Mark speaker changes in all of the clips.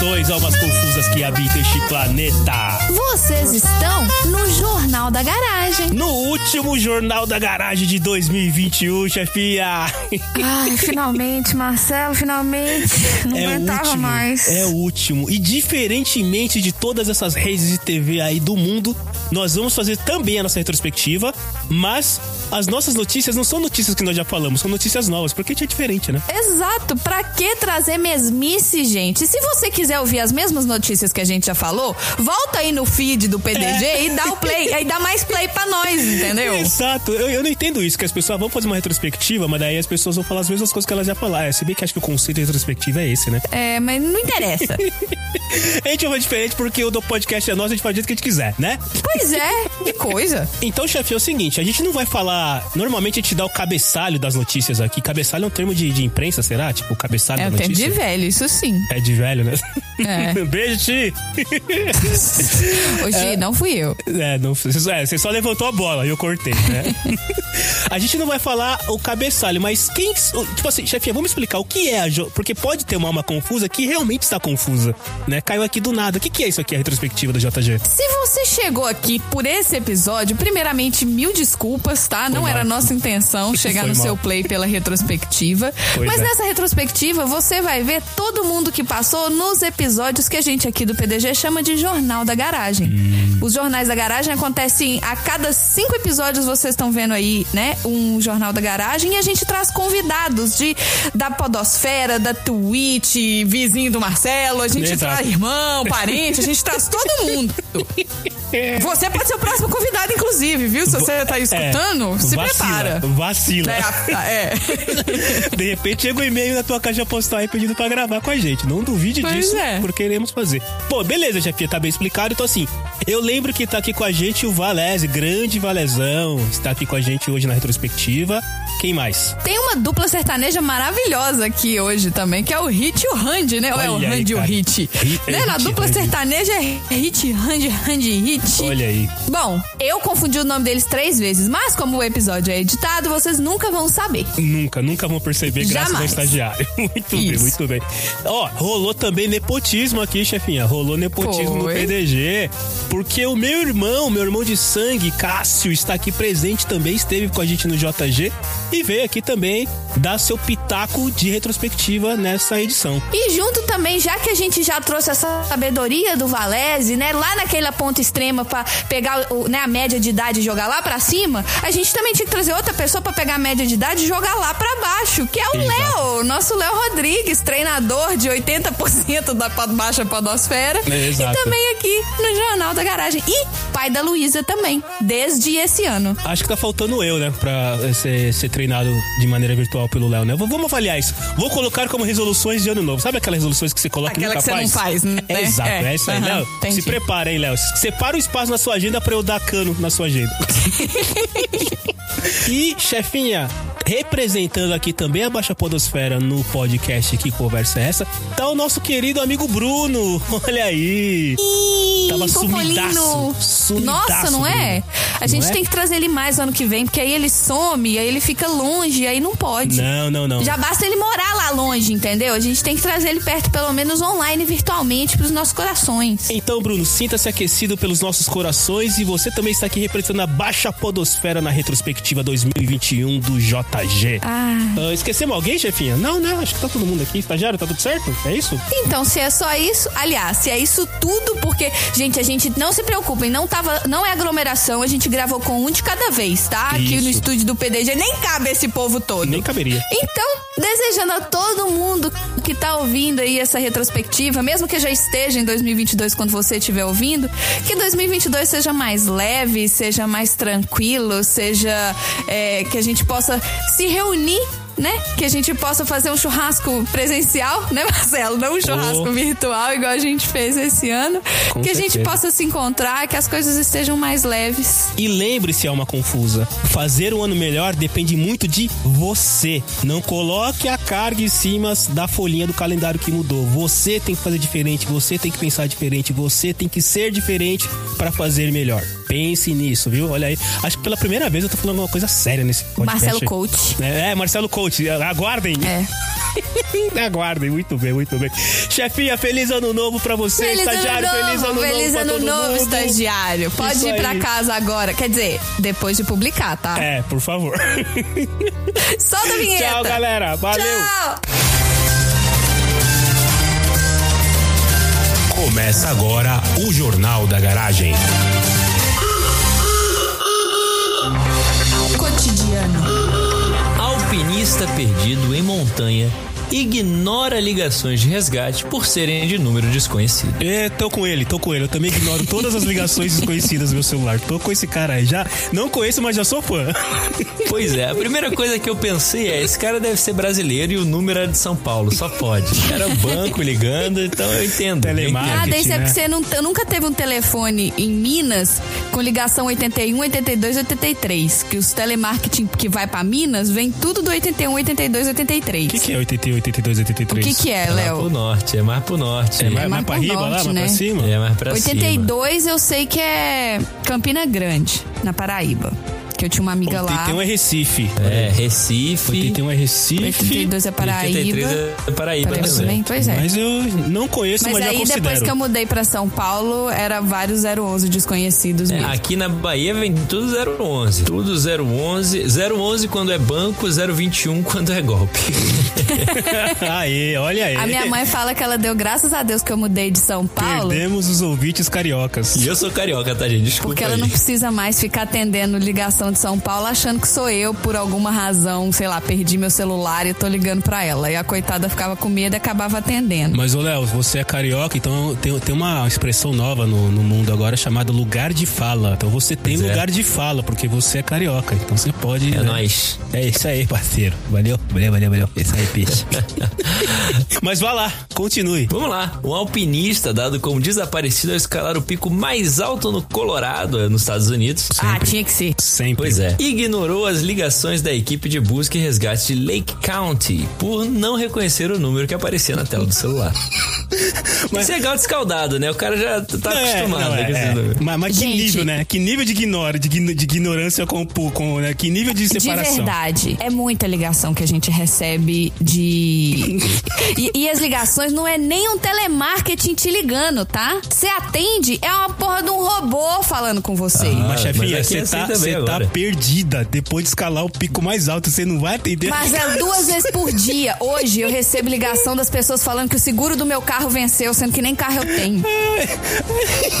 Speaker 1: dois almas confusas que habitam este planeta.
Speaker 2: Vocês estão no Jornal da Garagem.
Speaker 1: No último Jornal da Garagem de 2021, chefia. é
Speaker 2: Ai, finalmente, Marcelo, finalmente. Não aguentava mais.
Speaker 1: É o último. E diferentemente de todas essas redes de TV aí do mundo, nós vamos fazer também a nossa retrospectiva, mas as nossas notícias não são notícias que nós já falamos, são notícias novas, porque a gente é diferente, né?
Speaker 2: Exato, pra que trazer mesmice, gente? Se você quiser ouvir as mesmas notícias que a gente já falou, volta aí no feed do PDG
Speaker 1: É.
Speaker 2: e dá o play, aí dá mais play pra nós, entendeu?
Speaker 1: Exato, eu, eu não entendo isso, que as pessoas vão fazer uma retrospectiva, mas daí as pessoas vão falar as mesmas coisas que elas já falaram. É, Se bem que acho que o conceito de retrospectiva é esse, né?
Speaker 2: É, mas não interessa.
Speaker 1: A gente vai diferente porque o do podcast é nosso, a gente faz do jeito que a gente quiser, né?
Speaker 2: Pois é, que coisa.
Speaker 1: Então, chefe, é o seguinte, a gente não vai falar. Normalmente a gente dá o cabeçalho das notícias aqui. Cabeçalho é um termo de, de imprensa, será? Tipo, o cabeçalho
Speaker 2: É
Speaker 1: da
Speaker 2: um tempo
Speaker 1: notícia.
Speaker 2: de velho, isso sim.
Speaker 1: É de velho, né?
Speaker 2: É.
Speaker 1: Beijo, Ti!
Speaker 2: Hoje não fui eu.
Speaker 1: É, não, é, você só levantou a bola e eu cortei, né? a gente não vai falar o cabeçalho, mas quem. Tipo assim, chefinha, vamos explicar o que é a. jo- Porque pode ter uma alma confusa que realmente está confusa, né? Caiu aqui do nada. O que, que é isso aqui, a retrospectiva da JG?
Speaker 2: Se você chegou aqui por esse episódio, primeiramente, mil desculpas, tá? Não
Speaker 1: mal.
Speaker 2: era nossa intenção chegar
Speaker 1: Foi
Speaker 2: no
Speaker 1: mal.
Speaker 2: seu play pela retrospectiva.
Speaker 1: Pois
Speaker 2: Mas
Speaker 1: é.
Speaker 2: nessa retrospectiva, você vai ver todo mundo que passou nos episódios que a gente aqui do PDG chama de Jornal da Garagem.
Speaker 1: Hum.
Speaker 2: Os Jornais da Garagem acontecem a cada cinco episódios, vocês estão vendo aí, né? Um Jornal da Garagem e a gente traz convidados de da Podosfera, da Twitch, vizinho do Marcelo, a gente
Speaker 1: Exato.
Speaker 2: traz irmão, parente, a gente traz todo mundo. Você pode ser o próximo convidado, inclusive, viu? Se você tá escutando,
Speaker 1: É,
Speaker 2: se
Speaker 1: vacila,
Speaker 2: prepara.
Speaker 1: Vacila.
Speaker 2: É, é.
Speaker 1: De repente chega um e-mail na tua caixa postal aí pedindo pra gravar com a gente. Não duvide
Speaker 2: Pois
Speaker 1: disso,
Speaker 2: é.
Speaker 1: porque iremos fazer. Pô, beleza, Jefinha, tá bem explicado. Então, assim, eu lembro que tá aqui com a gente o Valese, grande Valezão, está aqui com a gente hoje na retrospectiva. Quem mais?
Speaker 2: Tem uma dupla sertaneja maravilhosa aqui hoje também, que é o Hit e o Randy, né? Ou é o
Speaker 1: Olha aí,
Speaker 2: Randy e o
Speaker 1: cara.
Speaker 2: Hit?
Speaker 1: Hit,
Speaker 2: Né? Na
Speaker 1: Hit,
Speaker 2: dupla
Speaker 1: Randy.
Speaker 2: sertaneja é Hit, Randy, Randy, Hit.
Speaker 1: Olha aí.
Speaker 2: Bom, eu confundi o nome deles três vezes, mas como o episódio é editado, vocês nunca vão saber.
Speaker 1: Nunca, nunca vão perceber, graças ao
Speaker 2: Jamais.
Speaker 1: estagiário. Muito bem,
Speaker 2: Isso.
Speaker 1: muito bem. Ó, rolou também nepotismo aqui, chefinha. Rolou nepotismo
Speaker 2: Foi.
Speaker 1: no PDG. Porque o meu irmão, meu irmão de sangue, Cássio, está aqui presente também, esteve com a gente no JG e veio aqui também dar seu pitaco de retrospectiva nessa edição.
Speaker 2: E junto também, já que a gente já trouxe essa sabedoria do Valese, né? Lá naquela ponta extrema pra pegar o- né, a média de idade e jogar lá pra cima, a gente também tinha que trazer outra pessoa pra pegar a média de idade e jogar lá pra baixo, que é o
Speaker 1: Exato.
Speaker 2: Léo, nosso Léo Rodrigues, treinador de 80% da pod- baixa podosfera.
Speaker 1: É, exato.
Speaker 2: E também aqui no Jornal da Garagem. E pai da Luísa também, desde esse ano.
Speaker 1: Acho que tá faltando eu, né? Pra eh, ser, ser treinado de maneira virtual pelo Léo, né? V- Vamos avaliar isso. Vou colocar como resoluções de ano novo. Sabe aquelas resoluções que você coloca e
Speaker 2: Aquela
Speaker 1: nunca
Speaker 2: que você não faz, né?
Speaker 1: É, Exato, é,
Speaker 2: É,
Speaker 1: isso aí,
Speaker 2: aham,
Speaker 1: Léo. Se
Speaker 2: entendi.
Speaker 1: prepara, hein, Léo. Separa o espaço na sua agenda pra eu dar cano na sua agenda. e, chefinha, representando aqui também a Baixa Podosfera no podcast Que Conversa é Essa, tá o nosso querido amigo Bruno. Olha aí. Tava
Speaker 2: Ih, Popolino.
Speaker 1: sumidaço, sumidaço,
Speaker 2: Nossa, não é?
Speaker 1: Bruno.
Speaker 2: A gente
Speaker 1: Não é?
Speaker 2: tem que trazer ele mais ano que vem, porque aí ele some, aí ele fica longe, aí não pode.
Speaker 1: Não, não, não.
Speaker 2: Já basta ele morar lá longe, entendeu? A gente tem que trazer ele perto, pelo menos online, virtualmente, pros nossos corações.
Speaker 1: Então, Bruno, sinta-se aquecido pelos nossos corações e você também está aqui representando a Baixa Podosfera na retrospectiva 2021 do JG.
Speaker 2: Ah.
Speaker 1: Ah, esquecemos alguém, chefinha? Não, né? Acho que tá todo mundo aqui. Estagiário, tá tudo certo? É isso?
Speaker 2: Então, se é só isso, aliás, se é isso tudo, porque, gente, a gente não se preocupem, não tava, não é aglomeração, a gente gravou com um de cada vez, tá? Aqui
Speaker 1: Isso.
Speaker 2: no estúdio do PDG nem cabe esse povo todo.
Speaker 1: Nem caberia.
Speaker 2: Então, desejando a todo mundo que tá ouvindo aí essa retrospectiva, mesmo que já esteja em 2022 quando você estiver ouvindo, que 2022 seja mais leve, seja mais tranquilo, seja é, que a gente possa se reunir, né? Que a gente possa fazer um churrasco presencial, né, Marcelo? Não um churrasco
Speaker 1: Oh.
Speaker 2: virtual igual a gente fez esse ano.
Speaker 1: Com
Speaker 2: que a gente
Speaker 1: certeza.
Speaker 2: possa se encontrar, que as coisas estejam mais leves.
Speaker 1: E lembre-se, alma confusa, fazer um ano melhor depende muito de você. Não coloque a carga em cima da folhinha do calendário que mudou. Você tem que fazer diferente, você tem que pensar diferente, você tem que ser diferente para fazer melhor. Pense nisso, viu? Olha aí. Acho que pela primeira vez eu tô falando alguma coisa séria nesse podcast.
Speaker 2: Marcelo Coach.
Speaker 1: É, é, Marcelo Coach. Aguardem.
Speaker 2: É.
Speaker 1: Aguardem, muito bem, muito bem. Chefinha, feliz ano novo pra você,
Speaker 2: Feliz ano
Speaker 1: estagiário,
Speaker 2: novo,
Speaker 1: feliz ano novo.
Speaker 2: feliz
Speaker 1: pra
Speaker 2: ano
Speaker 1: todo
Speaker 2: novo,
Speaker 1: mundo.
Speaker 2: estagiário. Pode
Speaker 1: Isso
Speaker 2: ir pra
Speaker 1: aí.
Speaker 2: casa agora. Quer dizer, depois de publicar, tá?
Speaker 1: É, por favor.
Speaker 2: Solta a vinheta.
Speaker 1: Tchau, galera. Valeu.
Speaker 2: Tchau.
Speaker 3: Começa agora o Jornal da Garagem.
Speaker 2: Cotidiano.
Speaker 4: Alpinista perdido em montanha ignora ligações de resgate por serem de número desconhecido.
Speaker 1: É, tô com ele, tô com ele. Eu também ignoro todas as ligações desconhecidas do meu celular. Tô com esse cara aí. Já não conheço, mas já sou fã.
Speaker 4: Pois é, a primeira coisa que eu pensei é: esse cara deve ser brasileiro e o número era de São Paulo, só pode. Era banco ligando, então eu entendo. eu entendo.
Speaker 1: Telemarketing.
Speaker 2: Ah, daí você,
Speaker 1: né?
Speaker 2: você não- nunca teve um telefone em Minas com ligação 81, 82, 83. Que os telemarketing que vai pra Minas vem tudo do 81, 82, 83.
Speaker 1: O que, que é 88, 82, 83?
Speaker 2: O que que é,
Speaker 4: É mais pro
Speaker 2: Léo?
Speaker 4: norte, é mais pro norte.
Speaker 1: É mais,
Speaker 2: mais
Speaker 1: mais
Speaker 2: pro
Speaker 1: pra riba lá,
Speaker 2: norte,
Speaker 1: mais pra
Speaker 2: né?
Speaker 1: cima?
Speaker 4: É mais pra cima.
Speaker 2: 82 eu sei que é Campina Grande, na Paraíba. Que eu tinha uma amiga lá.
Speaker 1: 81 é Recife.
Speaker 4: É, Recife.
Speaker 1: 81 é Recife.
Speaker 2: 82 é Paraíba.
Speaker 4: 83 é Paraíba
Speaker 2: Paraíba
Speaker 4: também.
Speaker 2: também, pois é.
Speaker 1: Mas eu não conheço, mas,
Speaker 2: Mas
Speaker 1: já
Speaker 2: aí,
Speaker 1: considero.
Speaker 2: depois que eu mudei pra São Paulo, era vários 011 desconhecidos
Speaker 4: É,
Speaker 2: mesmo.
Speaker 4: Aqui na Bahia vem tudo 011. Tudo 011. 011 quando é banco, 021 quando é golpe.
Speaker 1: Aê, olha aí.
Speaker 2: A minha mãe é fala que ela deu graças a Deus que eu mudei de São Paulo.
Speaker 1: Perdemos os ouvintes cariocas.
Speaker 4: E eu sou carioca, tá, gente? Desculpa.
Speaker 2: Porque ela
Speaker 4: aí.
Speaker 2: não precisa mais ficar atendendo ligação de São Paulo achando que sou eu por alguma razão, sei lá, perdi meu celular e tô ligando pra ela. E a coitada ficava com medo e acabava atendendo.
Speaker 1: Mas, ô Léo, você é carioca, então tem, tem uma expressão nova no, no mundo agora chamada lugar de fala. Então você tem
Speaker 4: Pois é.
Speaker 1: lugar de fala, porque você é carioca. Então você pode.
Speaker 4: É nóis.
Speaker 1: É isso aí, parceiro. Valeu, valeu, valeu, valeu. É isso aí, peixe. Mas vá lá, continue.
Speaker 4: Vamos lá. Um alpinista dado como desaparecido ao escalar o pico mais alto no Colorado, é, nos Estados Unidos.
Speaker 2: Ah, tinha que ser.
Speaker 1: Sempre.
Speaker 4: Pois é. Ignorou as ligações da equipe de busca e resgate de Lake County por não reconhecer o número que aparecia na tela do celular. Mas... Isso é legal de escaldado, né? O cara já tá
Speaker 1: É,
Speaker 4: acostumado
Speaker 1: não, é,
Speaker 4: com esse
Speaker 1: é.
Speaker 4: número.
Speaker 1: Mas, mas que
Speaker 2: Gente.
Speaker 1: nível, né? Que nível de, ignora, de, igno- de ignorância com, com né? que nível de
Speaker 2: De
Speaker 1: separação.
Speaker 2: verdade, é muita ligação que a gente recebe de. e, e as ligações não é nem um telemarketing te ligando, tá? Você atende, é uma porra de um robô falando com você.
Speaker 1: Mas,
Speaker 4: Ah,
Speaker 1: chefinha,
Speaker 4: mas aqui
Speaker 1: você
Speaker 4: é assim
Speaker 1: tá,
Speaker 4: também
Speaker 1: você tá
Speaker 4: agora.
Speaker 1: perdida. Depois de escalar o pico mais alto, você não vai atender.
Speaker 2: Mas é duas vezes por dia. Hoje eu recebo ligação das pessoas falando que o seguro do meu carro venceu, sendo que nem carro eu tenho.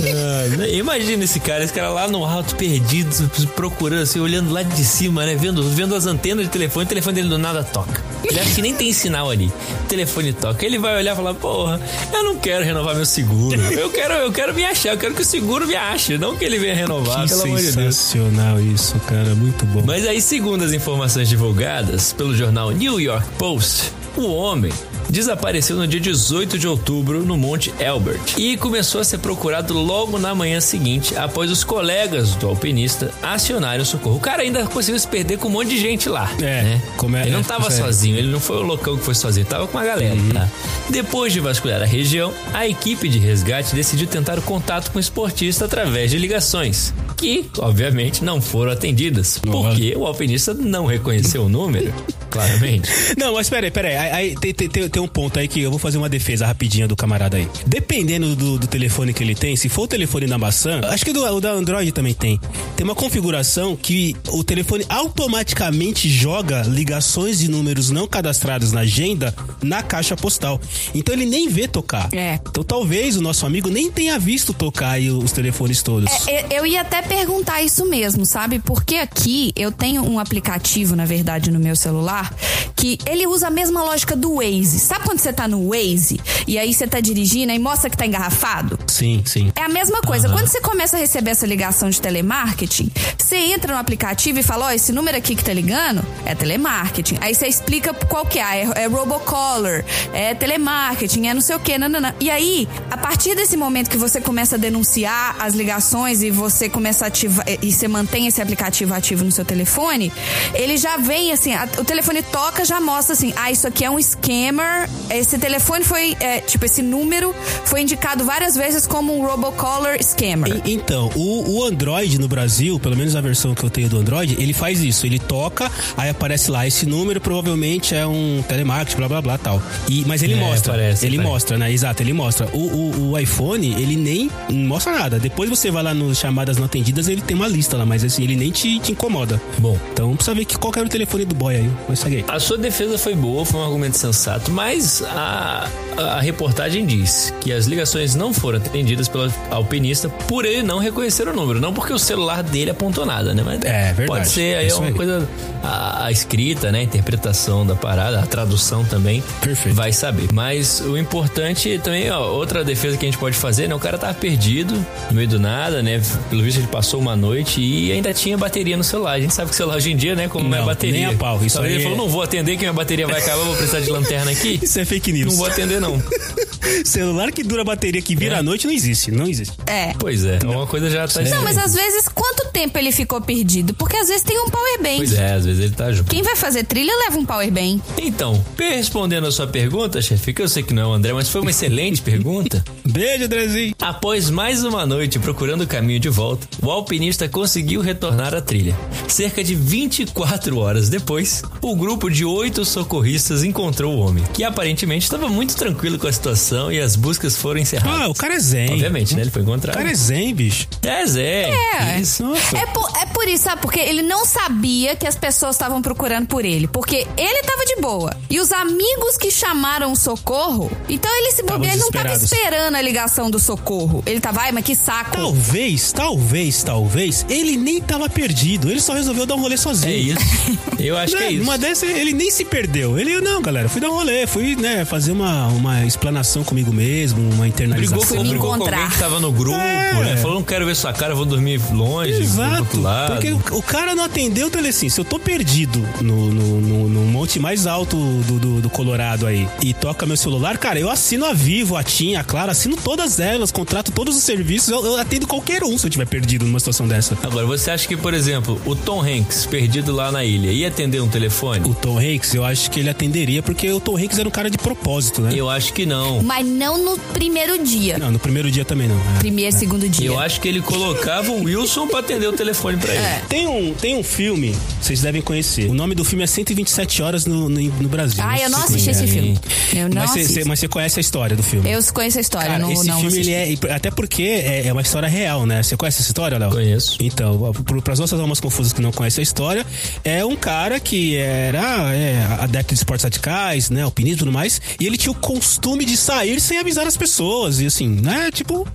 Speaker 4: Ah, Imagina esse cara, esse cara lá no alto, perdido, procurando, assim, olhando lá de cima, né? Vendo, vendo as antenas de telefone, o telefone dele do nada toca. Ele acha que nem tem sinal ali. O telefone toca. Ele vai olhar e falar, porra, eu não quero renovar meu seguro. Eu quero, eu quero me achar, eu quero que o seguro me ache, não que ele venha renovar,
Speaker 1: que
Speaker 4: pelo amor de Deus.
Speaker 1: sensacional isso, cara. Muito bom.
Speaker 4: Mas aí, segundo as informações divulgadas pelo jornal New York Post, o homem desapareceu no dia 18 de outubro no Monte Elbert e começou a ser procurado logo na manhã seguinte, após os colegas do alpinista acionarem o socorro. O cara ainda conseguiu se perder com um monte de gente lá.
Speaker 1: É,
Speaker 4: né?
Speaker 1: como é-
Speaker 4: ele não
Speaker 1: é,
Speaker 4: tava
Speaker 1: sério.
Speaker 4: sozinho, ele não foi o loucão que foi sozinho, tava com uma galera. tá? Depois de vasculhar a região, a equipe de resgate decidiu tentar o contato com o esportista através de ligações, que, obviamente, não foram atendidas, porque o alpinista não reconheceu o número, claramente.
Speaker 1: Não, mas peraí, peraí. Aí, aí tem, tem- tem- tem um ponto aí que eu vou fazer uma defesa rapidinha do camarada aí. Dependendo do, do telefone que ele tem, se for o telefone da maçã, acho que do- o da Android também tem. Tem uma configuração que o telefone automaticamente joga ligações de números não cadastrados na agenda na caixa postal. Então ele nem vê tocar.
Speaker 2: É.
Speaker 1: Então talvez o nosso amigo nem tenha visto tocar aí os telefones todos.
Speaker 2: É, eu eu ia até perguntar isso mesmo, sabe? Porque aqui eu tenho um aplicativo, na verdade, no meu celular, que ele usa a mesma lógica do Waze. Sabe quando você tá no Waze e aí você tá dirigindo e mostra que tá engarrafado?
Speaker 1: Sim, sim.
Speaker 2: É a mesma coisa. Quando você começa a receber essa ligação de telemarketing, você entra no aplicativo e fala: Ó, esse número aqui que tá ligando é telemarketing. Aí você explica qual que é. É, é robocaller, é telemarketing, é não sei o quê, nananã. E aí, a partir desse momento que você começa a denunciar as ligações e você começa a ativar. e- E você mantém esse aplicativo ativo no seu telefone, ele já vem assim: a- o telefone toca, já mostra assim: ah, isso aqui é um scammer. Esse telefone foi. é, tipo, esse número foi indicado várias vezes como um robocall Color Scammer.
Speaker 1: E- Então, o, o Android no Brasil, pelo menos a versão que eu tenho do Android, ele faz isso. Ele toca, aí aparece lá. Esse número provavelmente é um telemarketing, blá blá blá tal. E, mas ele
Speaker 4: É,
Speaker 1: mostra.
Speaker 4: aparece,
Speaker 1: ele
Speaker 4: aparece.
Speaker 1: mostra, né? Exato, ele mostra. O, o- o iPhone, ele nem mostra nada. Depois você vai lá nos chamadas não atendidas, ele tem uma lista lá, mas assim, ele nem te, te incomoda.
Speaker 4: Bom.
Speaker 1: Então precisa ver que qual que era o telefone do boy aí. Mas segue aí.
Speaker 4: A sua defesa foi boa, foi um argumento sensato, mas a, a reportagem diz que as ligações não foram atendidas pelo alpinista por ele não reconhecer o número. Não porque o celular dele apontou nada, né? Mas
Speaker 1: É, verdade.
Speaker 4: Pode ser, aí é
Speaker 1: Isso
Speaker 4: uma
Speaker 1: aí.
Speaker 4: coisa. A, a escrita, né? A interpretação da parada, a tradução também.
Speaker 1: Perfeito.
Speaker 4: Vai saber. Mas o importante também, ó, outra defesa que a gente pode fazer, né? O cara tava perdido, no meio do nada, né? Pelo visto ele passou uma noite e ainda tinha bateria no celular. A gente sabe que o celular hoje em dia, né? Como não, é
Speaker 1: Não,
Speaker 4: bateria.
Speaker 1: nem a pau. Isso
Speaker 4: Talvez
Speaker 1: aí
Speaker 4: ele
Speaker 1: é-
Speaker 4: falou, não vou atender que minha bateria vai acabar, vou precisar de lanterna aqui.
Speaker 1: Isso é fake news.
Speaker 4: Não vou atender não.
Speaker 1: Celular que dura bateria que vira
Speaker 4: É.
Speaker 1: à noite não existe, não existe.
Speaker 2: É.
Speaker 4: Pois é, uma coisa já tá...
Speaker 2: Não, mas às vezes, quanto tempo ele ficou perdido? Porque às vezes tem um powerbank.
Speaker 4: Pois é, às vezes ele tá junto.
Speaker 2: Quem vai fazer trilha leva um powerbank.
Speaker 4: Então, respondendo a sua pergunta, chefe, que eu sei que não é o André, mas foi uma excelente pergunta.
Speaker 1: Beijo, Andrezinho.
Speaker 4: Após mais uma noite procurando o caminho de volta, o alpinista conseguiu retornar à trilha. Cerca de 24 horas depois, o grupo de oito socorristas encontrou o homem, que aparentemente estava muito tranquilo com a situação e as buscas foram encerradas.
Speaker 1: Ah, o cara é zen.
Speaker 4: Obviamente, né? Ele foi
Speaker 1: O
Speaker 4: encontrado.
Speaker 1: cara é zen, bicho.
Speaker 4: É, Zé.
Speaker 2: É.
Speaker 4: Isso.
Speaker 2: É por, é por isso, sabe? Porque ele não sabia que as pessoas estavam procurando por ele. Porque ele tava de boa. E os amigos que chamaram o socorro. Então ele se bobear, ele não tava
Speaker 1: desesperados.
Speaker 2: esperando a ligação do socorro. Ele tava, ai, mas que saco.
Speaker 1: Talvez, talvez, talvez, ele nem tava perdido. Ele só resolveu dar um rolê sozinho.
Speaker 4: É isso. Eu acho que
Speaker 1: Né?
Speaker 4: é isso.
Speaker 1: Uma dessas, ele nem se perdeu. Ele, não, galera, fui dar um rolê, fui, né, fazer uma, uma explanação comigo mesmo, uma internalização.
Speaker 4: Brigou com,
Speaker 2: me
Speaker 4: brigou com
Speaker 2: encontrar.
Speaker 4: alguém que tava no grupo,
Speaker 1: É.
Speaker 4: né? Falou, não quero ver sua cara, vou dormir longe, do
Speaker 1: Exato.
Speaker 4: outro lado.
Speaker 1: Porque o, o cara não atendeu o assim, se eu tô perdido no, no, no- no monte mais alto do, do, do Colorado aí e toca meu celular, cara, eu assino a Vivo, a TIM, a Claro, assino todas elas, contrato todos os serviços, eu, eu atendo qualquer um se eu tiver perdido numa situação dessa.
Speaker 4: Agora, você acha que, por exemplo, o Tom Hanks, perdido lá na ilha, ia atender um telefone?
Speaker 1: O Tom Hanks, eu acho que ele atenderia, porque o Tom Hanks era um cara de propósito, né?
Speaker 4: Eu acho que não.
Speaker 2: Mas não no primeiro dia.
Speaker 1: Não, no primeiro dia também não. é.
Speaker 2: Primeiro, segundo dia.
Speaker 4: Eu acho que ele colocava o Wilson pra atender o telefone pra ele.
Speaker 2: É.
Speaker 1: Tem um, tem um filme, vocês devem conhecer. O nome do filme é 127 Horas no, no, no Brasil.
Speaker 2: Ah, eu não
Speaker 1: sei se
Speaker 2: assisti esse
Speaker 1: conhece.
Speaker 2: filme. Eu não
Speaker 1: é. mas, você-
Speaker 2: assisti.
Speaker 1: você- mas você conhece a história do filme.
Speaker 2: Eu conheço a história,
Speaker 1: Cara,
Speaker 2: não,
Speaker 1: esse
Speaker 2: não
Speaker 1: filme,
Speaker 2: assisti.
Speaker 1: ele é. e Até porque é, é uma história real, né? Você conhece essa história, Léo?
Speaker 4: Conheço.
Speaker 1: Então, para as nossas almas confusas que não conhecem a história, é um cara que era é, adepto de esportes radicais, né? Alpinismo e tudo mais. E ele tinha o costume de sair sem avisar as pessoas. E assim, né? Tipo,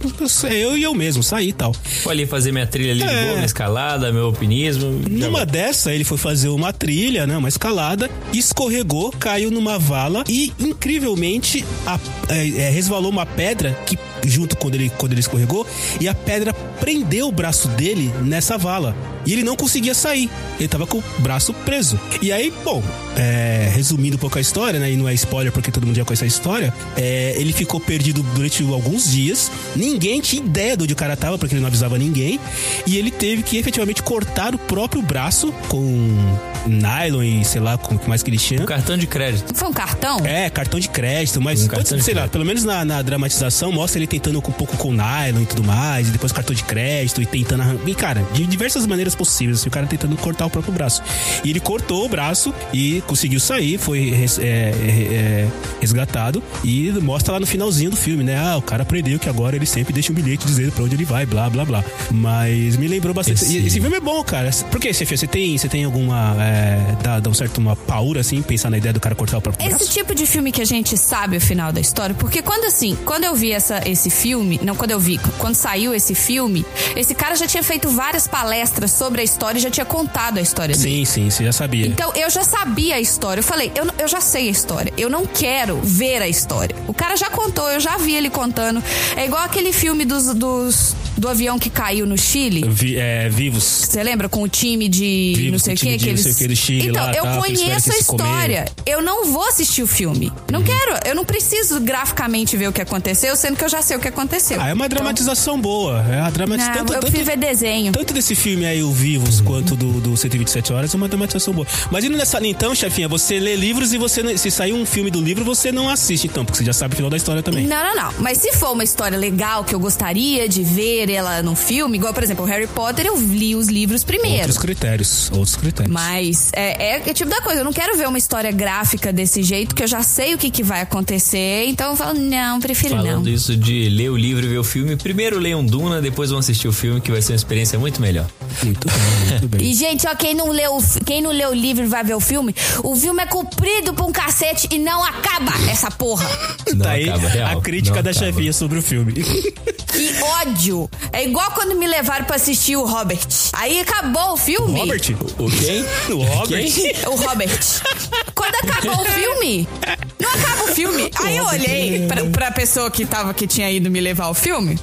Speaker 1: eu e eu mesmo, sair e tal.
Speaker 4: Vou Tipo, ali fazer minha trilha ali de
Speaker 1: É.
Speaker 4: boa, minha escalada, meu alpinismo. já
Speaker 1: Numa
Speaker 4: volto.
Speaker 1: dessa, ele foi fazer uma trilha, né? Uma escalada, escorregou, caiu numa vala e, incrivelmente, a- é, é, resvalou uma pedra que, junto quando ele, quando ele escorregou, e a pedra prendeu o braço dele nessa vala. E ele não conseguia sair. Ele tava com o braço preso. E aí, bom, é, resumindo um pouco a história, né? E não é spoiler porque todo mundo já conhece a história. é, ele ficou perdido durante alguns dias. Ninguém tinha ideia de onde o cara tava, porque ele não avisava ninguém. E ele teve que efetivamente cortar o próprio braço com nylon e sei lá com o que mais que ele tinha.
Speaker 4: Um cartão de crédito.
Speaker 2: Foi um cartão?
Speaker 1: É, cartão de crédito, mas
Speaker 4: Um
Speaker 1: pode-
Speaker 4: cartão de
Speaker 1: sei lá,
Speaker 4: crédito.
Speaker 1: pelo menos na, na dramatização mostra ele tentando com- um pouco com nylon e tudo mais, e depois cartão de crédito e tentando arrancar. E cara, de diversas maneiras possíveis, assim, o cara tentando cortar o próprio braço. E ele cortou o braço e conseguiu sair, foi res- é, é, é, resgatado e mostra lá no finalzinho do filme, né? Ah, o cara aprendeu que agora ele sempre deixa um bilhete dizendo pra onde ele vai, blá, blá, blá. Mas me lembrou bastante.
Speaker 4: Esse-
Speaker 1: e Esse filme é bom, cara. Por que, Sofia? Você tem, você tem alguma. é, dá, dá um certo uma paura, assim, pensar na ideia do cara cortar o próprio braço?
Speaker 2: Esse tipo de filme que a gente sabe o final da história, porque quando assim, quando eu vi essa, esse filme, não, quando eu vi, quando saiu esse filme, esse cara já tinha feito várias palestras sobre a história e já tinha contado a história dele.
Speaker 1: Sim, sim, você já sabia.
Speaker 2: Então eu já sabia a história. Eu falei, eu, eu já sei a história. Eu não quero ver a história. O cara já contou, eu já vi ele contando. É igual aquele filme dos, dos, do avião que caiu no Chile.
Speaker 1: Vi- é, vivos.
Speaker 2: Você lembra? Com o time de
Speaker 1: Vivo,
Speaker 2: não sei
Speaker 1: com
Speaker 2: o
Speaker 1: o time
Speaker 2: que,
Speaker 1: de
Speaker 2: que
Speaker 1: não
Speaker 2: eles...
Speaker 1: sei o quê do Chile
Speaker 2: Então,
Speaker 1: lá,
Speaker 2: eu
Speaker 1: tá, que eles tiveram
Speaker 2: conheço
Speaker 1: que
Speaker 2: a
Speaker 1: se comer. Uhum.
Speaker 2: história. Eu não vou assistir o filme. Não quero. Eu não preciso graficamente ver o que aconteceu, sendo que eu já sei o que aconteceu.
Speaker 1: Ah, é uma dramatização boa. É uma
Speaker 2: Então,
Speaker 1: dramatização.
Speaker 2: ah,
Speaker 1: tanto,
Speaker 2: eu
Speaker 1: tanto-
Speaker 2: fui ver desenho.
Speaker 1: tanto desse filme aí, o Vivos, quanto do, do 127 Horas, é uma dramatização boa. Mas indo nessa linha, então, chefinha, você lê livros e você não- se sair um filme do livro, você não assiste, então, porque você já sabe o final da história também.
Speaker 2: Não, não, não. Mas se for uma história legal que eu gostaria de ver ela num filme, igual, por exemplo, o Harry Potter, eu li os livros primeiro.
Speaker 1: Outros critérios, outros critérios.
Speaker 2: Mas é, é, é tipo da coisa, eu não quero ver uma história gráfica desse jeito, que eu já sei o que, que vai acontecer, então eu falo, não, prefiro
Speaker 4: Falando
Speaker 2: não.
Speaker 4: isso de ler o livro e ver o filme, primeiro leiam Duna, depois vão assistir o filme, que vai ser uma experiência muito melhor.
Speaker 1: Muito bem, muito bem.
Speaker 2: E, gente, ó, quem não, leu, o fi- quem não leu o livro e vai ver o filme, o filme é comprido pra um cacete e não acaba essa porra.
Speaker 4: Não
Speaker 1: tá aí
Speaker 4: acaba, real,
Speaker 1: a crítica
Speaker 4: não
Speaker 1: da
Speaker 4: acaba.
Speaker 1: chefinha sobre o filme.
Speaker 2: Que ódio! É igual quando me levaram pra assistir o Robert. Aí acabou o filme.
Speaker 1: Robert?
Speaker 4: O quem?
Speaker 1: O Robert?
Speaker 2: O Robert. Quando acabou o filme, não acaba o filme. Aí eu olhei pra, pra pessoa que tava, que tinha ido me levar o filme.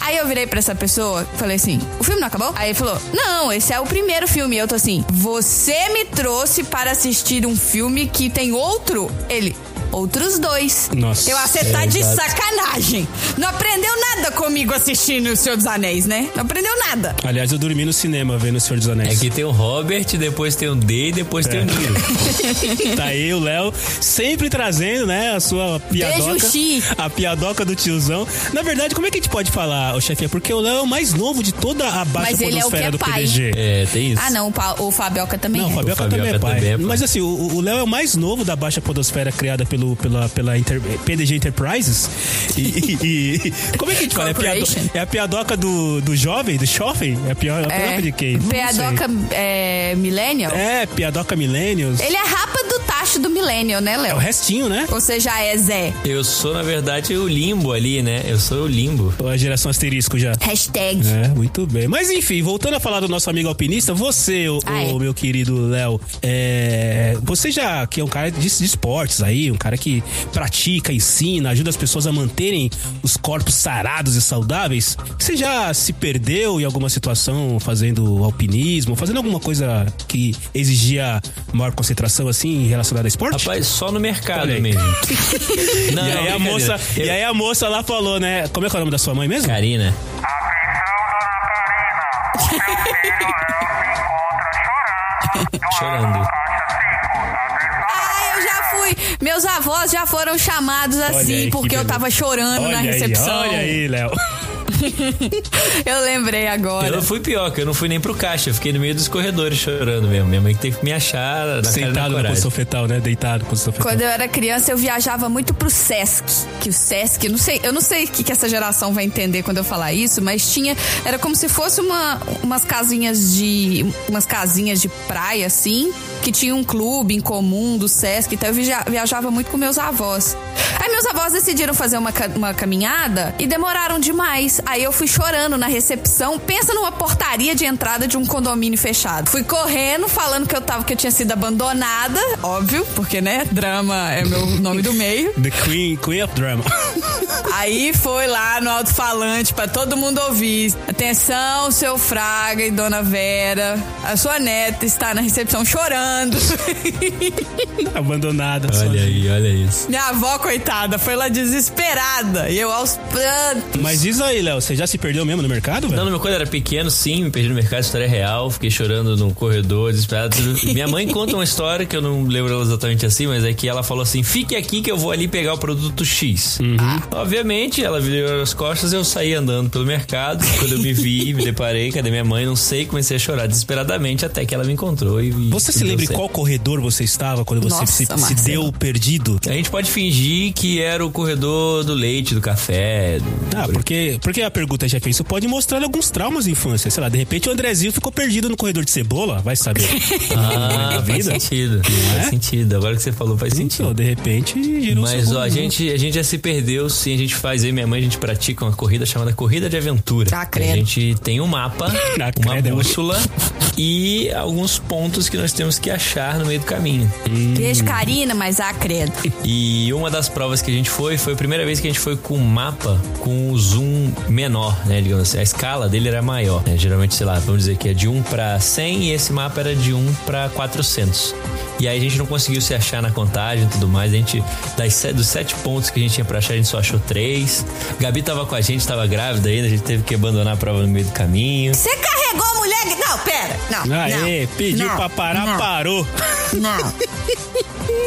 Speaker 2: Aí eu virei pra essa pessoa e falei assim: o filme não acabou? Aí ele falou: não, esse é o primeiro filme. E eu tô assim: você me trouxe para assistir um filme que tem outro? Ele. Outros dois.
Speaker 1: Nossa,
Speaker 2: Eu acertar
Speaker 4: é,
Speaker 2: de
Speaker 4: exato.
Speaker 2: sacanagem. Não aprendeu nada comigo assistindo O Senhor dos Anéis, né? Não aprendeu nada.
Speaker 1: Aliás, eu dormi no cinema vendo O Senhor dos
Speaker 4: É
Speaker 1: Anéis.
Speaker 4: que tem o Robert, depois tem o D e depois
Speaker 1: É.
Speaker 4: tem o Niro.
Speaker 1: Tá aí o Léo sempre trazendo, né, a sua piadoca.
Speaker 2: Beijo, Xi.
Speaker 1: A piadoca do tiozão. Na verdade, como é que a gente pode falar, ô chefinha? Porque o Léo é o mais novo de toda a baixa
Speaker 2: Mas ele é o que
Speaker 1: podosfera
Speaker 2: é
Speaker 1: do
Speaker 2: pai.
Speaker 1: PDG.
Speaker 4: É, tem isso.
Speaker 2: Ah, não, o, Pa- o Fabioca também
Speaker 1: Não, o
Speaker 2: é.
Speaker 1: Fabioca,
Speaker 4: O Fabioca
Speaker 1: também, é pai.
Speaker 4: também é pai.
Speaker 1: Mas assim, o- o Léo é o mais novo da baixa podosfera criada pelo, pela, pela Inter- PDG Enterprises. E, e- e- como é que a gente fala? É a, piado-
Speaker 2: Corporation.
Speaker 1: é a piadoca do, do jovem, do jovem? É a pior- a piadoca
Speaker 2: É,
Speaker 1: de quem? Não sei.
Speaker 2: Piadoca é, Millennial?
Speaker 1: É, piadoca Millennials.
Speaker 2: Ele é rapa do tacho do Millennial, né,
Speaker 1: É o
Speaker 2: Léo?
Speaker 1: restinho, né?
Speaker 2: Ou Você já é Zé.
Speaker 4: Eu sou, na verdade, o limbo ali, né? Eu sou o limbo.
Speaker 1: A geração asterisco já.
Speaker 2: Hashtag.
Speaker 1: É, muito bem. Mas enfim, voltando a falar do nosso amigo alpinista, você, o,
Speaker 2: Ah, é.
Speaker 1: o meu querido Léo, é, você já que é um cara de, de esportes aí, um cara que pratica, ensina, ajuda as pessoas a manterem os corpos sarados e saudáveis. Você já se perdeu em alguma situação fazendo alpinismo, fazendo alguma coisa que exigia maior concentração assim relacionada a esporte?
Speaker 4: Rapaz, só no mercado
Speaker 1: Olha aí.
Speaker 4: mesmo. não,
Speaker 1: e aí a
Speaker 4: brincadeira.
Speaker 1: moça,
Speaker 4: Eu-
Speaker 1: e aí a moça lá falou, né? Como é que é o nome da sua mãe mesmo?
Speaker 4: Karina. Chorando.
Speaker 2: Ah, eu já fui. Meus avós já foram chamados assim
Speaker 1: aí, que
Speaker 2: porque eu
Speaker 1: beleza.
Speaker 2: tava chorando
Speaker 1: Olha
Speaker 2: na
Speaker 1: aí,
Speaker 2: recepção.
Speaker 1: olha aí, Léo.
Speaker 2: Eu lembrei
Speaker 4: Eu
Speaker 2: agora.
Speaker 4: não fui pior, que eu não fui nem pro caixa. Eu fiquei no meio dos corredores chorando mesmo. Minha mãe que teve que me achar Tá na cara
Speaker 1: Sentado na
Speaker 4: da coragem.
Speaker 1: posição fetal, né? Deitado na posição fetal.
Speaker 2: Quando eu era criança, eu viajava muito pro Sesc. Que o Sesc, eu não sei, eu não sei o que, que essa geração vai entender quando eu falar isso, mas tinha. Era como se fosse uma, umas casinhas de. Umas casinhas de praia, assim, que tinha um clube em comum do Sesc. Então eu via- viajava muito com meus avós. Aí É, meus avós decidiram fazer uma, ca- uma caminhada e demoraram demais. Aí eu fui chorando na recepção. Pensa numa portaria de entrada de um condomínio fechado. Fui correndo, falando que eu tava que eu tinha sido abandonada, óbvio, porque né, drama é meu nome do meio.
Speaker 1: The Queen, Queen of Drama.
Speaker 2: Aí foi lá no alto-falante pra todo mundo ouvir. Atenção, seu Fraga e Dona Vera, a sua neta está na recepção chorando.
Speaker 1: Abandonada.
Speaker 4: Olha aí, olha isso.
Speaker 2: Minha avó coitada foi lá desesperada e eu aos prantos.
Speaker 1: Mas diz aí, Léo, você já se perdeu mesmo no mercado,
Speaker 4: Não,
Speaker 1: velho?
Speaker 4: no meu quando eu era pequeno, sim, me perdi no mercado, história é real, fiquei chorando no corredor, desesperado. tudo. Minha mãe conta uma história que eu não lembro ela exatamente assim, mas é que ela falou assim: fique aqui que eu vou ali pegar o produto X.
Speaker 1: Uhum.
Speaker 4: Ah. Obviamente, ela virou as costas, eu saí andando pelo mercado. Quando eu me vi, me deparei, cadê minha mãe? Não sei, comecei a chorar desesperadamente até que ela me encontrou e. e
Speaker 1: Você se
Speaker 4: tudo
Speaker 1: lembra em
Speaker 4: deu certo.
Speaker 1: qual corredor você estava quando você
Speaker 2: Nossa,
Speaker 1: se, se
Speaker 2: Marcelo.
Speaker 1: deu perdido?
Speaker 4: A gente pode fingir que era o corredor do leite, do café. do-
Speaker 1: Ah, porque, porque a pergunta já fez. Isso pode mostrar alguns traumas de infância. Sei lá, de repente o Andrezinho ficou perdido no corredor de cebola, vai saber.
Speaker 4: Ah, faz
Speaker 1: é Vida. é?
Speaker 4: sentido. Faz sentido. Agora que você falou, faz sentido.
Speaker 1: Então, de repente, gerou
Speaker 4: Mas
Speaker 1: seu-
Speaker 4: ó, a gente, a gente já se perdeu, sim. A gente faz, eu e minha mãe, a gente pratica uma corrida chamada Corrida de Aventura.
Speaker 2: Ah, credo.
Speaker 4: A gente tem um mapa,
Speaker 1: Ah,
Speaker 4: uma
Speaker 1: credo.
Speaker 4: bússola e alguns pontos que nós temos que achar no meio do caminho.
Speaker 2: Beijo, Karina, mas ah, credo.
Speaker 4: E uma das provas que a gente foi, foi a primeira vez que a gente foi com o mapa com o zoom menor, né? Digamos assim. A escala dele era maior, né? Geralmente, sei lá, vamos dizer que é de 1 pra 100 e esse mapa era de 1 pra 400. E aí a gente não conseguiu se achar na contagem e tudo mais. A gente, das, se- dos sete pontos que a gente tinha pra achar, a gente só achou três. Gabi tava com a gente, tava grávida ainda, a gente teve que abandonar a prova no meio do caminho.
Speaker 5: Você carregou a mulher. que- Não, pera. Não.
Speaker 1: Aê,
Speaker 5: não,
Speaker 1: pediu
Speaker 5: não,
Speaker 1: pra parar,
Speaker 5: não,
Speaker 1: parou.
Speaker 5: Não.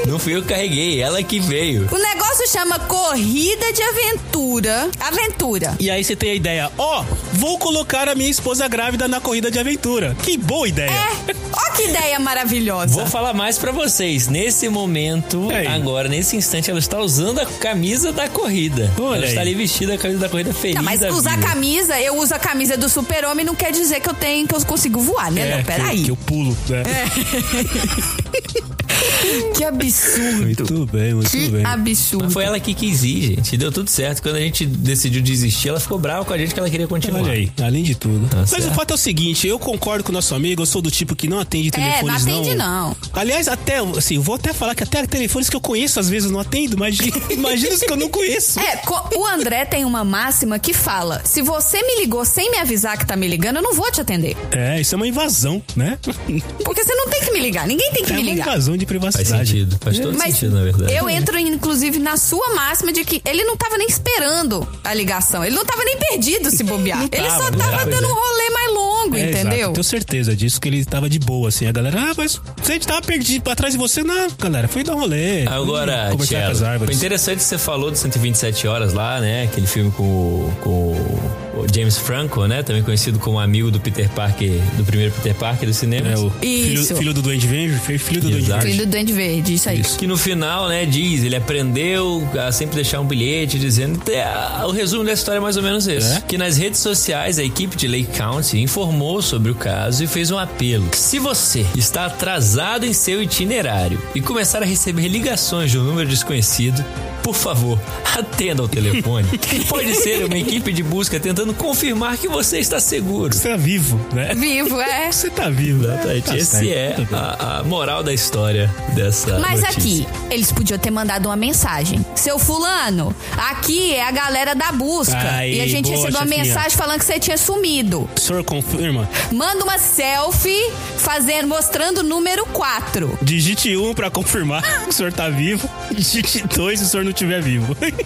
Speaker 4: Não fui eu que carreguei, ela que veio.
Speaker 2: O negócio chama Corrida de Aventura. Aventura.
Speaker 1: E aí você tem a ideia, ó, vou colocar a minha esposa grávida na corrida de aventura. Que boa ideia.
Speaker 2: É, ó que ideia maravilhosa.
Speaker 4: Vou falar mais pra vocês. Nesse momento,
Speaker 1: Aí.
Speaker 4: agora, nesse instante, ela está usando a camisa da corrida.
Speaker 1: Olha
Speaker 4: ela está
Speaker 1: aí.
Speaker 4: ali vestida a camisa da corrida feliz.
Speaker 2: Não, Tá, mas
Speaker 4: da
Speaker 2: usar
Speaker 4: vida.
Speaker 2: camisa, eu uso a camisa do super-homem, não quer dizer que eu tenho, que eu consigo voar, né? não,
Speaker 1: É, que eu-
Speaker 2: peraí. É.
Speaker 1: Que eu pulo, né?
Speaker 2: Que absurdo.
Speaker 1: Muito bem, muito
Speaker 2: Que
Speaker 1: bem.
Speaker 2: absurdo.
Speaker 4: Mas foi ela que quis ir, gente. Deu tudo certo. Quando a gente decidiu desistir, ela ficou brava com a gente que ela queria continuar.
Speaker 1: Olha aí, além de tudo. Mas
Speaker 4: certo.
Speaker 1: o fato é o seguinte, eu concordo com o nosso amigo, eu sou do tipo que não atende telefones,
Speaker 2: não atende, não.
Speaker 1: Aliás, até, assim, eu vou até falar que até telefones que eu conheço, às vezes eu não atendo, imagina, imagina os que eu não conheço.
Speaker 2: É, co- o André tem uma máxima que fala: se você me ligou sem me avisar que tá me ligando, eu não vou te atender.
Speaker 1: É, isso é uma invasão, né?
Speaker 2: Porque você não tem que me ligar, ninguém tem que
Speaker 1: É
Speaker 2: me
Speaker 1: uma
Speaker 2: ligar.
Speaker 1: invasão de
Speaker 4: Faz
Speaker 1: privacidade.
Speaker 4: sentido. Faz todo
Speaker 2: Mas
Speaker 4: sentido, na verdade.
Speaker 2: eu entro, inclusive, na sua máxima de que ele não tava nem esperando a ligação. Ele não tava nem perdido se bobear. ele
Speaker 1: tava,
Speaker 2: só
Speaker 1: não
Speaker 2: tava
Speaker 4: tava,
Speaker 2: dando um rolê mais longo,
Speaker 1: É, exato.
Speaker 2: entendeu?
Speaker 1: Eu tenho certeza disso, que ele tava de boa, assim. A galera, ah, mas você tava perdido pra trás de você. Não, galera, foi dar um rolê.
Speaker 4: Agora,
Speaker 1: Fui conversar com as
Speaker 4: Tiago, foi
Speaker 1: árvores.
Speaker 4: interessante que você falou de 127 Horas lá, né? Aquele filme com, o- com o James Franco, né? Também conhecido como amigo do Peter Parker, do primeiro Peter Parker do cinema.
Speaker 1: É, o
Speaker 2: Isso.
Speaker 1: filho, filho do Duende Verde, foi filho do Duende
Speaker 4: Exato.
Speaker 1: Verde.
Speaker 2: Fui do Duende Verde, isso aí.
Speaker 4: Que no final, né, diz, ele aprendeu a sempre deixar um bilhete dizendo. é, a- O resumo da história é mais ou menos esse.
Speaker 1: É?
Speaker 4: Que nas redes sociais, a equipe de Lake County informou sobre o caso e fez um apelo. Se você está atrasado em seu itinerário e começar a receber ligações de um número desconhecido, por favor, atenda ao telefone. Pode ser uma equipe de busca tentando confirmar que você está seguro.
Speaker 1: Você tá vivo, né?
Speaker 2: Vivo, é.
Speaker 1: Você tá vivo.
Speaker 4: Exatamente.
Speaker 1: Tá
Speaker 4: Esse
Speaker 1: certo,
Speaker 4: é
Speaker 1: tudo bem.
Speaker 4: a, a moral da história dessa.
Speaker 2: Mas
Speaker 4: notícia.
Speaker 2: aqui, eles podiam ter mandado uma mensagem. Seu fulano, aqui é a galera da busca.
Speaker 1: Aí,
Speaker 2: e a gente
Speaker 1: boa,
Speaker 2: recebeu uma
Speaker 1: chefinha.
Speaker 2: mensagem falando que você tinha sumido.
Speaker 1: O senhor confirma?
Speaker 2: Manda uma selfie fazendo, mostrando o número 4.
Speaker 1: Digite um pra confirmar que o senhor tá vivo. Digite dois se o senhor não estiver vivo.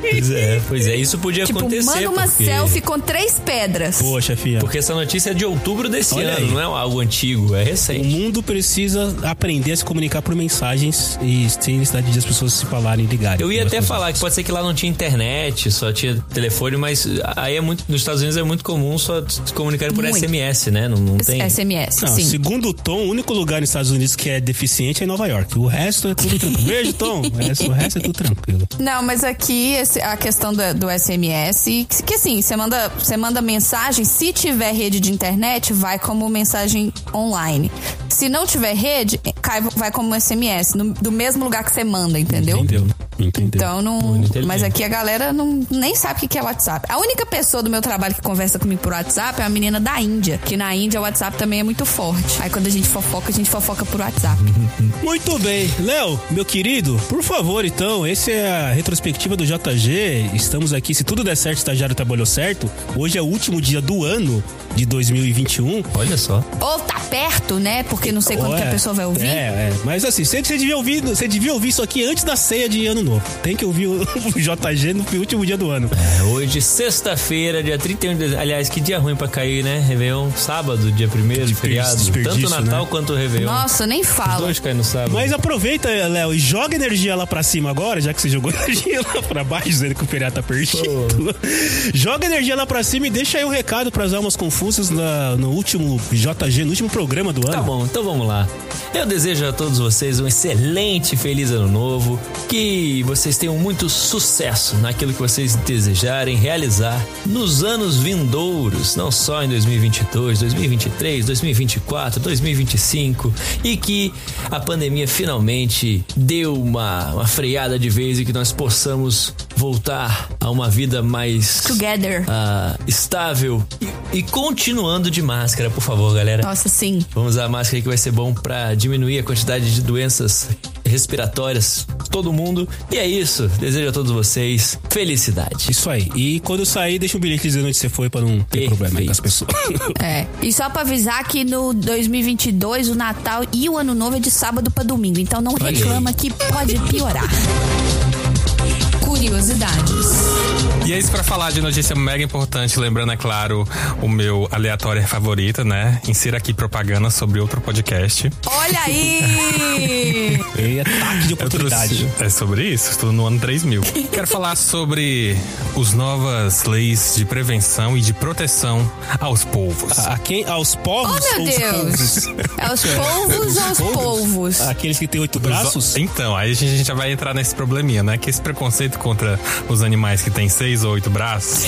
Speaker 4: Pois é, pois é, isso podia
Speaker 2: Tipo,
Speaker 4: acontecer.
Speaker 2: manda uma
Speaker 4: porque...
Speaker 2: selfie com três pedras.
Speaker 1: Boa, chefia.
Speaker 4: Porque essa notícia é de outubro desse
Speaker 1: Olha
Speaker 4: ano,
Speaker 1: aí.
Speaker 4: não é algo antigo, é
Speaker 1: O
Speaker 4: recente.
Speaker 1: mundo precisa aprender a se comunicar por mensagens e sem necessidade de as pessoas se falarem e ligarem.
Speaker 4: Eu ia até
Speaker 1: Elas-
Speaker 4: falar que pode ser que lá não tinha internet, só tinha telefone, mas aí é muito. Nos Estados Unidos é muito comum só se comunicar por
Speaker 2: Muito.
Speaker 4: SMS, né? Não, não tem.
Speaker 2: SMS,
Speaker 1: Não,
Speaker 2: sim.
Speaker 1: segundo o Tom, o único lugar nos Estados Unidos que é deficiente é em Nova York. O resto é tudo tranquilo. Beijo, Tom. O resto, o resto é tudo tranquilo.
Speaker 2: Não, mas aqui esse- a questão da- do, SMS, que, que assim, você manda, você manda mensagem, se tiver rede de internet, vai como mensagem online. Se não tiver rede, cai- vai como SMS, no- do mesmo lugar que você manda, entendeu?
Speaker 1: Entendeu? Entendeu?
Speaker 2: Então não.
Speaker 4: Muito inteligente.
Speaker 2: Mas aqui a galera não, nem sabe o que que é WhatsApp. A única pessoa do meu trabalho que conversa comigo por WhatsApp é uma menina da Índia, que na Índia o WhatsApp também é muito forte. Aí quando a gente fofoca, a gente fofoca por WhatsApp.
Speaker 4: Uhum.
Speaker 1: Muito bem. Léo, meu querido, por favor, então, essa é a retrospectiva do JG. Estamos aqui, se tudo der certo, o estagiário trabalhou certo. Hoje é o último dia do ano de 2021.
Speaker 4: Olha só.
Speaker 2: Ou tá perto, né? Porque não sei quando que
Speaker 1: Ué,
Speaker 2: a pessoa vai ouvir.
Speaker 1: É, é. Mas assim, você, você devia ouvir, você devia ouvir isso aqui antes da ceia de ano novo. Tem que ouvir o, o JG no último dia do ano.
Speaker 4: É, hoje, sexta-feira, dia 31 de dezembro. Aliás, que dia ruim pra cair, né? Réveillon, sábado, dia 1 feriado. Tanto
Speaker 1: desperdício,
Speaker 4: o Natal
Speaker 1: né?
Speaker 4: quanto o Réveillon.
Speaker 2: Nossa, nem
Speaker 4: Os
Speaker 2: fala.
Speaker 4: dois caem no sábado.
Speaker 1: Mas aproveita, Léo, e joga energia lá pra cima agora, já que você jogou energia lá pra baixo, dizendo que o feriado tá perdido. Joga energia lá pra cima e deixa aí um recado pras almas confusas na- no último JG, no último programa do ano.
Speaker 4: Tá bom, Então vamos lá. Eu desejo a todos vocês um excelente e feliz ano novo, que vocês tenham muito sucesso naquilo que vocês desejarem realizar nos anos vindouros, não só em 2022, 2023, 2024, 2025, e que a pandemia finalmente deu uma, uma freada de vez e que nós possamos voltar a uma vida mais
Speaker 2: Together.
Speaker 4: ah, estável e, e continuando de máscara, por favor, galera.
Speaker 2: Nossa, sim.
Speaker 4: Vamos usar a máscara que vai ser bom pra diminuir a quantidade de doenças respiratórias todo mundo. E é isso. Desejo a todos vocês felicidade.
Speaker 1: Isso aí. E quando eu sair, deixa um bilhete dizendo onde você foi pra não ter problema aí com as pessoas.
Speaker 2: É. E só pra avisar que no 2022 o Natal e o Ano Novo é de sábado pra domingo. Então não
Speaker 4: aí.
Speaker 2: reclama que pode piorar. Curiosidades.
Speaker 6: E é isso pra falar de notícia mega importante, lembrando, é claro, o meu aleatório favorito, né? Insira aqui propaganda sobre outro podcast.
Speaker 2: Olha aí!
Speaker 1: E É ataque de
Speaker 6: Eu trouxe-
Speaker 1: oportunidade.
Speaker 6: É sobre isso, estou no ano 3000. Quero falar sobre os novas leis de prevenção e de proteção aos povos.
Speaker 1: A a quem? Aos
Speaker 2: Oh,
Speaker 1: povos
Speaker 2: meu
Speaker 1: ou os
Speaker 2: Deus!
Speaker 1: povos?
Speaker 2: É os polvos ou os polvos?
Speaker 1: Aqueles que têm oito
Speaker 6: Os-
Speaker 1: braços?
Speaker 6: Então, aí a gente a gente já vai entrar nesse probleminha, né? Que esse preconceito contra os animais que têm seis ou oito braços,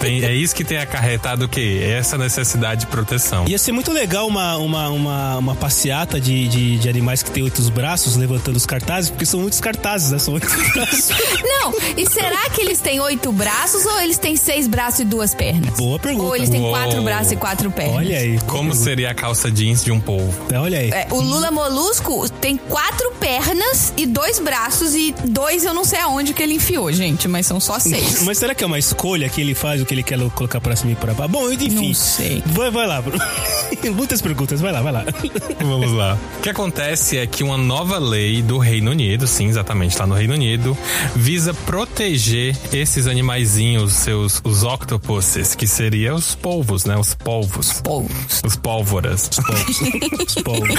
Speaker 6: tem- é isso que tem acarretado o quê? É Essa necessidade de proteção.
Speaker 1: Ia ser muito legal uma, uma, uma, uma passeata de, de, de animais que têm oito braços levantando os cartazes, porque são muitos cartazes, né? São oito braços.
Speaker 2: Não, e será que eles têm oito braços ou eles têm seis braços e duas pernas?
Speaker 1: Boa pergunta.
Speaker 2: Ou eles têm
Speaker 6: Uou.
Speaker 2: quatro braços e quatro pernas?
Speaker 1: Olha aí.
Speaker 6: Como seria a calça jeans de um povo?
Speaker 1: Olha aí.
Speaker 2: É, o Lula Molusco tem quatro pernas e dois braços e dois eu não sei aonde que ele enfiou, gente, mas são só seis.
Speaker 1: Mas será que é uma escolha que ele faz o que ele quer colocar pra cima e pra baixo? Bom, enfim.
Speaker 2: Não sei.
Speaker 1: Vai, vai lá. Muitas perguntas. Vai lá, vai lá.
Speaker 6: Vamos lá. O que acontece é que uma nova lei do Reino Unido, sim, exatamente, lá no Reino Unido, visa proteger esses animaizinhos, seus, os octopuses, que seriam os polvos, né? Os polvos.
Speaker 2: Polvos.
Speaker 6: Os pólvoras.
Speaker 1: Os polvos.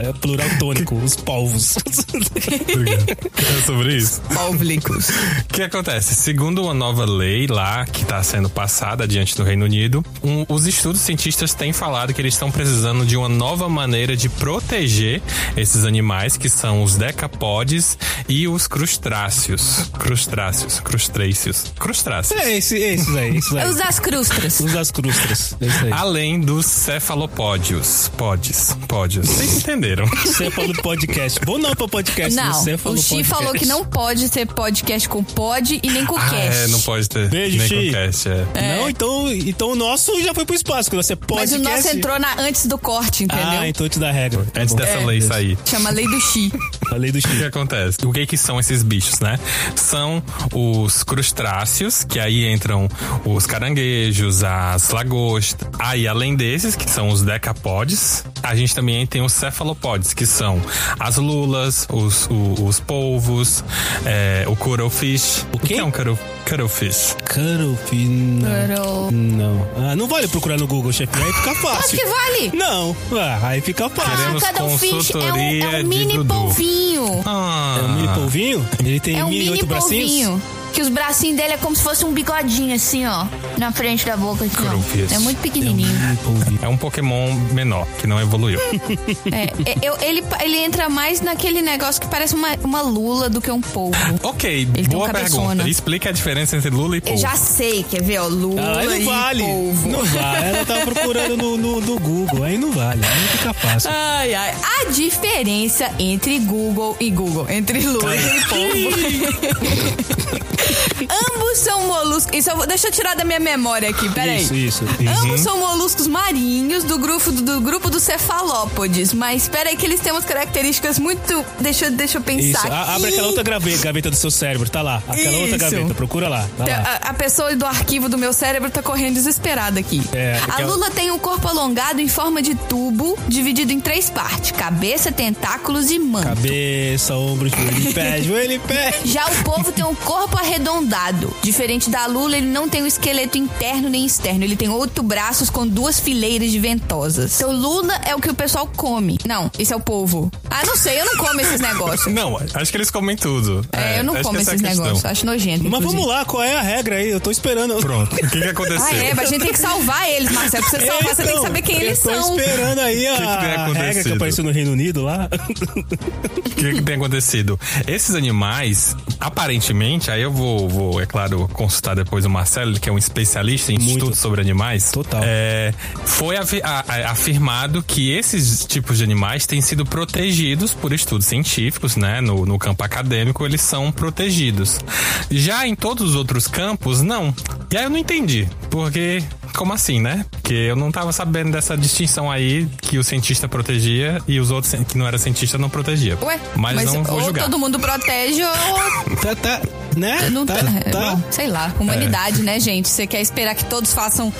Speaker 1: É plural tônico. Os polvos.
Speaker 6: É sobre isso?
Speaker 2: Pólvicos.
Speaker 6: O que acontece? Segundo uma nova lei lá que está sendo passada diante do Reino Unido, um- os estudos cientistas têm falado que eles estão precisando de uma nova maneira de proteger esses animais, que são os decapodes e os crustáceos. Crustáceos, crustáceos, crustáceos.
Speaker 1: É esse, é esses aí. Esses aí.
Speaker 2: Os das crustas.
Speaker 1: Os das crustas. É isso aí.
Speaker 2: Ah.
Speaker 6: Além dos cefalopódios. Podes, pódios. Vocês entenderam?
Speaker 1: Você falou do podcast. Bom não pra podcast.
Speaker 2: Não,
Speaker 1: Você falou
Speaker 2: o Xi
Speaker 1: podcast.
Speaker 2: falou que não pode ser podcast com pod e nem com
Speaker 6: Ah,
Speaker 2: cast.
Speaker 6: é, não pode ter.
Speaker 1: Beijo,
Speaker 6: nem
Speaker 1: Chi.
Speaker 6: com cast, é.
Speaker 1: Não, então, então o nosso já foi pro espaço. Quando você
Speaker 2: Mas
Speaker 1: podcast...
Speaker 2: o nosso entrou na, antes do corte, entendeu?
Speaker 1: Ah, então te dá regra. Tá
Speaker 6: Antes
Speaker 1: bom.
Speaker 6: dessa lei sair.
Speaker 2: Chama Lei do Xi.
Speaker 1: Falei do
Speaker 6: O que
Speaker 1: Chico.
Speaker 6: acontece? O que que são esses bichos, né? São os crustáceos, que aí entram os caranguejos, as lagostas. Aí, além desses, que são os decapodes, a gente também tem os cefalopodes, que são as lulas, os, o- os polvos, é, o cuttlefish. O,
Speaker 1: quê?
Speaker 6: que é um cuttle- cuttlefish?
Speaker 1: Carofi, não.
Speaker 2: Claro.
Speaker 1: Não. Ah, não vale procurar no Google, chefe. Aí fica
Speaker 2: Acho
Speaker 1: fácil.
Speaker 2: que vale.
Speaker 1: Não. Ah, aí fica fácil.
Speaker 6: Queremos-
Speaker 2: Ah, cada um fish é um, é
Speaker 6: consultoria
Speaker 2: um
Speaker 6: de
Speaker 2: mini
Speaker 6: Dudu.
Speaker 2: polvinho.
Speaker 6: Ah,
Speaker 1: É um mini polvinho? Ele tem
Speaker 2: É um
Speaker 1: mini
Speaker 2: mini
Speaker 1: oito bracinhos?
Speaker 2: polvinho. Que os bracinhos dele é como se fosse um bigodinho, assim, ó. Na frente da boca, assim, ó.
Speaker 6: Croquis.
Speaker 2: É muito pequenininho.
Speaker 1: Mini polvinho.
Speaker 6: é um Pokémon menor, que não evoluiu.
Speaker 2: É, é, eu- ele, ele entra mais naquele negócio que parece uma, uma lula do que um polvo.
Speaker 6: ok,
Speaker 2: tem
Speaker 6: boa
Speaker 2: um cabeçona.
Speaker 6: pergunta. Explica a diferença entre lula e polvo.
Speaker 2: Eu já sei, quer ver, ó. Lula
Speaker 1: Ah, aí
Speaker 2: e
Speaker 1: não vale.
Speaker 2: polvo.
Speaker 1: Não vale. Ela tá procurando no, no, no Google. Aí não vale. Aí fica fácil.
Speaker 2: Ai, ai. A diferença entre Google e Google. Entre lula e polvo. Ambos são moluscos. Isso eu vou- deixa eu tirar da minha memória aqui, peraí.
Speaker 1: Isso, isso.
Speaker 6: Uhum.
Speaker 2: Ambos são moluscos marinhos do grupo, do grupo dos cefalópodes. Mas espera aí que eles têm umas características muito... Deixa, eu- deixa eu pensar
Speaker 1: Isso. A-
Speaker 2: aqui.
Speaker 1: Abre aquela outra gaveta, gaveta do seu cérebro. Tá lá. Aquela outra
Speaker 2: Isso.
Speaker 1: gaveta. Procura lá. Tá lá.
Speaker 2: A, a pessoa do arquivo do meu cérebro tá correndo desesperada aqui.
Speaker 1: É,
Speaker 2: a
Speaker 1: aquela-
Speaker 2: Lula tem um corpo alongado em forma de tubo, dividido em três partes: cabeça, tentáculos e manto.
Speaker 1: Cabeça, ombro, joelho, pé, joelho, e pé.
Speaker 2: Já o povo tem um corpo arredondado. Diferente da lula, ele não tem um esqueleto interno nem externo. Ele tem oito braços com duas fileiras de ventosas. Então lula é o que o pessoal come. Não, esse é o povo. Ah, não sei, eu não como esses negócios.
Speaker 6: Não, acho que eles comem tudo.
Speaker 2: É, eu não
Speaker 6: acho
Speaker 2: como
Speaker 6: que essa é a
Speaker 2: esses
Speaker 6: questão.
Speaker 2: negócios. Acho nojento.
Speaker 1: Mas
Speaker 2: inclusive.
Speaker 1: vamos lá, qual é a regra aí? Eu tô esperando.
Speaker 6: Pronto, o que, que aconteceu?
Speaker 2: Ah, é, mas a gente tem que salvar eles, Marcelo. Pra você salvar, você tem que
Speaker 1: Então,
Speaker 2: saber quem
Speaker 1: eu
Speaker 2: eles
Speaker 1: tô
Speaker 2: são.
Speaker 1: esperando aí a
Speaker 6: que tem
Speaker 1: regra que
Speaker 6: acontecido?
Speaker 1: apareceu no Reino Unido lá.
Speaker 6: O que, que tem acontecido? Esses animais, aparentemente, aí eu vou, vou, é claro, consultar depois o Marcelo, que é um especialista em
Speaker 1: Muito.
Speaker 6: estudos sobre animais.
Speaker 1: Total.
Speaker 6: É, foi afi- a- a- afirmado que esses tipos de animais têm sido protegidos por estudos científicos, né? No, no campo acadêmico, eles são protegidos. Já em todos os outros campos, não. E aí eu não entendi, porque. Como assim, né? Porque eu não tava sabendo dessa distinção aí que o cientista protegia e os outros cien- que não era cientista não protegia.
Speaker 2: Ué,
Speaker 6: mas, não vou
Speaker 2: ou
Speaker 6: julgar.
Speaker 2: todo mundo protege ou
Speaker 1: Tá, tá, né?
Speaker 2: não
Speaker 1: tá,
Speaker 2: tá,
Speaker 1: tá.
Speaker 2: Bom, sei lá, humanidade,
Speaker 6: É.
Speaker 2: né, gente? Você quer esperar que todos façam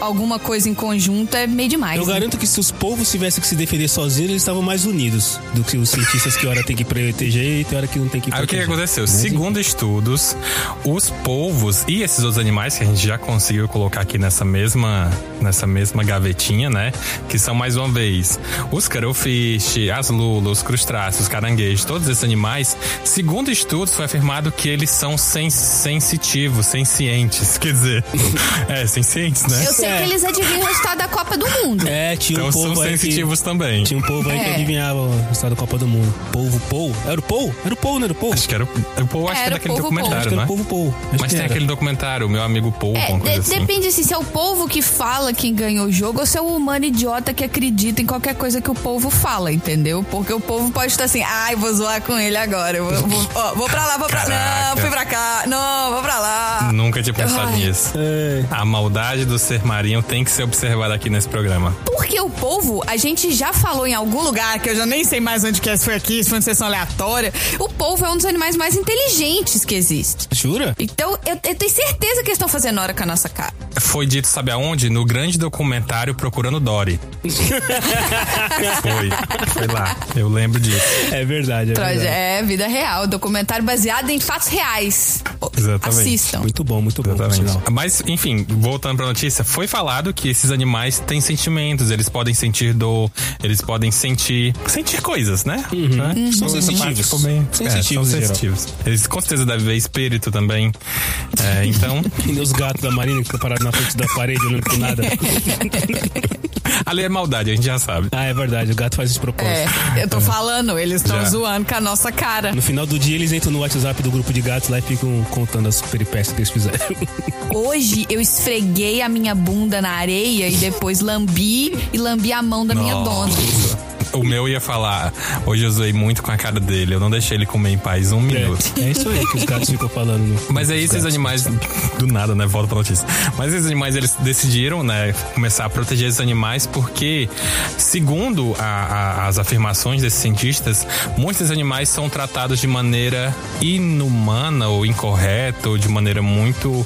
Speaker 2: alguma coisa em conjunto é meio demais.
Speaker 1: Eu
Speaker 2: né?
Speaker 1: garanto que se os povos tivessem que se defender sozinhos, eles estavam mais unidos do que os cientistas que hora tem que proteger e tem hora que não tem que
Speaker 6: Aí o que,
Speaker 1: proteger.
Speaker 6: que aconteceu? Segundo estudos, os polvos e esses outros animais que a gente já conseguiu colocar aqui nessa mesma, nessa mesma gavetinha, né? Que são mais uma vez os carofish, as lulas, os crustáceos, os caranguejos, todos esses animais. Segundo estudos, foi afirmado que eles são sens sensitivos, sencientes. Quer dizer, é, sencientes, né?
Speaker 2: Eu sei
Speaker 1: É.
Speaker 2: que eles adivinham o resultado da Copa do Mundo.
Speaker 1: É, tinha
Speaker 6: Então
Speaker 1: um
Speaker 6: são
Speaker 1: povo aí que...
Speaker 6: sensitivos também.
Speaker 1: Tinha um povo aí que
Speaker 2: É.
Speaker 1: adivinhava o resultado da Copa do Mundo. Povo Pou? Era o Pou? Era o Pou, não era o Pou?
Speaker 6: Acho que era o, o povo, acho que
Speaker 2: Era
Speaker 6: era
Speaker 2: o
Speaker 6: aquele
Speaker 2: polvo,
Speaker 1: Acho
Speaker 6: documentário,
Speaker 1: que
Speaker 6: né?
Speaker 1: era o povo Pou. Acho
Speaker 6: Mas
Speaker 1: que
Speaker 6: tem
Speaker 1: era.
Speaker 6: aquele documentário, meu amigo Paul,
Speaker 2: É,
Speaker 6: alguma coisa
Speaker 2: de-
Speaker 6: assim.
Speaker 2: depende assim, se é o povo que fala que ganha o jogo ou se é o humano idiota que acredita em qualquer coisa que o povo fala, entendeu? Porque o povo pode estar assim, ai, vou zoar com ele agora. eu Vou, vou, ó, vou pra lá, vou pra Não,
Speaker 6: Caraca.
Speaker 2: fui pra cá. Não, vou pra lá.
Speaker 6: Nunca tinha pensado
Speaker 2: Ai.
Speaker 6: nisso.
Speaker 1: É.
Speaker 6: A maldade do ser marinho tem que ser observada aqui nesse programa.
Speaker 2: Porque o povo, a gente já falou em algum lugar, que eu já nem sei mais onde que é, se foi aqui, se foi uma sessão aleatória. O povo é um dos animais mais inteligentes que existe.
Speaker 1: Jura?
Speaker 2: Então, eu, eu tenho certeza que eles estão fazendo hora com a nossa cara.
Speaker 6: Foi dito, sabe aonde? No grande documentário Procurando Dory. foi. Foi lá. Eu lembro disso.
Speaker 1: É verdade, é
Speaker 2: Troja,
Speaker 1: verdade.
Speaker 2: É, vida real. Documentário baseado em fatos reais.
Speaker 6: Exatamente.
Speaker 2: Assistam.
Speaker 1: Muito bom, muito bom. por
Speaker 6: Exatamente.
Speaker 1: sinal.
Speaker 6: Mas, enfim, voltando pra notícia, foi falado que esses animais têm sentimentos, eles podem sentir dor, eles podem sentir. sentir coisas, né? Né?
Speaker 1: Uhum. São
Speaker 6: Essa parte
Speaker 1: sensitivos.
Speaker 6: ficou bem-
Speaker 1: Sensitivos,
Speaker 6: é,
Speaker 1: em
Speaker 6: são
Speaker 1: geral.
Speaker 6: sensitivos. Eles com certeza devem ver espírito também. É, então,
Speaker 1: Que nem os gatos da Marina que ficam parados na frente da parede olhando pro nada.
Speaker 6: ali é maldade, a gente já sabe.
Speaker 1: Ah, é verdade, o gato faz isso de propósito.
Speaker 2: É, eu tô falando, eles estão
Speaker 6: Já.
Speaker 2: zoando com a nossa cara.
Speaker 1: No final do dia, eles entram no WhatsApp do grupo de gatos lá e ficam contando as peripécias que eles fizeram.
Speaker 2: Hoje eu esfreguei a minha bunda na areia e depois lambi e lambi a mão da minha dona.
Speaker 6: O meu ia falar, hoje eu zoei muito com a cara dele, eu não deixei ele comer em paz um minuto.
Speaker 1: É, é isso aí que os gatos ficam falando. no-
Speaker 6: Mas é aí
Speaker 1: nos
Speaker 6: esses
Speaker 1: gatos.
Speaker 6: animais, do nada, né? Volta pra notícia. Mas esses animais, eles decidiram, né, começar a proteger esses animais porque, segundo a- a- as afirmações desses cientistas, muitos desses animais são tratados de maneira inumana ou incorreta, ou de maneira muito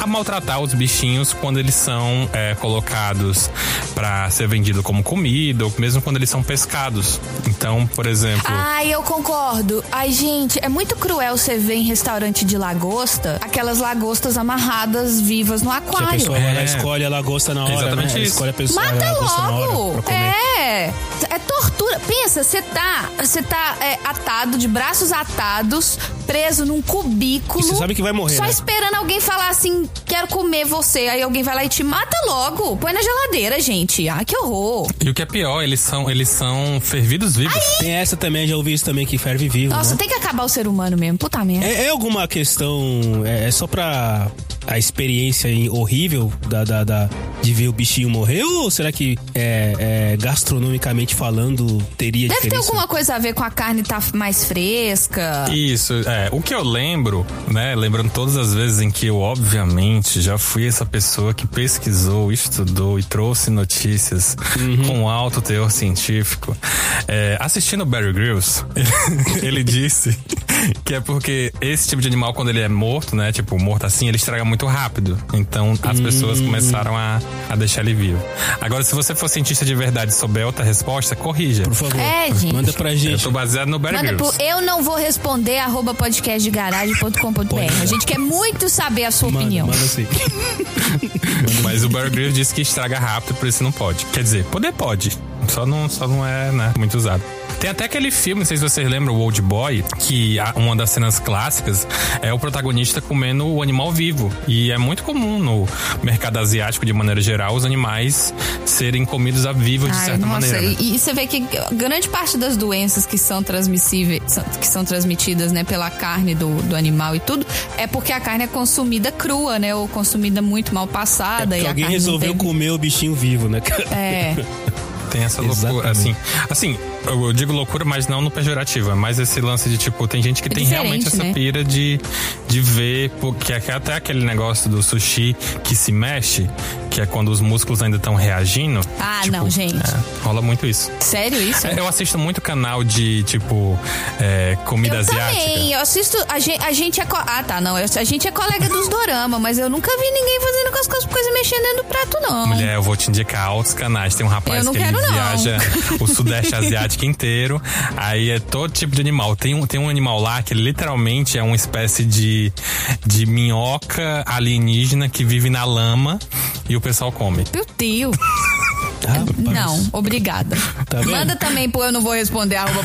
Speaker 6: a maltratar os bichinhos quando eles são é, colocados pra ser vendido como comida, ou mesmo quando eles são pescados. Então, por exemplo.
Speaker 2: Ai, eu concordo. Ai, gente, é muito cruel você ver em restaurante de lagosta aquelas lagostas amarradas vivas no
Speaker 1: Que a pessoa
Speaker 2: aquário.
Speaker 1: vai lá,
Speaker 6: É.
Speaker 1: escolhe a lagosta na hora,
Speaker 6: Exatamente
Speaker 1: né? Ela
Speaker 6: isso.
Speaker 1: Escolhe a pessoa a
Speaker 2: Mata
Speaker 1: lagosta na hora pra
Speaker 2: logo!
Speaker 1: comer.
Speaker 2: É! É tortura. Pensa, você tá, você tá é, atado, de braços atados, preso num cubículo.
Speaker 1: E você sabe que vai morrer,
Speaker 2: Só
Speaker 1: né?
Speaker 2: esperando alguém falar assim: quero comer você. Aí alguém vai lá e te mata logo. Põe na geladeira, gente. Ah, que horror.
Speaker 6: E o que é pior, eles são, eles são fervidos vivos.
Speaker 1: Tem essa também, já ouvi isso também, que ferve vivo,
Speaker 2: Nossa,
Speaker 1: né?
Speaker 2: tem que acabar o ser humano mesmo. Puta merda.
Speaker 1: É, é alguma questão. É, é só pra a experiência em- horrível da, da- da- de ver o bichinho morrer? Ou será que, é, é, gastronomicamente falando, teria
Speaker 2: Deve ter
Speaker 1: diferença?
Speaker 2: alguma coisa a ver com a carne tá mais fresca.
Speaker 6: Isso, é. O que eu lembro, né? Lembrando todas as vezes em que eu, obviamente, já fui essa pessoa que pesquisou, estudou e trouxe notícias
Speaker 1: Uhum.
Speaker 6: com alto teor científico. É, assistindo o Barry Grylls, ele disse que é porque esse tipo de animal, quando ele é morto, né? Tipo, morto assim, ele estraga muito rápido. Então as pessoas
Speaker 1: Hum.
Speaker 6: começaram a, a deixar ele vivo. Agora, se você for cientista de verdade e souber outra resposta, corrija.
Speaker 1: Por favor.
Speaker 2: É, gente.
Speaker 1: Manda pra
Speaker 6: Eu
Speaker 1: gente.
Speaker 6: tô baseado no Bear
Speaker 2: Manda pro
Speaker 6: Grylls.
Speaker 2: eu não vou responder arroba podcastdegaragem.com.br. A gente quer muito saber a sua opinião.
Speaker 1: Manda sim.
Speaker 6: Mas o Bear Grylls disse que estraga rápido, por isso não pode. Quer dizer, poder pode. Só não, só não é né, muito usado. Tem até aquele filme, não sei se vocês lembram, o Old Boy, que a- uma das cenas clássicas é o protagonista comendo o animal vivo. E é muito comum no mercado asiático, de maneira geral, os animais serem comidos a vivo de
Speaker 2: Ai,
Speaker 6: certa
Speaker 2: nossa,
Speaker 6: maneira. né?
Speaker 2: E, e você vê que grande parte das doenças que são transmissíveis, são- que são transmitidas, né, pela carne do, do animal e tudo, é porque a carne é consumida crua, né, ou consumida muito mal passada.
Speaker 6: É
Speaker 2: e
Speaker 1: Porque
Speaker 2: a
Speaker 1: alguém
Speaker 2: carne não
Speaker 1: resolveu
Speaker 2: tem-
Speaker 1: comer o bichinho vivo, né, cara?
Speaker 2: É,
Speaker 6: Tem essa loucura, assim.
Speaker 1: Exatamente.
Speaker 6: Assim, eu eu digo loucura, mas não no pejorativo. É mais esse lance de, tipo, tem gente que tem
Speaker 2: diferente,
Speaker 6: realmente essa
Speaker 2: né?
Speaker 6: pira de, de ver, porque é até aquele negócio do sushi que se mexe, que é quando os músculos ainda estão reagindo.
Speaker 2: Ah, não, gente.
Speaker 6: é, rola muito isso.
Speaker 2: sério isso?
Speaker 6: É, Eu assisto muito canal de, tipo, é, comida
Speaker 2: Eu
Speaker 6: asiática.
Speaker 2: também, eu assisto. A gen- a gente, é. co- Ah, tá, não. eu- A gente é colega dos dorama, mas eu nunca vi ninguém fazendo com as coisas, coisas mexendo dentro do prato, não.
Speaker 6: Mulher, eu vou te indicar altos canais. Tem um
Speaker 2: Eu
Speaker 6: rapaz
Speaker 2: não
Speaker 6: que ele
Speaker 2: quero, não.
Speaker 6: viaja o sudeste asiático inteiro. Aí é todo tipo de animal. Tem um, tem um animal lá que literalmente é uma espécie de, de minhoca alienígena que vive na lama e o pessoal come.
Speaker 2: Meu Deus. Não, obrigada.
Speaker 1: Tá vendo?
Speaker 2: Manda também pro eu não vou responder arroba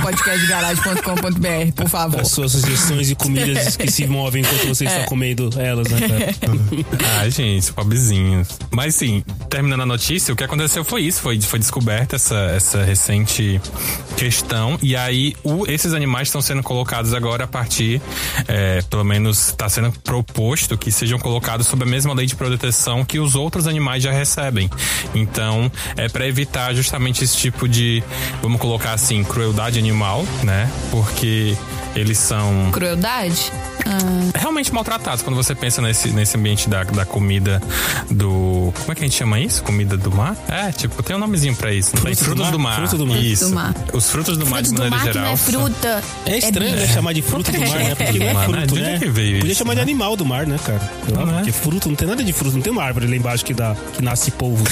Speaker 2: podcastgarage.com.br, por favor.
Speaker 1: As suas sugestões de comidas que se movem enquanto você
Speaker 2: É.
Speaker 1: está comendo elas, né, cara?
Speaker 6: Ai, gente, pobrezinhos. Mas sim, terminando a notícia, o que aconteceu foi isso. Foi, foi descoberta essa, essa recente questão. E aí, o- esses animais estão sendo colocados agora a partir, é, pelo menos está sendo proposto que sejam colocados sob a mesma lei de proteção que os outros animais já recebem. Então, é para evitar justamente esse tipo de, vamos colocar assim, crueldade animal, né? Porque eles são
Speaker 2: Crueldade?
Speaker 6: realmente maltratados quando você pensa nesse, nesse ambiente da, da comida do. Como é que a gente chama isso? Comida do mar? É, tipo, tem um nomezinho pra isso. Não tem?
Speaker 1: Frutos do
Speaker 6: frutos
Speaker 1: mar?
Speaker 6: do mar.
Speaker 1: Frutos do mar.
Speaker 6: Isso.
Speaker 2: Do mar.
Speaker 6: Os frutos do mar,
Speaker 2: Frutos
Speaker 6: de
Speaker 2: do
Speaker 6: maneira
Speaker 2: mar que
Speaker 6: geral.
Speaker 2: não é
Speaker 6: são-
Speaker 2: fruta.
Speaker 1: É estranho, né?
Speaker 2: bicho.
Speaker 1: Chamar de fruta do mar, né? Porque não é
Speaker 6: Mano,
Speaker 1: fruto,
Speaker 6: de onde
Speaker 1: né?
Speaker 6: que veio
Speaker 1: Podia
Speaker 6: isso,
Speaker 1: chamar de animal do mar, né, cara? Não,
Speaker 6: Não é?
Speaker 1: Porque fruto não tem nada de fruto, não tem uma árvore lá embaixo que, dá, que nasce polvos.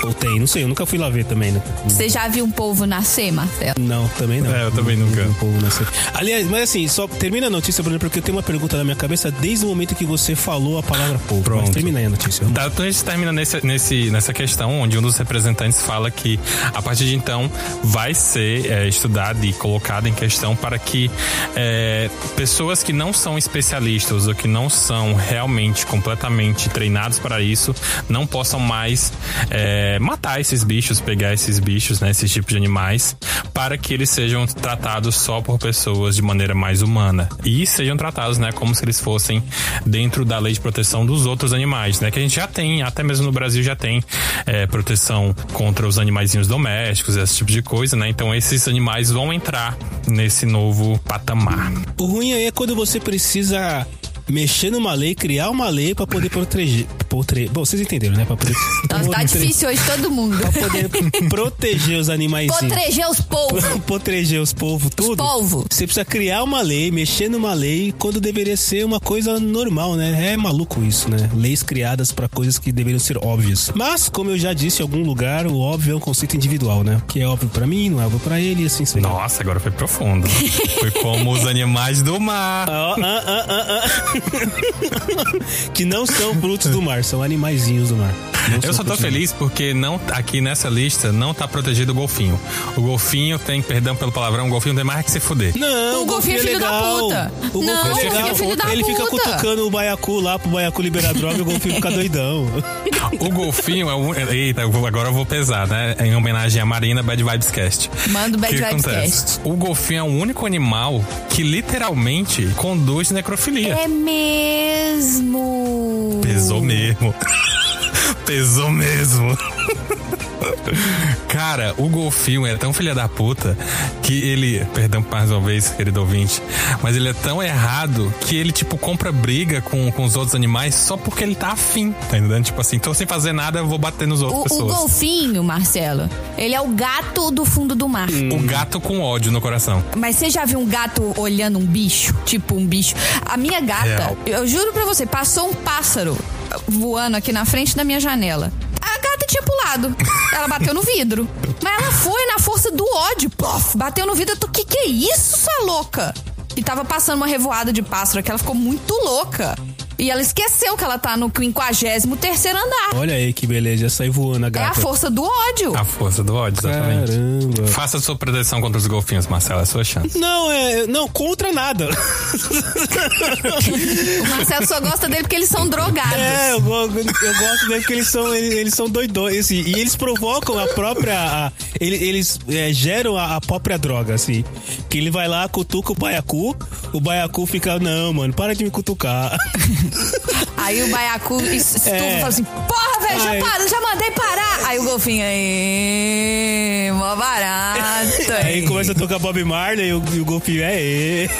Speaker 1: Ou tem, não sei, eu nunca fui lá ver também, né?
Speaker 2: Você já viu um polvo nascer, Marcelo?
Speaker 1: Não, também não.
Speaker 6: É, eu também nunca.
Speaker 1: O povo nasceu. Aliás, mas assim, só termina a notícia, Bruno, porque eu tenho uma pergunta na minha cabeça desde o momento que você falou a palavra povo.
Speaker 6: Pronto.
Speaker 1: Mas termina aí a notícia.
Speaker 6: Tá, então a gente termina nesse, nesse- nessa questão onde um dos representantes fala que a partir de então vai ser é, estudado e colocado em questão para que é, pessoas que não são especialistas ou que não são realmente completamente treinados para isso não possam mais é, matar esses bichos, pegar esses bichos, né, esses tipos de animais, para que eles sejam tratados só por pessoas de maneira mais humana e sejam tratados, né, como se eles fossem dentro da lei de proteção dos outros animais, né, que a gente já tem, até mesmo no Brasil já tem é, proteção contra os animaizinhos domésticos, esse tipo de coisa, né, então esses animais vão entrar nesse novo patamar.
Speaker 1: O ruim aí é quando você precisa mexer numa lei, criar uma lei pra poder proteger. potre- Bom, vocês entenderam, né? Pra poder.
Speaker 2: Nossa, tá
Speaker 1: poder-
Speaker 2: difícil hoje todo mundo.
Speaker 1: Pra poder proteger os animais.
Speaker 2: Potrejar os polvos.
Speaker 1: Proteger os povos, tudo.
Speaker 2: polvo.
Speaker 1: Você precisa criar uma lei, mexer numa lei, quando deveria ser uma coisa normal, né? É maluco isso, né? Leis criadas pra coisas que deveriam ser óbvias. Mas, como eu já disse em algum lugar, o óbvio é um conceito individual, né? O que é óbvio pra mim, não é óbvio pra ele, e assim segue.
Speaker 6: Nossa, agora foi profundo. foi como os animais do mar.
Speaker 1: Ah, ah, ah, ah, ah. que não são frutos do mar, são animaizinhos do mar. Não
Speaker 6: Eu
Speaker 1: são
Speaker 6: só
Speaker 1: frutos
Speaker 6: tô
Speaker 1: do mar.
Speaker 6: feliz porque não aqui nessa lista não tá protegido o golfinho. O golfinho tem, perdão pelo palavrão, o golfinho tem mais que se fuder.
Speaker 1: Não,
Speaker 2: O golfinho é filho da
Speaker 1: legal.
Speaker 2: puta.
Speaker 1: O golfinho
Speaker 2: Não,
Speaker 1: é
Speaker 6: o golfinho é
Speaker 1: legal.
Speaker 2: filho da
Speaker 1: Ele fica
Speaker 2: puta.
Speaker 1: cutucando o baiacu lá pro baiacu liberar droga e o golfinho fica doidão.
Speaker 6: O golfinho é um. Eita, eu vou- agora eu vou pesar, né? Em homenagem à Marina Bad Vibes Cast.
Speaker 2: Manda o Bad
Speaker 6: Que que
Speaker 2: Vibes
Speaker 6: acontece?
Speaker 2: Cast.
Speaker 6: O golfinho é o único animal que literalmente conduz necrofilia.
Speaker 2: É mesmo. Hum.
Speaker 6: Pesou mesmo. Pesou mesmo. Cara, o golfinho é tão filha da puta que ele. Perdão mais uma vez, querido ouvinte. Mas ele é tão errado que ele, tipo, compra briga com, com os outros animais só porque ele tá afim, tá entendendo? Tipo assim, tô sem fazer nada, eu vou bater nos outros
Speaker 2: O, o
Speaker 6: pessoas.
Speaker 2: golfinho, Marcelo, ele é o gato do fundo do mar.
Speaker 6: O gato com ódio no coração.
Speaker 2: Mas você já viu um gato olhando um bicho? Tipo, um bicho. A minha gata,
Speaker 6: Real.
Speaker 2: eu juro pra você, passou um pássaro voando aqui na frente da minha janela. A gata tinha pulado. Ela bateu no vidro. Mas ela foi na força do ódio. Plof, bateu no vidro. Eu tô, que que é isso, sua louca? E tava passando uma revoada de pássaro que ela ficou muito louca. E ela esqueceu que ela tá no 53 terceiro andar.
Speaker 1: Olha aí que beleza, já saiu voando a
Speaker 2: É a
Speaker 1: gata.
Speaker 2: força do ódio.
Speaker 6: A força do ódio, exatamente.
Speaker 1: Caramba.
Speaker 6: Faça sua proteção contra os golfinhos, Marcelo, é a sua chance.
Speaker 1: Não, é. Não, contra nada.
Speaker 2: O Marcelo só gosta dele porque eles são drogados.
Speaker 1: É, eu, go- eu gosto dele porque eles são, eles, eles são doidões, assim, e eles provocam a própria. a- ele- eles é, geram a, a própria droga, assim. Que ele vai lá, cutuca o baiacu, o baiacu fica, não, mano, para de me cutucar.
Speaker 2: Aí o baiacu es- estufa e
Speaker 1: É.
Speaker 2: fala assim: Porra, velho,
Speaker 1: Ai.
Speaker 2: já, para, já mandei parar. Aí o golfinho aí. Mó barato.
Speaker 1: Aí
Speaker 2: hein?"
Speaker 1: começa a tocar Bob Marley e o, e o golfinho é. "Ê".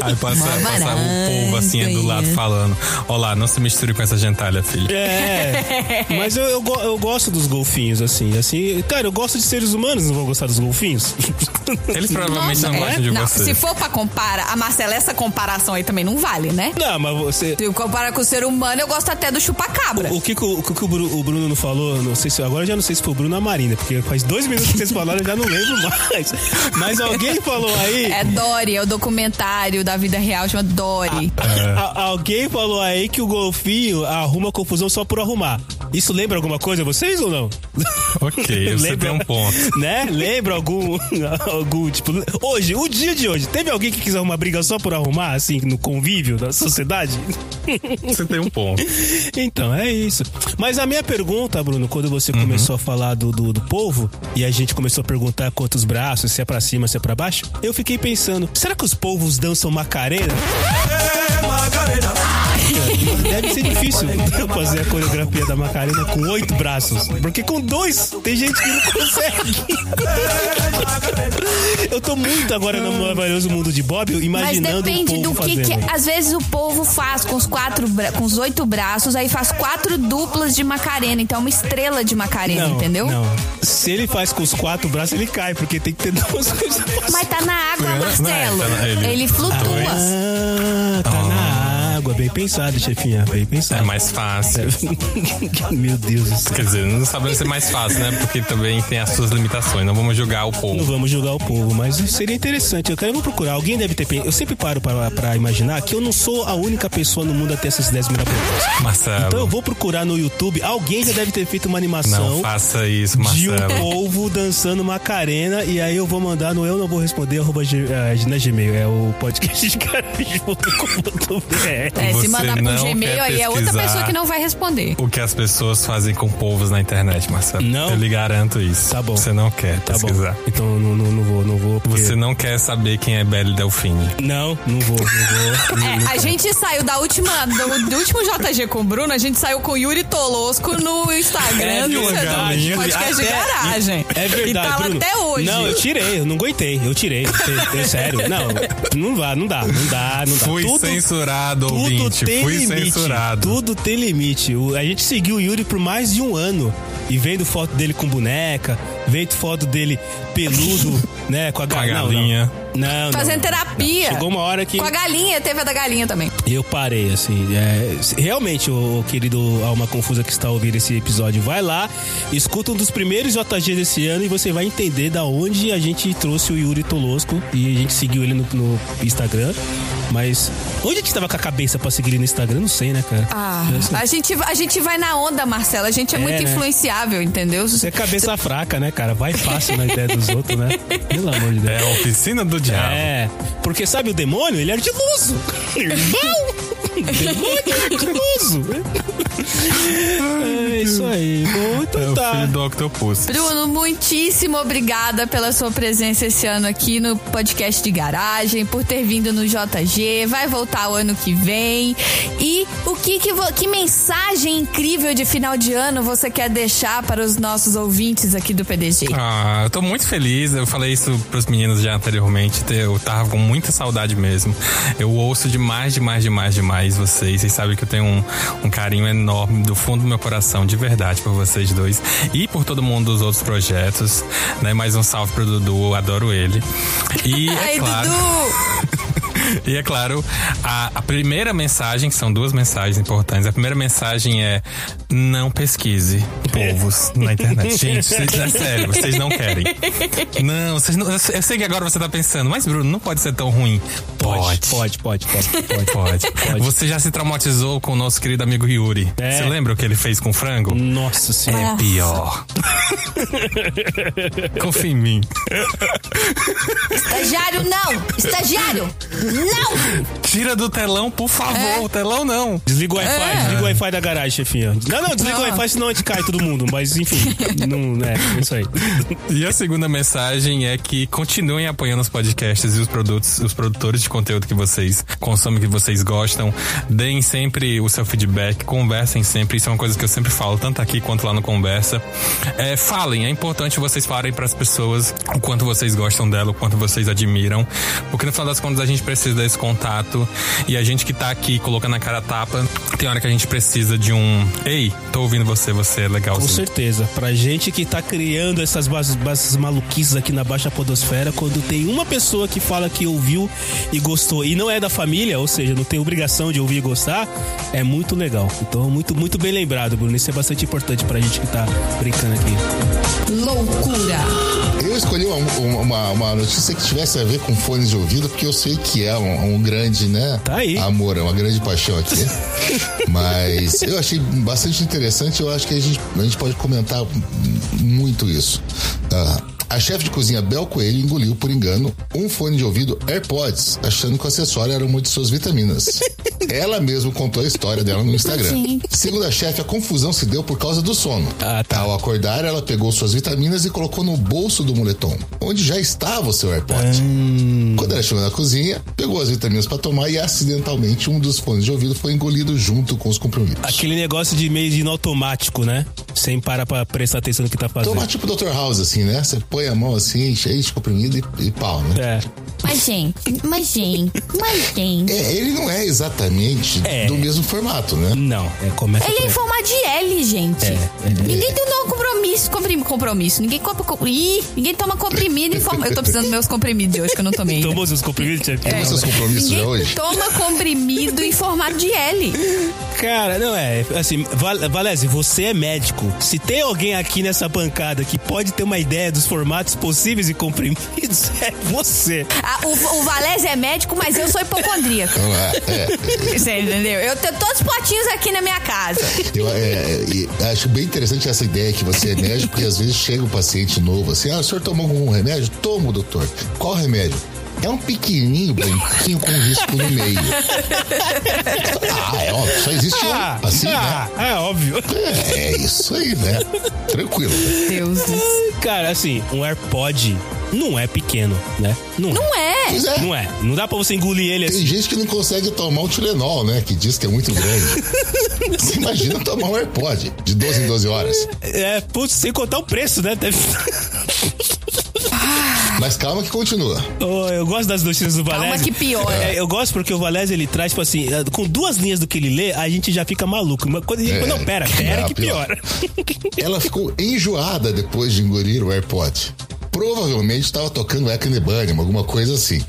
Speaker 6: Aí passa,
Speaker 2: Uma
Speaker 6: passa o povo assim
Speaker 2: varanda,
Speaker 6: do lado
Speaker 2: hein?
Speaker 6: falando: Olá, não se misture com essa gentalha, filho.
Speaker 1: É. Mas eu, eu, go- eu gosto dos golfinhos, assim. assim. Cara, eu gosto de seres humanos, não vou gostar dos golfinhos.
Speaker 6: Eles provavelmente
Speaker 2: Nossa,
Speaker 6: não
Speaker 2: é?
Speaker 6: gostam de
Speaker 2: Não,
Speaker 6: você.
Speaker 2: se for pra comparar, a Marcela, essa comparação aí também não vale, né?
Speaker 1: Não, mas você.
Speaker 2: Se comparar com o ser humano, eu gosto até do chupacabra.
Speaker 1: O que, que o, o que que o Bru- o Bruno não falou, não sei se, agora eu já não sei se foi o Bruno ou a Marina, porque faz dois minutos que vocês falaram, eu já não lembro mais. Mas alguém falou aí.
Speaker 2: É Dory, é o documentário da vida real, chama Dory.
Speaker 1: Ah, a- alguém falou aí que o golfinho arruma confusão só por arrumar. Isso lembra alguma coisa a vocês ou não?
Speaker 6: Ok, você tem um ponto.
Speaker 1: Né? Lembra algum, algum, tipo, hoje, o dia de hoje, teve alguém que quis arrumar briga só por arrumar, assim, no convívio da sociedade?
Speaker 6: Você tem um ponto.
Speaker 1: Então, é isso. Mas a minha pergunta, Bruno, quando você começou a falar do, do, do povo e a gente começou a perguntar quantos braços, se é pra cima, se é pra baixo, eu fiquei pensando, será que os povos dançam macarena? Deve ser difícil eu fazer a coreografia da macarena com oito braços. Porque com dois, tem gente que não consegue. Eu tô muito agora no maravilhoso mundo de Bob
Speaker 2: Mas
Speaker 1: imaginando
Speaker 2: depende
Speaker 1: o
Speaker 2: do
Speaker 1: povo
Speaker 2: que, é que.
Speaker 1: fazendo.
Speaker 2: Às vezes o povo faz com os quatro bra- com os oito braços, aí faz quatro duplas de Macarena. Então é uma estrela de Macarena,
Speaker 1: Não,
Speaker 2: entendeu?
Speaker 1: Não. Se ele faz com os quatro braços, ele cai, porque tem que ter duas coisas.
Speaker 2: Mas tá na
Speaker 1: é,
Speaker 2: água,
Speaker 6: Não,
Speaker 2: Marcelo.
Speaker 6: tá na-
Speaker 2: ele...
Speaker 6: ele-
Speaker 2: flutua.
Speaker 1: Ah, tá na água. Bem pensado, chefinha. Bem
Speaker 6: É
Speaker 1: pensado.
Speaker 6: mais fácil.
Speaker 1: Meu Deus do céu.
Speaker 6: Quer dizer, não sabemos ser mais fácil, né? Porque também tem as suas limitações. Não vamos julgar o
Speaker 1: Não
Speaker 6: povo.
Speaker 1: vamos julgar o povo, mas seria interessante. Eu quero vou procurar. Alguém deve ter. pe- Eu sempre paro pra, pra imaginar que eu não sou a única pessoa no mundo a ter essas ideias mirabolantes.
Speaker 6: Marcelo,
Speaker 1: Então eu vou procurar no YouTube. Alguém já deve ter feito uma
Speaker 6: não
Speaker 1: animação
Speaker 6: faça isso,
Speaker 1: de um
Speaker 6: Marcelo.
Speaker 1: povo dançando Macarena. E aí eu vou mandar no Eu Não Vou Responder, arroba, g- ah, na Gmail. É o podcast de caranjo.com.br.
Speaker 2: É, se
Speaker 6: Você
Speaker 2: mandar pro
Speaker 6: não
Speaker 2: Gmail,
Speaker 6: quer
Speaker 2: aí é outra
Speaker 6: pesquisar.
Speaker 2: pessoa que não vai responder.
Speaker 6: O que as pessoas fazem com povos na internet, Marcelo.
Speaker 1: Não.
Speaker 6: Eu lhe garanto isso.
Speaker 1: Tá bom.
Speaker 6: Você não quer
Speaker 1: Tá bom.
Speaker 6: pesquisar.
Speaker 1: Então não, não, não vou, não vou. Porque...
Speaker 6: Você não quer saber quem é Belle Delfine.
Speaker 1: Não, não vou, não vou.
Speaker 2: É, a gente saiu da última, do, do último JG com o Bruno, a gente saiu com o Yuri Tosco no Instagram
Speaker 1: É
Speaker 2: do
Speaker 1: verdade.
Speaker 2: do podcast de
Speaker 1: Até-
Speaker 2: garagem.
Speaker 1: É
Speaker 2: E tá
Speaker 1: verdade,
Speaker 2: lá
Speaker 1: Bruno.
Speaker 2: até hoje.
Speaker 1: Não, eu tirei, eu não aguentei, eu tirei. É- é sério, não, não vá, não dá, não dá, não dá.
Speaker 6: Fui
Speaker 1: tudo,
Speaker 6: censurado,
Speaker 1: tudo
Speaker 6: ouvinte.
Speaker 1: tem
Speaker 6: Fui
Speaker 1: limite,
Speaker 6: censurado.
Speaker 1: Tudo tem limite. O- a gente seguiu o Yuri por mais de um ano e vendo foto dele com boneca, vendo foto dele peludo, né, com a,
Speaker 6: Com a
Speaker 1: ga- não, não.
Speaker 6: galinha.
Speaker 1: Não, não.
Speaker 2: Fazendo terapia.
Speaker 1: Chegou uma hora que
Speaker 2: Com a galinha, teve a da galinha também.
Speaker 1: eu parei, assim. é, se- realmente, o, querido Alma Confusa que está ouvindo esse episódio, vai lá, escuta um dos primeiros JG desse ano e você vai entender da onde a gente trouxe o Yuri Tolosco e a gente seguiu ele no, no Instagram. Mas onde a gente estava com a cabeça pra seguir ele no Instagram? Não sei, né, cara?
Speaker 2: Ah,
Speaker 1: Eu sei.
Speaker 2: a gente, a gente vai na onda, Marcela. A gente é,
Speaker 1: É,
Speaker 2: muito
Speaker 1: né?
Speaker 2: influenciável, entendeu?
Speaker 1: Você é cabeça fraca, né, cara? Vai fácil na ideia dos outros, né? Pelo amor de
Speaker 6: É
Speaker 1: Deus.
Speaker 6: a oficina do diabo.
Speaker 1: É, porque sabe o demônio? Ele é ardiloso. é Irmão! Caracoso. É isso aí. Bom,
Speaker 6: É
Speaker 1: então
Speaker 6: o filho
Speaker 1: tá.
Speaker 6: do Octopus.
Speaker 2: Bruno, muitíssimo obrigada pela sua presença esse ano aqui no podcast de garagem, por ter vindo no JG, vai voltar o ano que vem. E o que que, vo- que mensagem incrível de final de ano você quer deixar para os nossos ouvintes aqui do PDG?
Speaker 6: Ah, eu tô muito feliz. Eu falei isso pros meninos já anteriormente. Eu tava com muita saudade mesmo. Eu ouço demais, demais, demais, demais vocês. Vocês sabem que eu tenho um, um carinho enorme do fundo do meu coração, de verdade, por vocês dois e por todo mundo dos outros projetos. Né? Mais um salve pro Dudu, eu adoro ele. E é
Speaker 2: Ai,
Speaker 6: claro.
Speaker 2: Dudu!
Speaker 6: E é claro, a, a primeira mensagem, que são duas mensagens importantes. A primeira mensagem é: não pesquise povos na internet. Gente, vocês, é sério, vocês não querem. Não, vocês não. Eu sei eu sei que agora você tá pensando, mas Bruno, não pode ser tão ruim.
Speaker 1: Pode, pode, pode, pode.
Speaker 6: Pode. Você já se traumatizou com o nosso querido amigo Yuri.
Speaker 1: É.
Speaker 6: Você lembra o que ele fez com o frango?
Speaker 1: Nossa
Speaker 2: É.
Speaker 1: senhora.
Speaker 6: É Pior. Confia em mim.
Speaker 5: Estagiário, não! Estagiário! Não!
Speaker 6: Tira do telão, por favor.
Speaker 1: É.
Speaker 6: O telão não.
Speaker 1: Desliga o Wi-Fi, desliga o Wi-Fi da garagem, chefinha. Não, não, desliga o
Speaker 2: Não.
Speaker 1: Wi-Fi, senão a gente cai todo mundo. Mas enfim, não, né, é isso aí.
Speaker 6: E a segunda mensagem é que continuem apoiando os podcasts e os produtos, os produtores de conteúdo que vocês consomem, que vocês gostam. Deem sempre o seu feedback, conversem sempre. Isso é uma coisa que eu sempre falo, tanto aqui quanto lá no Conversa. É, falem, é importante vocês falarem para as pessoas o quanto vocês gostam dela, o quanto vocês admiram. Porque no final das contas a gente precisa desse contato. E a gente que tá aqui colocando a cara a tapa, tem hora que a gente precisa de um. Ei, tô ouvindo você, você é legal.
Speaker 1: Com
Speaker 6: sim."
Speaker 1: certeza. Pra gente que tá criando essas bases, bases maluquices aqui na Baixa Podosfera, quando tem uma pessoa que fala que ouviu e gostou e não é da família, ou seja, não tem obrigação de ouvir e gostar, é muito legal. Então, muito, muito bem lembrado, Bruno. Isso é bastante importante pra gente que tá brincando aqui.
Speaker 2: Loucura!
Speaker 7: Eu escolhi uma, uma- uma notícia que tivesse a ver com fones de ouvido, porque eu sei que é um, um grande, né?
Speaker 1: Tá aí.
Speaker 7: Amor, é uma grande paixão aqui. Mas eu achei bastante interessante, eu acho que a gente, a gente pode comentar muito isso. Ah, a chefe de cozinha Bel Coelho engoliu, por engano, um fone de ouvido AirPods, achando que o acessório era uma de suas vitaminas. Ela mesma contou a história dela no Instagram. Segundo a chefe, a confusão se deu por causa do sono.
Speaker 1: Ah, tá.
Speaker 7: Ao acordar, ela pegou suas vitaminas e colocou no bolso do moletom, onde já estava o seu AirPod.
Speaker 1: Hum.
Speaker 7: Quando ela chegou na cozinha, pegou as vitaminas para tomar e acidentalmente um dos fones de ouvido foi engolido junto com os comprimidos.
Speaker 1: Aquele negócio de meio de no automático, né? Sem parar pra prestar atenção no que tá fazendo.
Speaker 7: Tomar tipo Dr. House, assim, né? Você põe a mão assim, enche, enche comprimido e, e pau, né?
Speaker 1: É.
Speaker 5: Mas, gente, mas, gente, mas, gente.
Speaker 7: É, ele não é exatamente
Speaker 1: É.
Speaker 7: do mesmo formato, né?
Speaker 1: Não, é, começa
Speaker 5: Ele é
Speaker 1: por
Speaker 5: em
Speaker 1: aí.
Speaker 5: formato de L, gente. Ninguém tem um compromisso. comprim- compromisso. Ninguém compra. co- Ih, ninguém toma comprimido em forma. Eu tô precisando dos meus comprimidos de hoje que eu não tomei. ainda.
Speaker 1: Tomou seus comprimidos, Tchê?
Speaker 7: Tem seus compromissos já
Speaker 5: Ninguém
Speaker 1: tá-
Speaker 7: hoje?
Speaker 5: toma comprimido em formato de L.
Speaker 1: Cara, não é. Assim, Val- Valese, você é médico. Se tem alguém aqui nessa bancada que pode ter uma ideia dos formatos possíveis e comprimidos, é você.
Speaker 5: Ah, o, o Valéz é médico, mas eu sou hipocondríaca.
Speaker 7: Então, é, é.
Speaker 5: Você entendeu? Eu tenho todos os potinhos aqui na minha casa.
Speaker 7: Eu é, e acho bem interessante essa ideia que você é médico, porque às vezes chega um paciente novo assim, ah, o senhor tomou algum remédio? Tomo, doutor. Qual remédio? É um pequenininho branquinho com risco no meio. ah, é óbvio, só existe
Speaker 1: Ah,
Speaker 7: um. Assim, né?
Speaker 1: ah, é óbvio.
Speaker 7: É, é isso aí, né? Tranquilo.
Speaker 5: Deus do céu.
Speaker 1: Cara, assim, um AirPod não é pequeno, né? Não,
Speaker 5: Não é.
Speaker 7: Pois é.
Speaker 1: Não é. Não dá pra você engolir ele assim.
Speaker 7: Tem gente que não consegue tomar um Tilenol, né? Que diz que é muito grande. Você imagina tomar um AirPod de 12 em 12 horas.
Speaker 1: É, putz, sem contar o preço, né? Deve-
Speaker 7: Mas calma que continua.
Speaker 1: Oh, eu gosto das notícias do Valese.
Speaker 5: que piora.
Speaker 1: É, eu gosto porque o Valese, ele traz, tipo assim, com duas linhas do que ele lê, a gente já fica maluco. Mas quando a gente
Speaker 7: É.
Speaker 1: fala, não, pera, pera
Speaker 7: Ah,
Speaker 1: que
Speaker 7: piora.
Speaker 1: piora.
Speaker 7: Ela ficou enjoada depois de engolir o AirPod. Provavelmente estava tocando Acne Bunny, alguma coisa assim.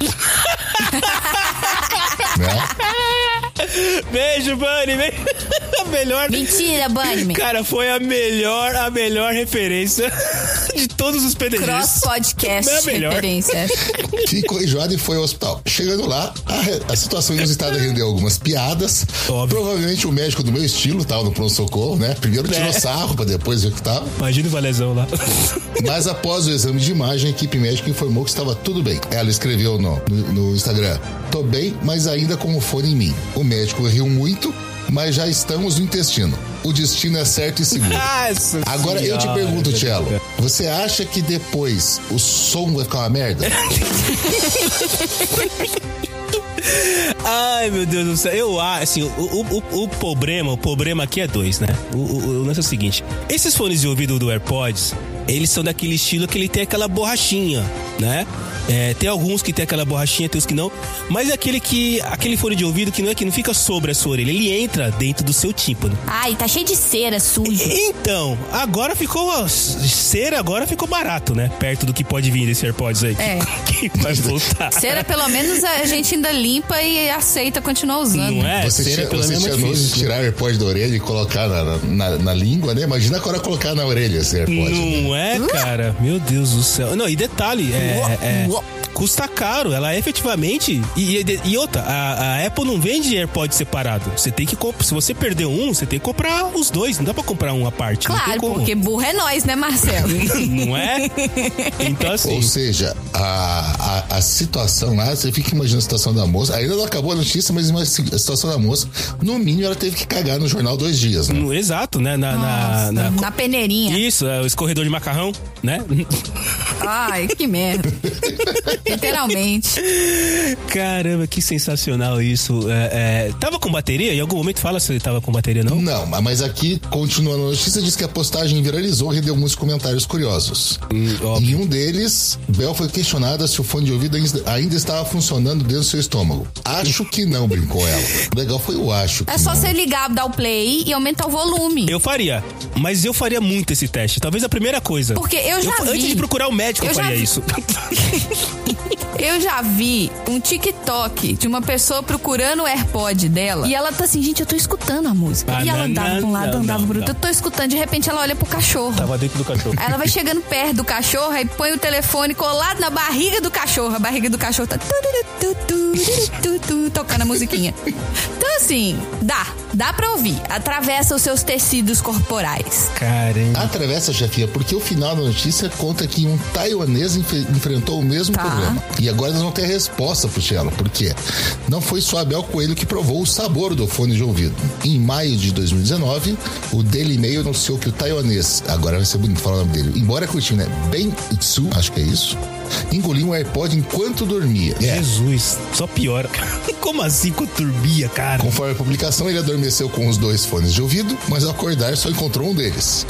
Speaker 7: né?
Speaker 1: Beijo, Bunny. Beijo. A melhor...
Speaker 5: Mentira, Bunny.
Speaker 1: Cara, foi a melhor, a melhor referência de todos os PDGs.
Speaker 2: Cross Podcast.
Speaker 1: É a melhor.
Speaker 2: Referência.
Speaker 7: Ficou enjoado e foi ao hospital. Chegando lá, a, re- a situação inusitada rendeu algumas piadas.
Speaker 1: Óbvio.
Speaker 7: Provavelmente o médico do meu estilo tava no pronto-socorro, né? Primeiro tirou
Speaker 1: É.
Speaker 7: sarro pra depois ver o que tava.
Speaker 1: Imagina o Valezão lá.
Speaker 7: Mas após o exame de imagem, a equipe médica informou que estava tudo bem. Ela escreveu no, no, no Instagram: Tô bem, mas ainda com o fone em mim. O médico riu muito, mas já estamos no intestino. O destino é certo e seguro.
Speaker 1: Nossa
Speaker 7: Agora eu te
Speaker 1: senhora.
Speaker 7: pergunto, Tchelo,
Speaker 1: é.
Speaker 7: você acha que depois o som vai ficar uma merda?
Speaker 1: Ai, meu Deus do céu. Eu acho, assim, o, o, o- o problema, o problema aqui é dois, né? O, o, o lance é o seguinte: esses fones de ouvido do AirPods, eles são daquele estilo que ele tem aquela borrachinha, né? É, tem alguns que tem aquela borrachinha, tem os que não. Mas é aquele que. aquele fone de ouvido que não é que não fica sobre a sua orelha, ele entra dentro do seu tímpano.
Speaker 5: Ai, tá cheio de cera, sujo.
Speaker 1: Então, agora ficou. Ser agora ficou barato, né? Perto do que pode vir desse AirPods aí.
Speaker 2: É.
Speaker 1: Que vai voltar.
Speaker 2: Cera, pelo menos a gente ainda limpa e aceita continuar usando.
Speaker 1: Não é?
Speaker 7: Você,
Speaker 1: Ser é
Speaker 7: tinha,
Speaker 1: pelo
Speaker 7: você
Speaker 1: menos
Speaker 7: tinha
Speaker 1: é
Speaker 7: nojo
Speaker 1: muito
Speaker 7: de
Speaker 1: difícil.
Speaker 7: tirar o AirPod da orelha e colocar na, na, na- na língua, né? Imagina agora colocar na orelha esse AirPod. né?
Speaker 1: Não é, cara? Meu Deus do céu. Não, e detalhe, é, é- custa caro. Ela é efetivamente. E, e- e outra, a, a Apple não vende AirPod separado. Você tem que comp- Se você perder um, você tem que comprar os dois. Não dá pra comprar um à parte. não tem
Speaker 2: Claro,
Speaker 1: como.
Speaker 2: porque burro é nós, né, Marcelo?
Speaker 1: Não é? Então, assim.
Speaker 7: Ou seja, a, a, a situação lá, você fica imaginando a situação da moça. Ainda não acabou a notícia, mas uma- a situação da moça, no mínimo, ela teve que cagar no jornal dois dias, né?
Speaker 1: no- exato, né? Na, na- na-
Speaker 2: Na peneirinha.
Speaker 1: isso, é, o escorredor de macarrão, né?
Speaker 2: Ai, que merda. Literalmente.
Speaker 1: Caramba, que sensacional isso. É, é, tava com bateria? Em algum momento fala se ele tava com bateria, não?
Speaker 7: Não, mas aqui, continuando a notícia, diz que a postagem viralizou e rendeu muitos comentários curiosos.
Speaker 1: Hum, óbvio.
Speaker 7: Em um deles, Bel foi questionada se o fone de ouvido ainda- ainda estava funcionando dentro do seu estômago. Acho que não, brincou ela. O legal foi o acho.
Speaker 5: É
Speaker 7: que
Speaker 5: só
Speaker 7: não.
Speaker 5: você ligar, dar o play e aumentar o volume.
Speaker 1: Eu faria, mas eu faria muito esse teste. Talvez a primeira coisa.
Speaker 5: Porque eu já vi.
Speaker 1: Antes de procurar o médico, eu,
Speaker 5: Eu já
Speaker 1: faria
Speaker 5: vi.
Speaker 1: isso.
Speaker 2: Eu já vi um TikTok de uma pessoa procurando o AirPod dela. E ela tá assim, gente, eu tô escutando a música.
Speaker 1: Ah,
Speaker 2: e ela
Speaker 1: não,
Speaker 2: andava pra um
Speaker 1: não,
Speaker 2: lado,
Speaker 1: não,
Speaker 2: andava pro
Speaker 1: não.
Speaker 2: outro. Eu tô escutando, de repente ela olha pro cachorro.
Speaker 1: Tava dentro do cachorro.
Speaker 2: Aí Ela vai chegando perto do cachorro, aí põe o telefone colado na barriga do cachorro. A barriga do cachorro tá. tu, tu, tu, tu, tu, tu, Tocando a musiquinha. Então, assim, dá. Dá pra ouvir. Atravessa os seus tecidos corporais.
Speaker 1: Caramba.
Speaker 7: Atravessa, chefia, porque o final da notícia conta que um taiwanês enfe- enfrentou o mesmo
Speaker 2: Tá.
Speaker 7: problema. E agora eles vão ter a resposta pro Tchelo, porque não foi só Abel Coelho que provou o sabor do fone de ouvido. Em maio de 2019, o Daily Mail anunciou que o taiwanês, agora vai ser bonito falar o nome dele, embora curtinho, né? Ben Itsu, acho que é isso, engoliu um AirPod enquanto dormia. É.
Speaker 1: Jesus, só piora. Como assim com turbia, cara?
Speaker 7: Conforme a publicação, ele adormeceu com os dois fones de ouvido, mas ao acordar só encontrou um deles.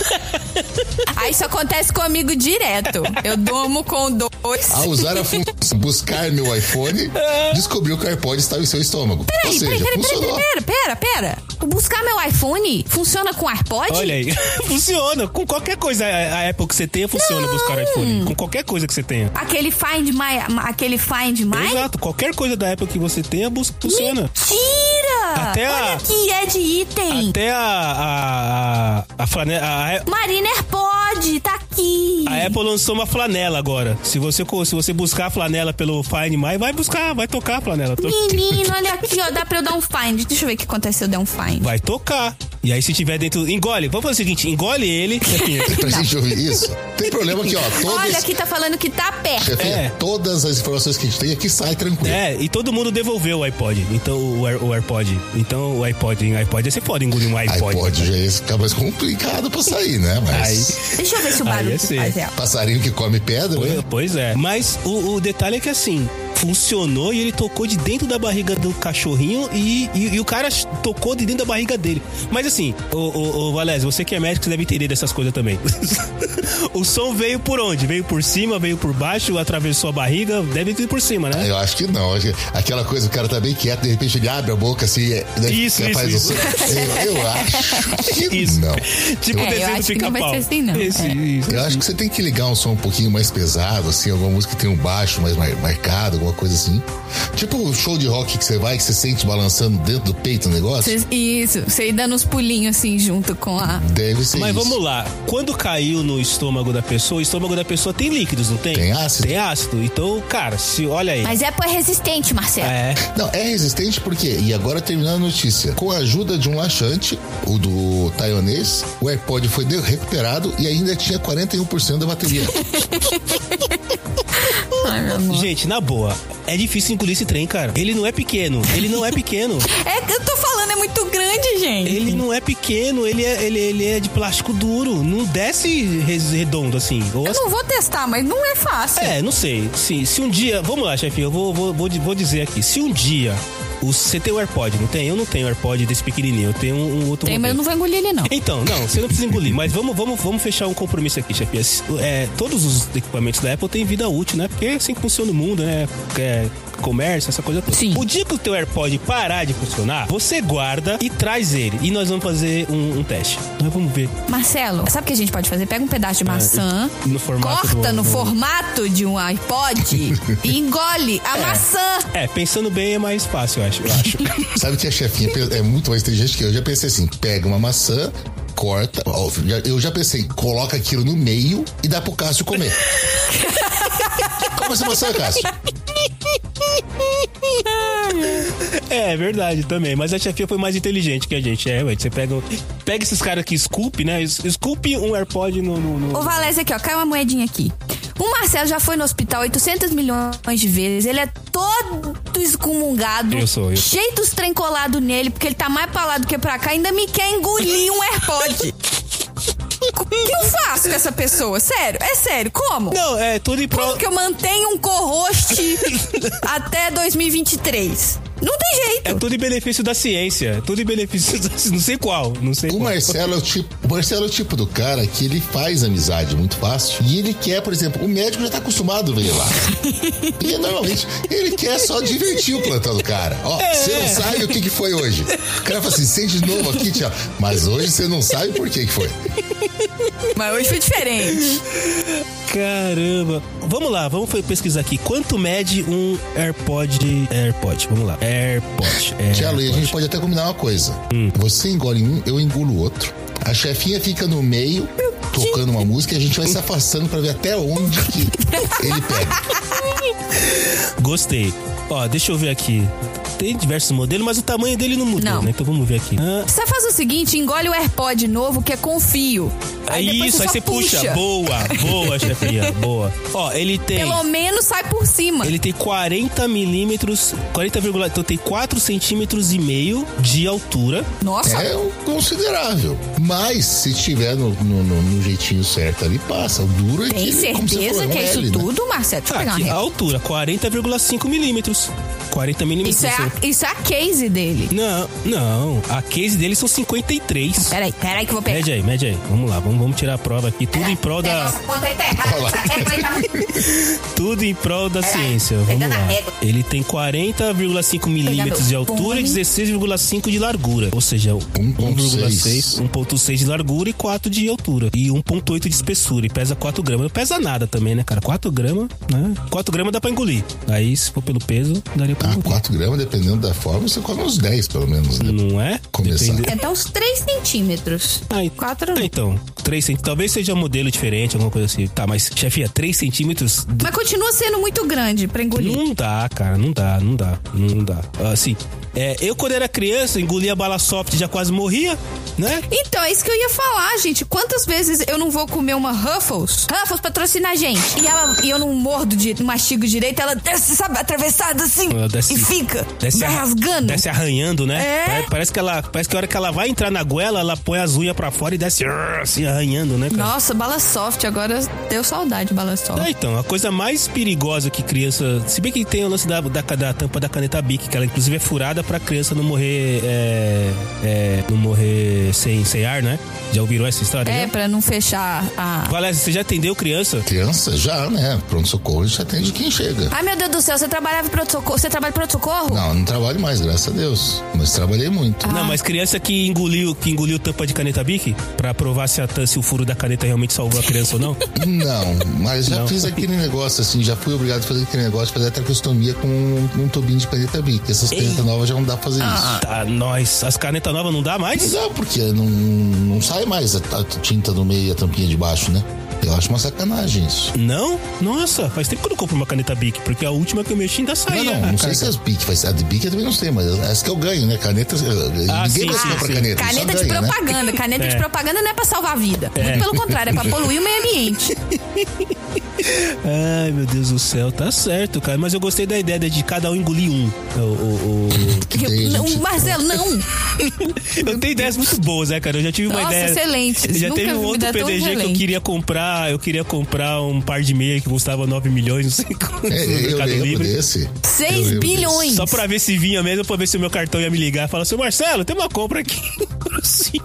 Speaker 2: Aí isso acontece comigo direto. Eu durmo com dois.
Speaker 7: Ao usar a função buscar meu iPhone,
Speaker 1: É.
Speaker 7: descobriu que o iPod estava em seu estômago. Ou
Speaker 2: Peraí,
Speaker 7: seja,
Speaker 2: peraí, peraí, peraí,
Speaker 7: funcionou.
Speaker 2: pera, pera, pera.
Speaker 5: Buscar meu iPhone funciona com AirPod?
Speaker 1: Olha aí, funciona. Com qualquer coisa, a a Apple que você tenha, funciona buscar o iPhone. Com qualquer coisa que você tenha.
Speaker 5: Aquele Find My. Aquele Find My?
Speaker 1: Exato, qualquer coisa da Apple que você tenha, bus- funciona.
Speaker 5: Tira!
Speaker 1: Até a-
Speaker 5: Olha que é de item.
Speaker 1: Até a. A, a, a, flane- a,
Speaker 5: Marina AirPod, tá aqui.
Speaker 1: a Apple lançou uma flanela agora. Se você, co- se você buscar a flanela pelo Find My, vai buscar, vai tocar a flanela. To-
Speaker 5: Menino, olha aqui, ó. Dá pra eu dar um find. Deixa eu ver o que acontece se eu der um find.
Speaker 1: Vai tocar. E aí, se tiver dentro. Engole. Vamos fazer o seguinte: engole ele.
Speaker 7: Pra gente ouvir isso. Tem problema aqui, ó.
Speaker 5: Olha,
Speaker 7: Todas,
Speaker 5: aqui tá falando que tá perto.
Speaker 7: chefinha,
Speaker 1: É.
Speaker 7: todas as informações que a gente tem aqui sai tranquilo.
Speaker 1: É, e todo mundo devolveu o iPod. Então, o, Air- o AirPod. Então, o iPod. O iPod, você pode engolir um iPod.
Speaker 7: iPod, já ia ficar mais complicado pra sair, né? Mas.
Speaker 5: Deixa eu ver se o barulho
Speaker 1: Aí é
Speaker 5: que
Speaker 1: sim.
Speaker 5: faz é.
Speaker 7: Passarinho que come pedra, né?
Speaker 1: Pois, pois é. Mas o, o detalhe é que assim, funcionou e ele tocou de dentro da barriga do cachorrinho e, e, e o cara tocou de dentro da barriga dele. Mas assim, ô, ô, ô Valézio, você que é médico, você deve entender dessas coisas também. o som veio por onde? Veio por cima, veio por baixo, atravessou a barriga, deve ter por cima, né?
Speaker 7: Eu acho que não. Acho que Aquela coisa, o cara tá bem quieto, de repente ele abre a boca assim, é, né,
Speaker 1: Isso,
Speaker 7: que
Speaker 1: isso,
Speaker 7: faz
Speaker 1: isso.
Speaker 7: o som. Eu, eu acho que
Speaker 1: Isso.
Speaker 7: não.
Speaker 1: Tipo
Speaker 2: É,
Speaker 1: o
Speaker 2: eu
Speaker 1: desenho do
Speaker 2: acho que não vai
Speaker 1: pica-pau.
Speaker 2: ser assim, não.
Speaker 1: Esse- isso.
Speaker 7: Eu acho que você tem que ligar um som um pouquinho mais pesado, assim, alguma música que tem um baixo mais mar- marcado, alguma alguma coisa assim. Tipo o show de rock que você vai, que você sente balançando dentro do peito o negócio.
Speaker 2: Cês- Isso, você ir dando uns pulinhos assim junto com a.
Speaker 7: Deve ser
Speaker 1: Mas
Speaker 7: isso.
Speaker 1: vamos lá, quando caiu no estômago da pessoa, o estômago da pessoa tem líquidos, não tem?
Speaker 7: Tem ácido.
Speaker 1: Tem ácido. Então, cara, se olha aí.
Speaker 5: Mas é pô, é resistente, Marcelo.
Speaker 1: É.
Speaker 7: Não, é resistente porque, e agora terminando a notícia, com a ajuda de um laxante, o do taiwanês, o AirPod foi de- recuperado e ainda tinha 41% da bateria.
Speaker 1: Gente, na boa, é difícil engolir esse trem, cara. Ele não é pequeno, ele não é pequeno.
Speaker 2: É, eu tô falando, é muito grande, gente.
Speaker 1: Ele não é pequeno, ele é, ele, ele é de plástico duro. Não desce res- redondo assim. Ou
Speaker 2: Eu
Speaker 1: assim-
Speaker 2: não vou testar, mas não é fácil.
Speaker 1: É, não sei. Se, se um dia. Vamos lá, chefinho, eu vou, vou, vou, di- vou dizer aqui. Se um dia. o- Você tem o AirPod, não tem? Eu não tenho AirPod desse pequenininho, eu tenho um, um outro
Speaker 2: Tem, mas eu
Speaker 1: modelo.
Speaker 2: não vou engolir ele, não.
Speaker 1: Então, não, você não precisa engolir, mas vamos, vamos, vamos fechar um compromisso aqui, chefia. S- É, todos os equipamentos da Apple têm vida útil, né? Porque é assim que funciona o mundo, né? É, comércio, essa coisa toda.
Speaker 2: Sim.
Speaker 1: O dia que o teu AirPod parar de funcionar, você guarda e traz ele. E nós vamos fazer um, um teste. Nós vamos ver.
Speaker 2: Marcelo, sabe o que a gente pode fazer? Pega um pedaço de maçã,
Speaker 1: É, no formato
Speaker 2: corta
Speaker 1: do-
Speaker 2: no
Speaker 1: do-
Speaker 2: formato de um iPod e engole a maçã.
Speaker 1: É, pensando bem é mais fácil, eu acho. Eu acho.
Speaker 7: Sabe que a chefinha pe- é muito mais inteligente que eu. Eu já pensei assim: pega uma maçã, corta. ó, já- Eu já pensei, coloca aquilo no meio e dá pro Cássio comer. Como essa maçã, Cássio?
Speaker 1: É verdade também, mas a chefia foi mais inteligente que a gente. É, ué, você pega, um- pega esses caras que esculpe, né? Es- Esculpe um AirPod no. no- no-
Speaker 2: Ô, Valézio, aqui, ó, cai uma moedinha aqui. O Marcelo já foi no hospital 800 milhões de vezes. Ele é todo excomungado.
Speaker 1: Eu sou, eu sou.
Speaker 2: Cheio dos trem colado nele, porque ele tá mais pra lá do que pra cá. Ainda me quer engolir um AirPod. O que eu faço com essa pessoa? Sério? É sério? Como?
Speaker 1: Não, é tudo em prol.
Speaker 2: Como que eu mantenho um co-host até 2023? Não tem jeito.
Speaker 1: É tudo em benefício da ciência. é Tudo em benefício da Não sei qual. Não sei
Speaker 7: O
Speaker 1: qual.
Speaker 7: Marcelo, é o tipo, o Marcelo é o tipo do cara que ele faz amizade muito fácil. E ele quer, por exemplo, o médico já tá acostumado a ver ele lá. Porque normalmente ele quer só divertir o plantão do cara. Ó, você não sabe o que, que foi hoje. O cara fala assim: sente de novo aqui, tchau. Mas hoje você não sabe por que, que foi.
Speaker 2: Mas hoje foi diferente.
Speaker 1: Caramba. Vamos lá, vamos fe- pesquisar aqui. Quanto mede um AirPod. AirPod, vamos lá. AirPod.
Speaker 7: Tchelo, e a gente
Speaker 1: AirPod.
Speaker 7: pode até combinar uma coisa. Você engole um, eu engulo o outro. A chefinha fica no meio, tocando uma música, e a gente vai se afastando pra ver até onde que ele pega.
Speaker 1: Gostei. Ó, deixa eu ver aqui. Tem diversos modelos, mas o tamanho dele não mudou,
Speaker 2: Não.
Speaker 1: né? Então vamos ver aqui. Ah,
Speaker 2: Você faz o seguinte, engole o AirPod novo, que é confio.
Speaker 1: aí
Speaker 2: depois
Speaker 1: isso, aí
Speaker 2: só
Speaker 1: você puxa. Boa, boa, chefia. Boa. Ó, ele tem.
Speaker 2: Pelo menos sai por cima.
Speaker 1: Ele tem 40 milímetros, 40, então tem 4 centímetros e meio de altura.
Speaker 2: Nossa,
Speaker 7: É um considerável. Mas se tiver no, no- no- no jeitinho certo ali, passa. O duro é que
Speaker 2: tem
Speaker 7: ele- como você
Speaker 2: certeza
Speaker 7: falou,
Speaker 2: que
Speaker 7: um
Speaker 2: é isso
Speaker 7: L, né?
Speaker 2: tudo, Marcelo? Deixa eu
Speaker 1: Ah,
Speaker 2: pegar uma
Speaker 1: aqui, a
Speaker 2: régua.
Speaker 1: altura, 40,5 milímetros. 40 milímetros.
Speaker 2: Isso é, a, isso é a case dele.
Speaker 1: Não, não. A case dele são 53.
Speaker 2: Peraí, peraí que eu vou pegar.
Speaker 1: Mede aí, mede aí. Vamos lá, vamos, vamos tirar a prova aqui. Tudo em prol da,
Speaker 7: Olha lá.
Speaker 1: tudo em prol da ciência. Vamos lá. Ele tem 40,5 milímetros de altura e 16,5 de largura. Ou seja, 1,6, 1,6 de largura e 4 de altura. E 1,8 de espessura. E pesa 4 gramas. Não pesa nada também, né, cara? 4 gramas, né? 4 gramas dá pra engolir. Aí, se for pelo peso, daria pra
Speaker 7: Ah,
Speaker 1: engolir.
Speaker 7: 4 gramas, dependendo da forma, você come uns 10, pelo menos, né?
Speaker 1: Não é?
Speaker 7: Começar.
Speaker 1: Depende-
Speaker 5: Até uns 3 centímetros.
Speaker 1: Ah, e-
Speaker 5: Quatro.
Speaker 1: Ah, então, 3 centímetros. Talvez seja um modelo diferente, alguma coisa assim. Tá, mas, chefia, 3 centímetros do-
Speaker 2: Mas continua sendo muito grande pra engolir.
Speaker 1: Não dá, cara, não dá, não dá, não dá. Assim, é, eu quando era criança, engolia bala soft e já quase morria, né?
Speaker 2: Então, é isso que eu ia falar, gente. Quantas vezes eu não vou comer uma Ruffles? Ruffles patrocina a gente. E, ela, e eu não mordo, de, não mastigo direito. Ela desce, sabe, atravessada assim.
Speaker 1: Ela desce-
Speaker 2: e fica.
Speaker 1: Desce,
Speaker 2: vai
Speaker 1: arra-
Speaker 2: rasgando.
Speaker 1: desce arranhando, né?
Speaker 2: É.
Speaker 1: Pare- Parece que ela, parece que a hora que ela vai entrar na goela, ela põe as unhas pra fora e desce arr, assim arranhando, né? cara?
Speaker 2: Nossa, bala soft. Agora deu saudade de bala soft.
Speaker 1: Ah, então, a coisa mais perigosa que criança. Se bem que tem o lance da, da, da tampa da caneta Bic, que ela inclusive é furada pra criança não morrer. É, é, não morrer sem, sem ar, né? Já ouviram essa história?
Speaker 2: É,
Speaker 1: né?
Speaker 2: pra não fechar a.
Speaker 1: Valéria, você já atendeu criança?
Speaker 7: Criança, já, né? Pronto-socorro, já atende quem chega.
Speaker 2: Ah. Ai, meu Deus do céu, você trabalhava em pronto-socorro. Você
Speaker 5: trabalha para socorro?
Speaker 7: Não, não trabalho mais, graças a Deus. Mas trabalhei muito.
Speaker 1: Não, mas criança que engoliu, que engoliu tampa de caneta Bic pra provar se, a, tan- se o furo da caneta realmente salvou a criança ou não.
Speaker 7: Não, mas já
Speaker 1: Não.
Speaker 7: fiz aquele negócio assim, já fui obrigado a fazer aquele negócio, de fazer tracostomia com um, um tubinho de caneta bic. Essas canetas novas já não dá pra fazer isso.
Speaker 1: Tá, nós. As canetas novas não dá mais?
Speaker 7: Não, porque não, não sai mais a, a tinta do meio e a tampinha de baixo, né? Eu acho uma sacanagem isso.
Speaker 1: Não? Nossa, faz tempo que eu não compro uma caneta Bic, porque é a última que eu mexi ainda
Speaker 7: Não,
Speaker 1: saía.
Speaker 7: não, não sei se as bic, faz- a de bic eu também não sei, mas essa que eu ganho, né? Caneta, eh,
Speaker 1: Ah,
Speaker 7: ninguém
Speaker 1: sim,
Speaker 7: vai
Speaker 1: sim,
Speaker 7: ficar pra
Speaker 1: sim.
Speaker 7: caneta. só
Speaker 5: Caneta de
Speaker 7: ganha, né?
Speaker 5: propaganda. Caneta de
Speaker 1: É.
Speaker 5: propaganda não é pra salvar a vida. Muito pelo contrário, é pra poluir o meio ambiente.
Speaker 1: Ai, meu Deus do céu, tá certo, cara. Mas eu gostei da ideia de cada um engolir um. Eu, eu- eu-
Speaker 7: Que é daí a
Speaker 5: Não,
Speaker 7: gente-
Speaker 5: Marcelo, não.
Speaker 1: eu tenho ideias muito boas, né, cara? Eu já tive uma
Speaker 5: Nossa,
Speaker 1: ideia.
Speaker 5: excelente.
Speaker 1: Eu já
Speaker 5: Nunca
Speaker 1: teve um
Speaker 5: vi
Speaker 1: outro
Speaker 5: ideia tão
Speaker 1: PDG que eu
Speaker 5: excelente.
Speaker 1: queria comprar. Eu queria comprar um par de meia que custava 9 milhões, não sei quanto.
Speaker 7: É,
Speaker 1: no
Speaker 7: eu
Speaker 1: Mercado
Speaker 7: lembro
Speaker 1: Livre.
Speaker 7: desse. Eu
Speaker 5: 6
Speaker 7: lembro
Speaker 5: bilhões.
Speaker 1: Só pra ver se vinha mesmo, pra ver se o meu cartão ia me ligar. Fala, seu Marcelo, tem uma compra aqui pro senhor.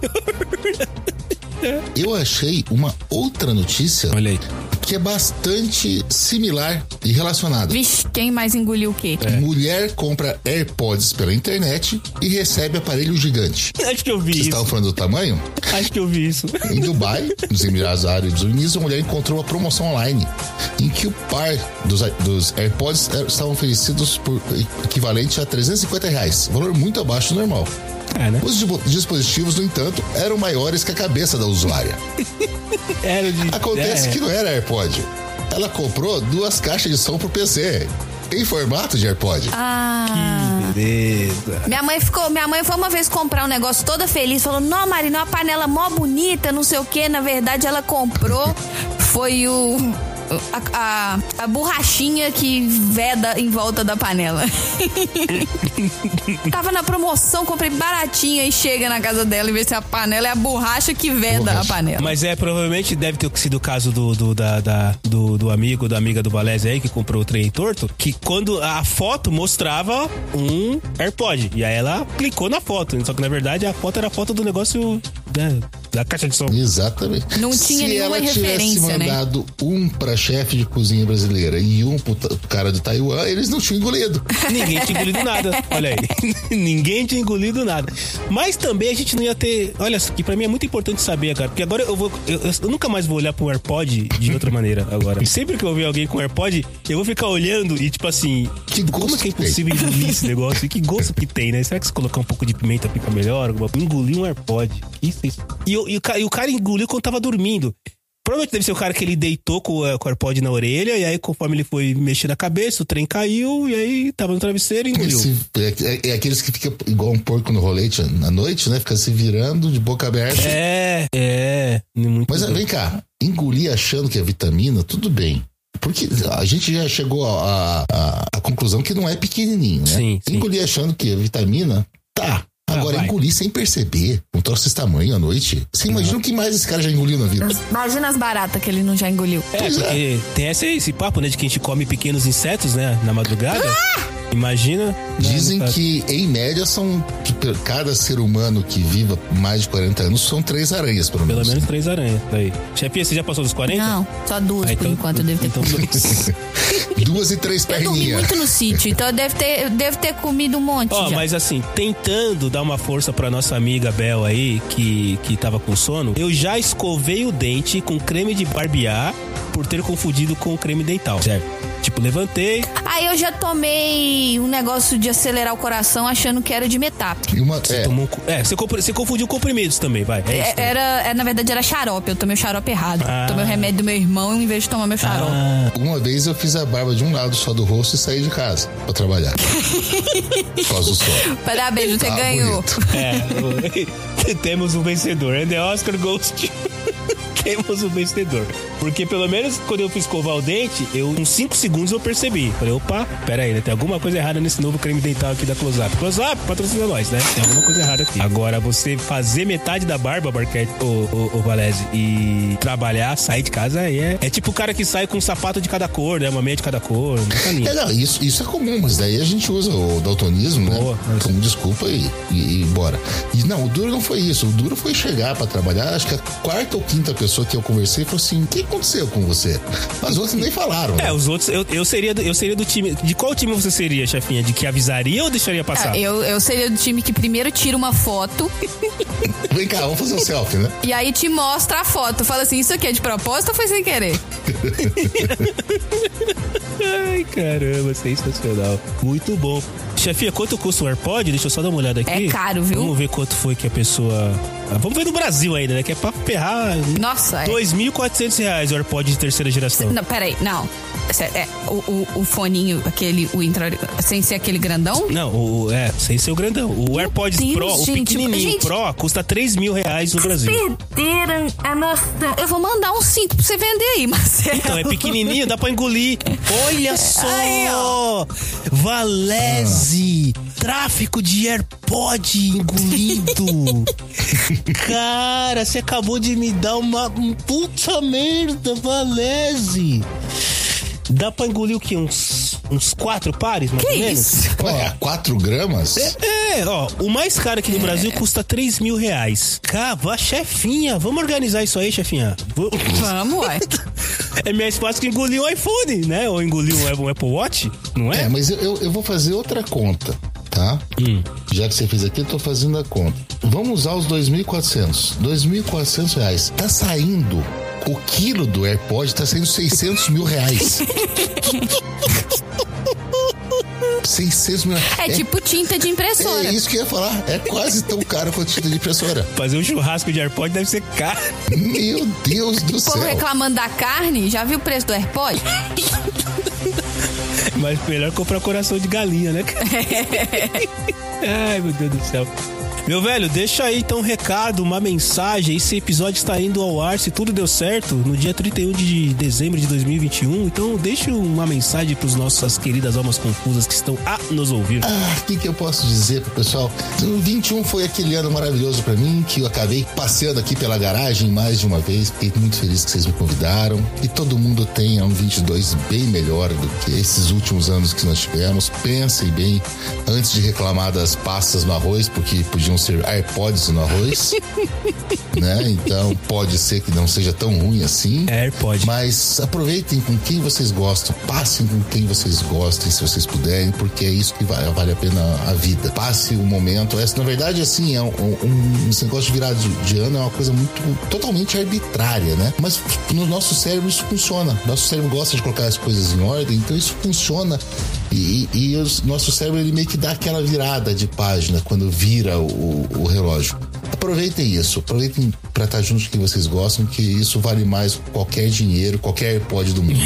Speaker 7: Eu achei uma outra notícia
Speaker 1: Olha aí.
Speaker 7: que é bastante similar e relacionada.
Speaker 5: Vixe, quem mais engoliu o quê?
Speaker 7: É.
Speaker 1: É.
Speaker 7: Mulher compra AirPods pela internet e recebe aparelho gigante.
Speaker 1: Acho que eu vi
Speaker 7: Vocês
Speaker 1: isso.
Speaker 7: estavam falando do tamanho?
Speaker 1: Acho que eu vi isso.
Speaker 7: Em Dubai, nos Emirados Árabes Unidos, uma mulher encontrou uma promoção online em que o par dos, dos AirPods eh, estavam oferecidos por equivalente a 350 reais, valor muito abaixo do normal.
Speaker 1: É, né?
Speaker 7: Os dibo- dispositivos, no entanto, eram maiores que a cabeça da usuária.
Speaker 1: Era de...
Speaker 7: Acontece
Speaker 1: é.
Speaker 7: que não era AirPod. Ela comprou duas caixas de som pro PC, em formato de AirPod.
Speaker 1: Beleza.
Speaker 5: Minha mãe ficou, minha mãe foi uma vez comprar um negócio toda feliz, falou: "Não, Marina, uma panela mó bonita, não sei o quê". Na verdade, ela comprou foi o a, a- a borrachinha que veda em volta da panela. Tava na promoção, comprei baratinha e chega na casa dela e vê se a panela é a borracha que veda a
Speaker 7: Borracha.
Speaker 5: panela.
Speaker 1: Mas é, provavelmente deve ter sido o caso do, do, da, da- do, do amigo, da amiga do Balese aí, que comprou o trem torto, que quando a foto mostrava um AirPod. E aí ela clicou na foto. né? Só que na verdade a foto era a foto do negócio né, da caixa de som.
Speaker 7: Exatamente.
Speaker 5: Não tinha
Speaker 7: Se
Speaker 5: nenhuma
Speaker 7: ela tivesse
Speaker 5: referência, né?
Speaker 7: mandado um pra chefe de cozinha brasileira e um pro ta- pro cara de Taiwan, eles não tinham engolido.
Speaker 1: Ninguém tinha engolido nada. Olha aí. Ninguém tinha engolido nada. Mas também a gente não ia ter. Olha, isso aqui pra mim é muito importante saber, cara. Porque agora eu vou. Eu, eu nunca mais vou olhar pro AirPod de outra maneira agora. Sempre que eu ver alguém com AirPod, eu vou ficar olhando e tipo assim.
Speaker 7: Que
Speaker 1: Como
Speaker 7: gosto
Speaker 1: é que é
Speaker 7: que tem?
Speaker 1: impossível engolir esse negócio? E que gosto que tem, né? Será que se colocar um pouco de pimenta fica melhor? Alguma- Engolir um AirPod. Isso, isso. E, eu- e o, ca- e o cara engoliu quando tava dormindo. Provavelmente deve ser o cara que ele deitou com, o- eh, com o AirPod na orelha, e aí conforme ele foi mexendo a cabeça, o trem caiu, e aí tava no travesseiro e engoliu.
Speaker 7: Esse- é, é- é aqueles que ficam igual um porco no rolete na noite, né? Fica se virando de boca aberta.
Speaker 1: É, é. Muito
Speaker 7: Mas ah,
Speaker 1: bem.
Speaker 7: vem cá, engolir achando que é vitamina, tudo bem. Porque a gente já chegou à à- à conclusão que não é pequenininho, né?
Speaker 1: Sim, sim.
Speaker 7: Engolir achando que é vitamina, tá.
Speaker 5: Ah,
Speaker 7: Agora,
Speaker 1: vai.
Speaker 7: engolir sem perceber um troço desse tamanho à noite. Você imagina o que mais esse cara já engoliu na vida?
Speaker 5: Imagina as baratas que ele não já engoliu.
Speaker 1: É,
Speaker 7: Pois é.
Speaker 1: porque tem esse, esse papo, né, de que a gente come pequenos insetos, né, na madrugada. Imagina.
Speaker 7: Ah! Dizem
Speaker 1: né,
Speaker 7: que, em média, são. per- Cada ser humano que viva mais de 40 anos são três aranhas, pelo
Speaker 1: Pelo
Speaker 7: menos.
Speaker 1: menos três aranhas. Aí. Chefinha, você já passou dos 40?
Speaker 5: Não, só duas
Speaker 1: Ah,
Speaker 5: por enquanto eu devo ter
Speaker 1: então dois.
Speaker 7: Duas e três
Speaker 5: Eu dormi
Speaker 7: perninhas.
Speaker 5: muito no sítio, então eu devo ter, eu devo ter comido um monte.
Speaker 1: Ó,
Speaker 5: já.
Speaker 1: mas assim, tentando dar uma força pra nossa amiga Bel aí, que, que tava com sono, eu já escovei o dente com creme de barbear por ter confundido com creme dental. Certo. Tipo, levantei.
Speaker 5: Aí eu já tomei um negócio de acelerar o coração achando que era de metap.
Speaker 7: E uma, é,
Speaker 1: Tomou, um co- é, você, compre- você confundiu comprimidos também, vai. É isso.
Speaker 5: É, Era, é, na verdade era xarope, eu tomei o xarope errado.
Speaker 1: Ah.
Speaker 5: Tomei o remédio do meu irmão em vez de tomar meu xarope.
Speaker 7: uma vez eu fiz a barba de um lado só do rosto e saí de casa pra trabalhar. Por causa do sol.
Speaker 5: Parabéns, você
Speaker 7: Tá
Speaker 5: ganhou.
Speaker 7: bonito.
Speaker 1: É, temos um vencedor. And the Oscar goes to... temos um vencedor. Porque pelo menos quando eu fui escovar o dente, eu, uns 5 segundos eu percebi. Falei, opa, peraí, né? tem alguma coisa errada nesse novo creme dental aqui da Close-Up. Close-Up, patrocina nós, né? Tem alguma coisa errada aqui. Agora, você fazer metade da barba, Barquete, ou, Valese, e trabalhar, sair de casa, aí é... É tipo o cara que sai com um sapato de cada cor, né? Uma meia de cada cor, uma caninha.
Speaker 7: É, não, isso, isso é comum, mas daí a gente usa o daltonismo,
Speaker 1: Boa,
Speaker 7: né?
Speaker 1: mas-
Speaker 7: Como desculpa e, e, e bora. E não, o duro não foi isso. O duro foi chegar pra trabalhar. Acho que a quarta ou quinta pessoa que eu conversei falou assim: que aconteceu com você. Mas outros nem falaram.
Speaker 1: É,
Speaker 7: né?
Speaker 1: os outros, eu, eu, seria do, eu seria do time. De qual time você seria, chefinha? De que avisaria ou deixaria passar?
Speaker 2: Ah, eu, eu seria do time que primeiro tira uma foto
Speaker 7: Vem cá, vamos fazer um selfie, né?
Speaker 2: e aí te mostra a foto. Fala assim, isso aqui é de propósito ou foi sem querer?
Speaker 1: Ai, caramba, sensacional. Muito bom. Chefinha, quanto custa o AirPod? Deixa eu só dar uma olhada aqui.
Speaker 2: É caro, viu?
Speaker 1: Vamos ver quanto foi que a pessoa. Ah, Vamos ver no Brasil ainda, né? Que é pra ferrar.
Speaker 2: Nossa, é.
Speaker 1: R$ 2.400 reais o AirPod de terceira geração.
Speaker 2: Não, peraí, não. Cê- é, o, o, o foninho, aquele, o intra... sem ser aquele grandão?
Speaker 1: Não, o, é, sem ser o grandão. O AirPods
Speaker 2: Deus,
Speaker 1: Pro, o
Speaker 2: gente,
Speaker 1: pequenininho
Speaker 2: gente.
Speaker 1: Pro, custa 3 mil reais no Brasil.
Speaker 5: Perderam a noção.
Speaker 2: Eu vou mandar uns cinco pra você vender aí, Marcelo.
Speaker 1: Então, é pequenininho, dá pra engolir. Olha só!
Speaker 2: Aí,
Speaker 1: Valese!
Speaker 2: Ah.
Speaker 1: Tráfico de AirPod engolido! Cara, você acabou de me dar uma um puta merda, Valese! Dá pra engolir o quê? Uns, uns quatro pares, mais
Speaker 2: Que
Speaker 1: ou menos?
Speaker 2: isso?
Speaker 7: Ué, 4 É, gramas?
Speaker 1: É, ó, o mais caro
Speaker 2: É.
Speaker 1: aqui no Brasil custa 3 mil reais. Cava, chefinha, vamos organizar isso aí, chefinha. Vamos.
Speaker 2: Vamos, ué.
Speaker 1: É mais fácil que engolir um iPhone, né? Ou engolir um Apple- um Apple Watch, não é?
Speaker 7: É, mas eu, eu, eu vou fazer outra conta, tá? Já que você fez aqui, eu tô fazendo a conta. Vamos usar os 2.400. 2.400 reais. Tá saindo... O quilo do AirPod tá saindo 600 mil reais. 600 mil reais.
Speaker 2: É tipo tinta de impressora.
Speaker 7: É isso que eu ia falar. É quase tão caro quanto tinta de impressora.
Speaker 1: Fazer um churrasco de AirPod deve ser caro.
Speaker 7: Meu Deus do
Speaker 2: O é povo
Speaker 7: céu.
Speaker 2: reclamando da carne, já viu o preço do AirPod?
Speaker 1: Mas melhor comprar coração de galinha, né? cara? Ai, meu Deus do céu. Meu velho, deixa aí então um recado, uma mensagem. Esse episódio está indo ao ar, se tudo deu certo, no dia 31 de dezembro de 2021. Então, deixa uma mensagem para os nossas queridas almas confusas que estão a nos ouvir.
Speaker 7: Ah, o que, que eu posso dizer pro pessoal? O 21 foi aquele ano maravilhoso pra mim, que eu acabei passeando aqui pela garagem mais de uma vez. Fiquei muito feliz que vocês me convidaram. E todo mundo tenha um 22 bem melhor do que esses últimos anos que nós tivemos. Pensem bem antes de reclamar das pastas no arroz, porque podiam ser AirPods no arroz. né? Então pode ser que não seja tão ruim assim.
Speaker 1: É, AirPod.
Speaker 7: Mas aproveitem com quem vocês gostam, passem com quem vocês gostem, se vocês puderem, porque é isso que va- vale, a pena a vida. Passe o momento. Essa, na verdade, assim, é um, um- esse negócio de virar de, de ano é uma coisa muito totalmente arbitrária, né? Mas no nosso cérebro isso funciona. Nosso cérebro gosta de colocar as coisas em ordem, então isso funciona. E, e, e os- nosso cérebro ele meio que dá aquela virada de página quando vira o- o relógio. Aproveitem isso, aproveitem pra estar junto com quem vocês gostam, que isso vale mais que qualquer dinheiro, qualquer AirPod do mundo.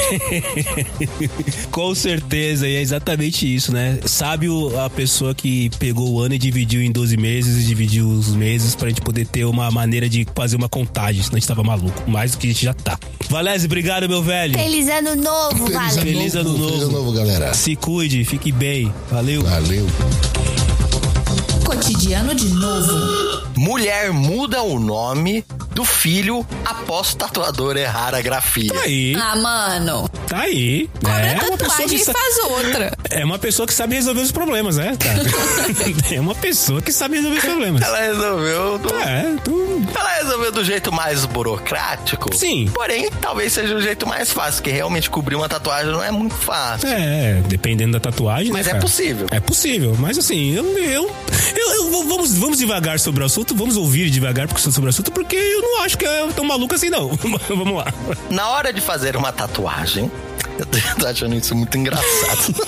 Speaker 1: Com certeza, e é exatamente isso, né? Sabe o- a pessoa que pegou o ano e dividiu em 12 meses e dividiu os meses pra gente poder ter uma maneira de fazer uma contagem, senão a gente tava maluco, mais do que a gente já tá. Valese, obrigado, meu velho.
Speaker 5: Feliz ano novo,
Speaker 7: Feliz
Speaker 5: valeu.
Speaker 1: Feliz ano novo.
Speaker 7: Feliz ano novo, galera.
Speaker 1: Se cuide, fique bem. Valeu.
Speaker 7: Valeu.
Speaker 8: Cotidiano de novo.
Speaker 9: Mulher muda o nome do filho após tatuador errar a grafia.
Speaker 1: Tá aí,
Speaker 2: Ah, mano.
Speaker 1: tá aí.
Speaker 2: Cobra
Speaker 1: É uma, pessoa
Speaker 2: tatuagem
Speaker 1: que
Speaker 2: e
Speaker 1: sa-
Speaker 2: faz outra.
Speaker 1: é uma pessoa que sabe resolver os problemas, né? Tá. é uma pessoa que sabe resolver os problemas.
Speaker 9: Ela resolveu. do-
Speaker 1: É, tu...
Speaker 9: Ela resolveu do jeito mais burocrático.
Speaker 1: Sim.
Speaker 9: Porém, talvez seja o jeito mais fácil, porque realmente cobrir uma tatuagem não é muito fácil.
Speaker 1: É, dependendo da tatuagem.
Speaker 9: Mas
Speaker 1: né,
Speaker 9: é
Speaker 1: cara?
Speaker 9: possível.
Speaker 1: É possível, mas assim, eu. eu, eu- eu- vou- vamos, vamos devagar sobre o assunto, vamos ouvir devagar porque- sobre o assunto, porque eu não acho que é tão maluco assim, não. vamos lá.
Speaker 9: Na hora de fazer uma tatuagem, eu tô achando isso muito engraçado.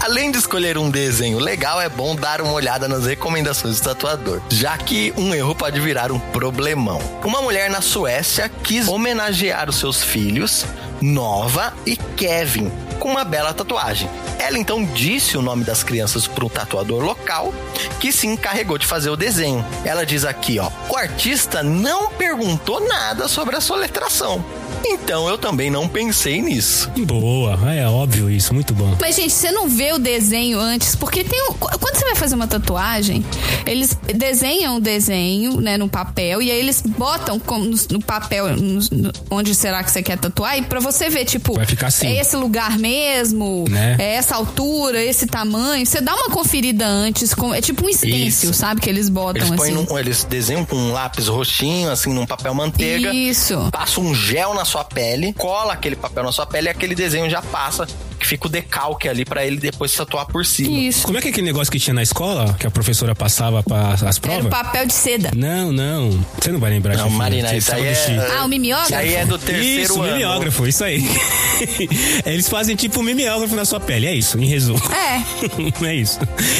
Speaker 9: Além de escolher um desenho legal, é bom dar uma olhada nas recomendações do tatuador, já que um erro pode virar um problemão. Uma mulher na Suécia quis homenagear os seus filhos, Nova e Kevin, com uma bela tatuagem. Ela então disse o nome das crianças para um tatuador local, que se encarregou de fazer o desenho. Ela diz aqui, ó, o artista não perguntou nada sobre a sua letração. Então eu também não pensei nisso.
Speaker 1: Boa, é óbvio isso, muito bom.
Speaker 2: Mas, gente, você não vê o desenho antes, porque tem um, qu- quando você vai fazer uma tatuagem, eles desenham o desenho, né, no papel, e aí eles botam com- no, no papel nos- no- onde será que você quer tatuar, e pra você ver, tipo,
Speaker 1: Vai ficar assim.
Speaker 2: é esse lugar mesmo,
Speaker 1: Né?
Speaker 2: é essa altura, esse tamanho. Você dá uma conferida antes, com, é tipo um stencil,
Speaker 9: Isso.
Speaker 2: sabe, que eles botam
Speaker 9: Eles, põem
Speaker 2: assim.
Speaker 9: num- eles desenham com um lápis roxinho, assim, num papel manteiga.
Speaker 2: Isso.
Speaker 9: Passa um gel na sua pele, cola aquele papel na sua pele e aquele desenho já passa, que fica o decalque ali pra ele depois tatuar por cima.
Speaker 2: Isso.
Speaker 1: Como é que é aquele negócio que tinha na escola, que a professora passava para as
Speaker 2: Era
Speaker 1: provas?
Speaker 2: o papel de seda.
Speaker 1: Não, não. Você não vai lembrar
Speaker 9: Não,
Speaker 1: chefinho.
Speaker 9: Marina,
Speaker 1: Você
Speaker 9: isso
Speaker 1: sabe
Speaker 9: aí
Speaker 1: desse-
Speaker 9: é.
Speaker 2: Ah, o mimeógrafo?
Speaker 9: Isso aí é do terceiro
Speaker 1: Isso,
Speaker 9: ano.
Speaker 1: mimeógrafo, isso aí. Eles fazem tipo um mimeógrafo na sua pele, é isso, em resumo.
Speaker 2: É.
Speaker 1: é isso.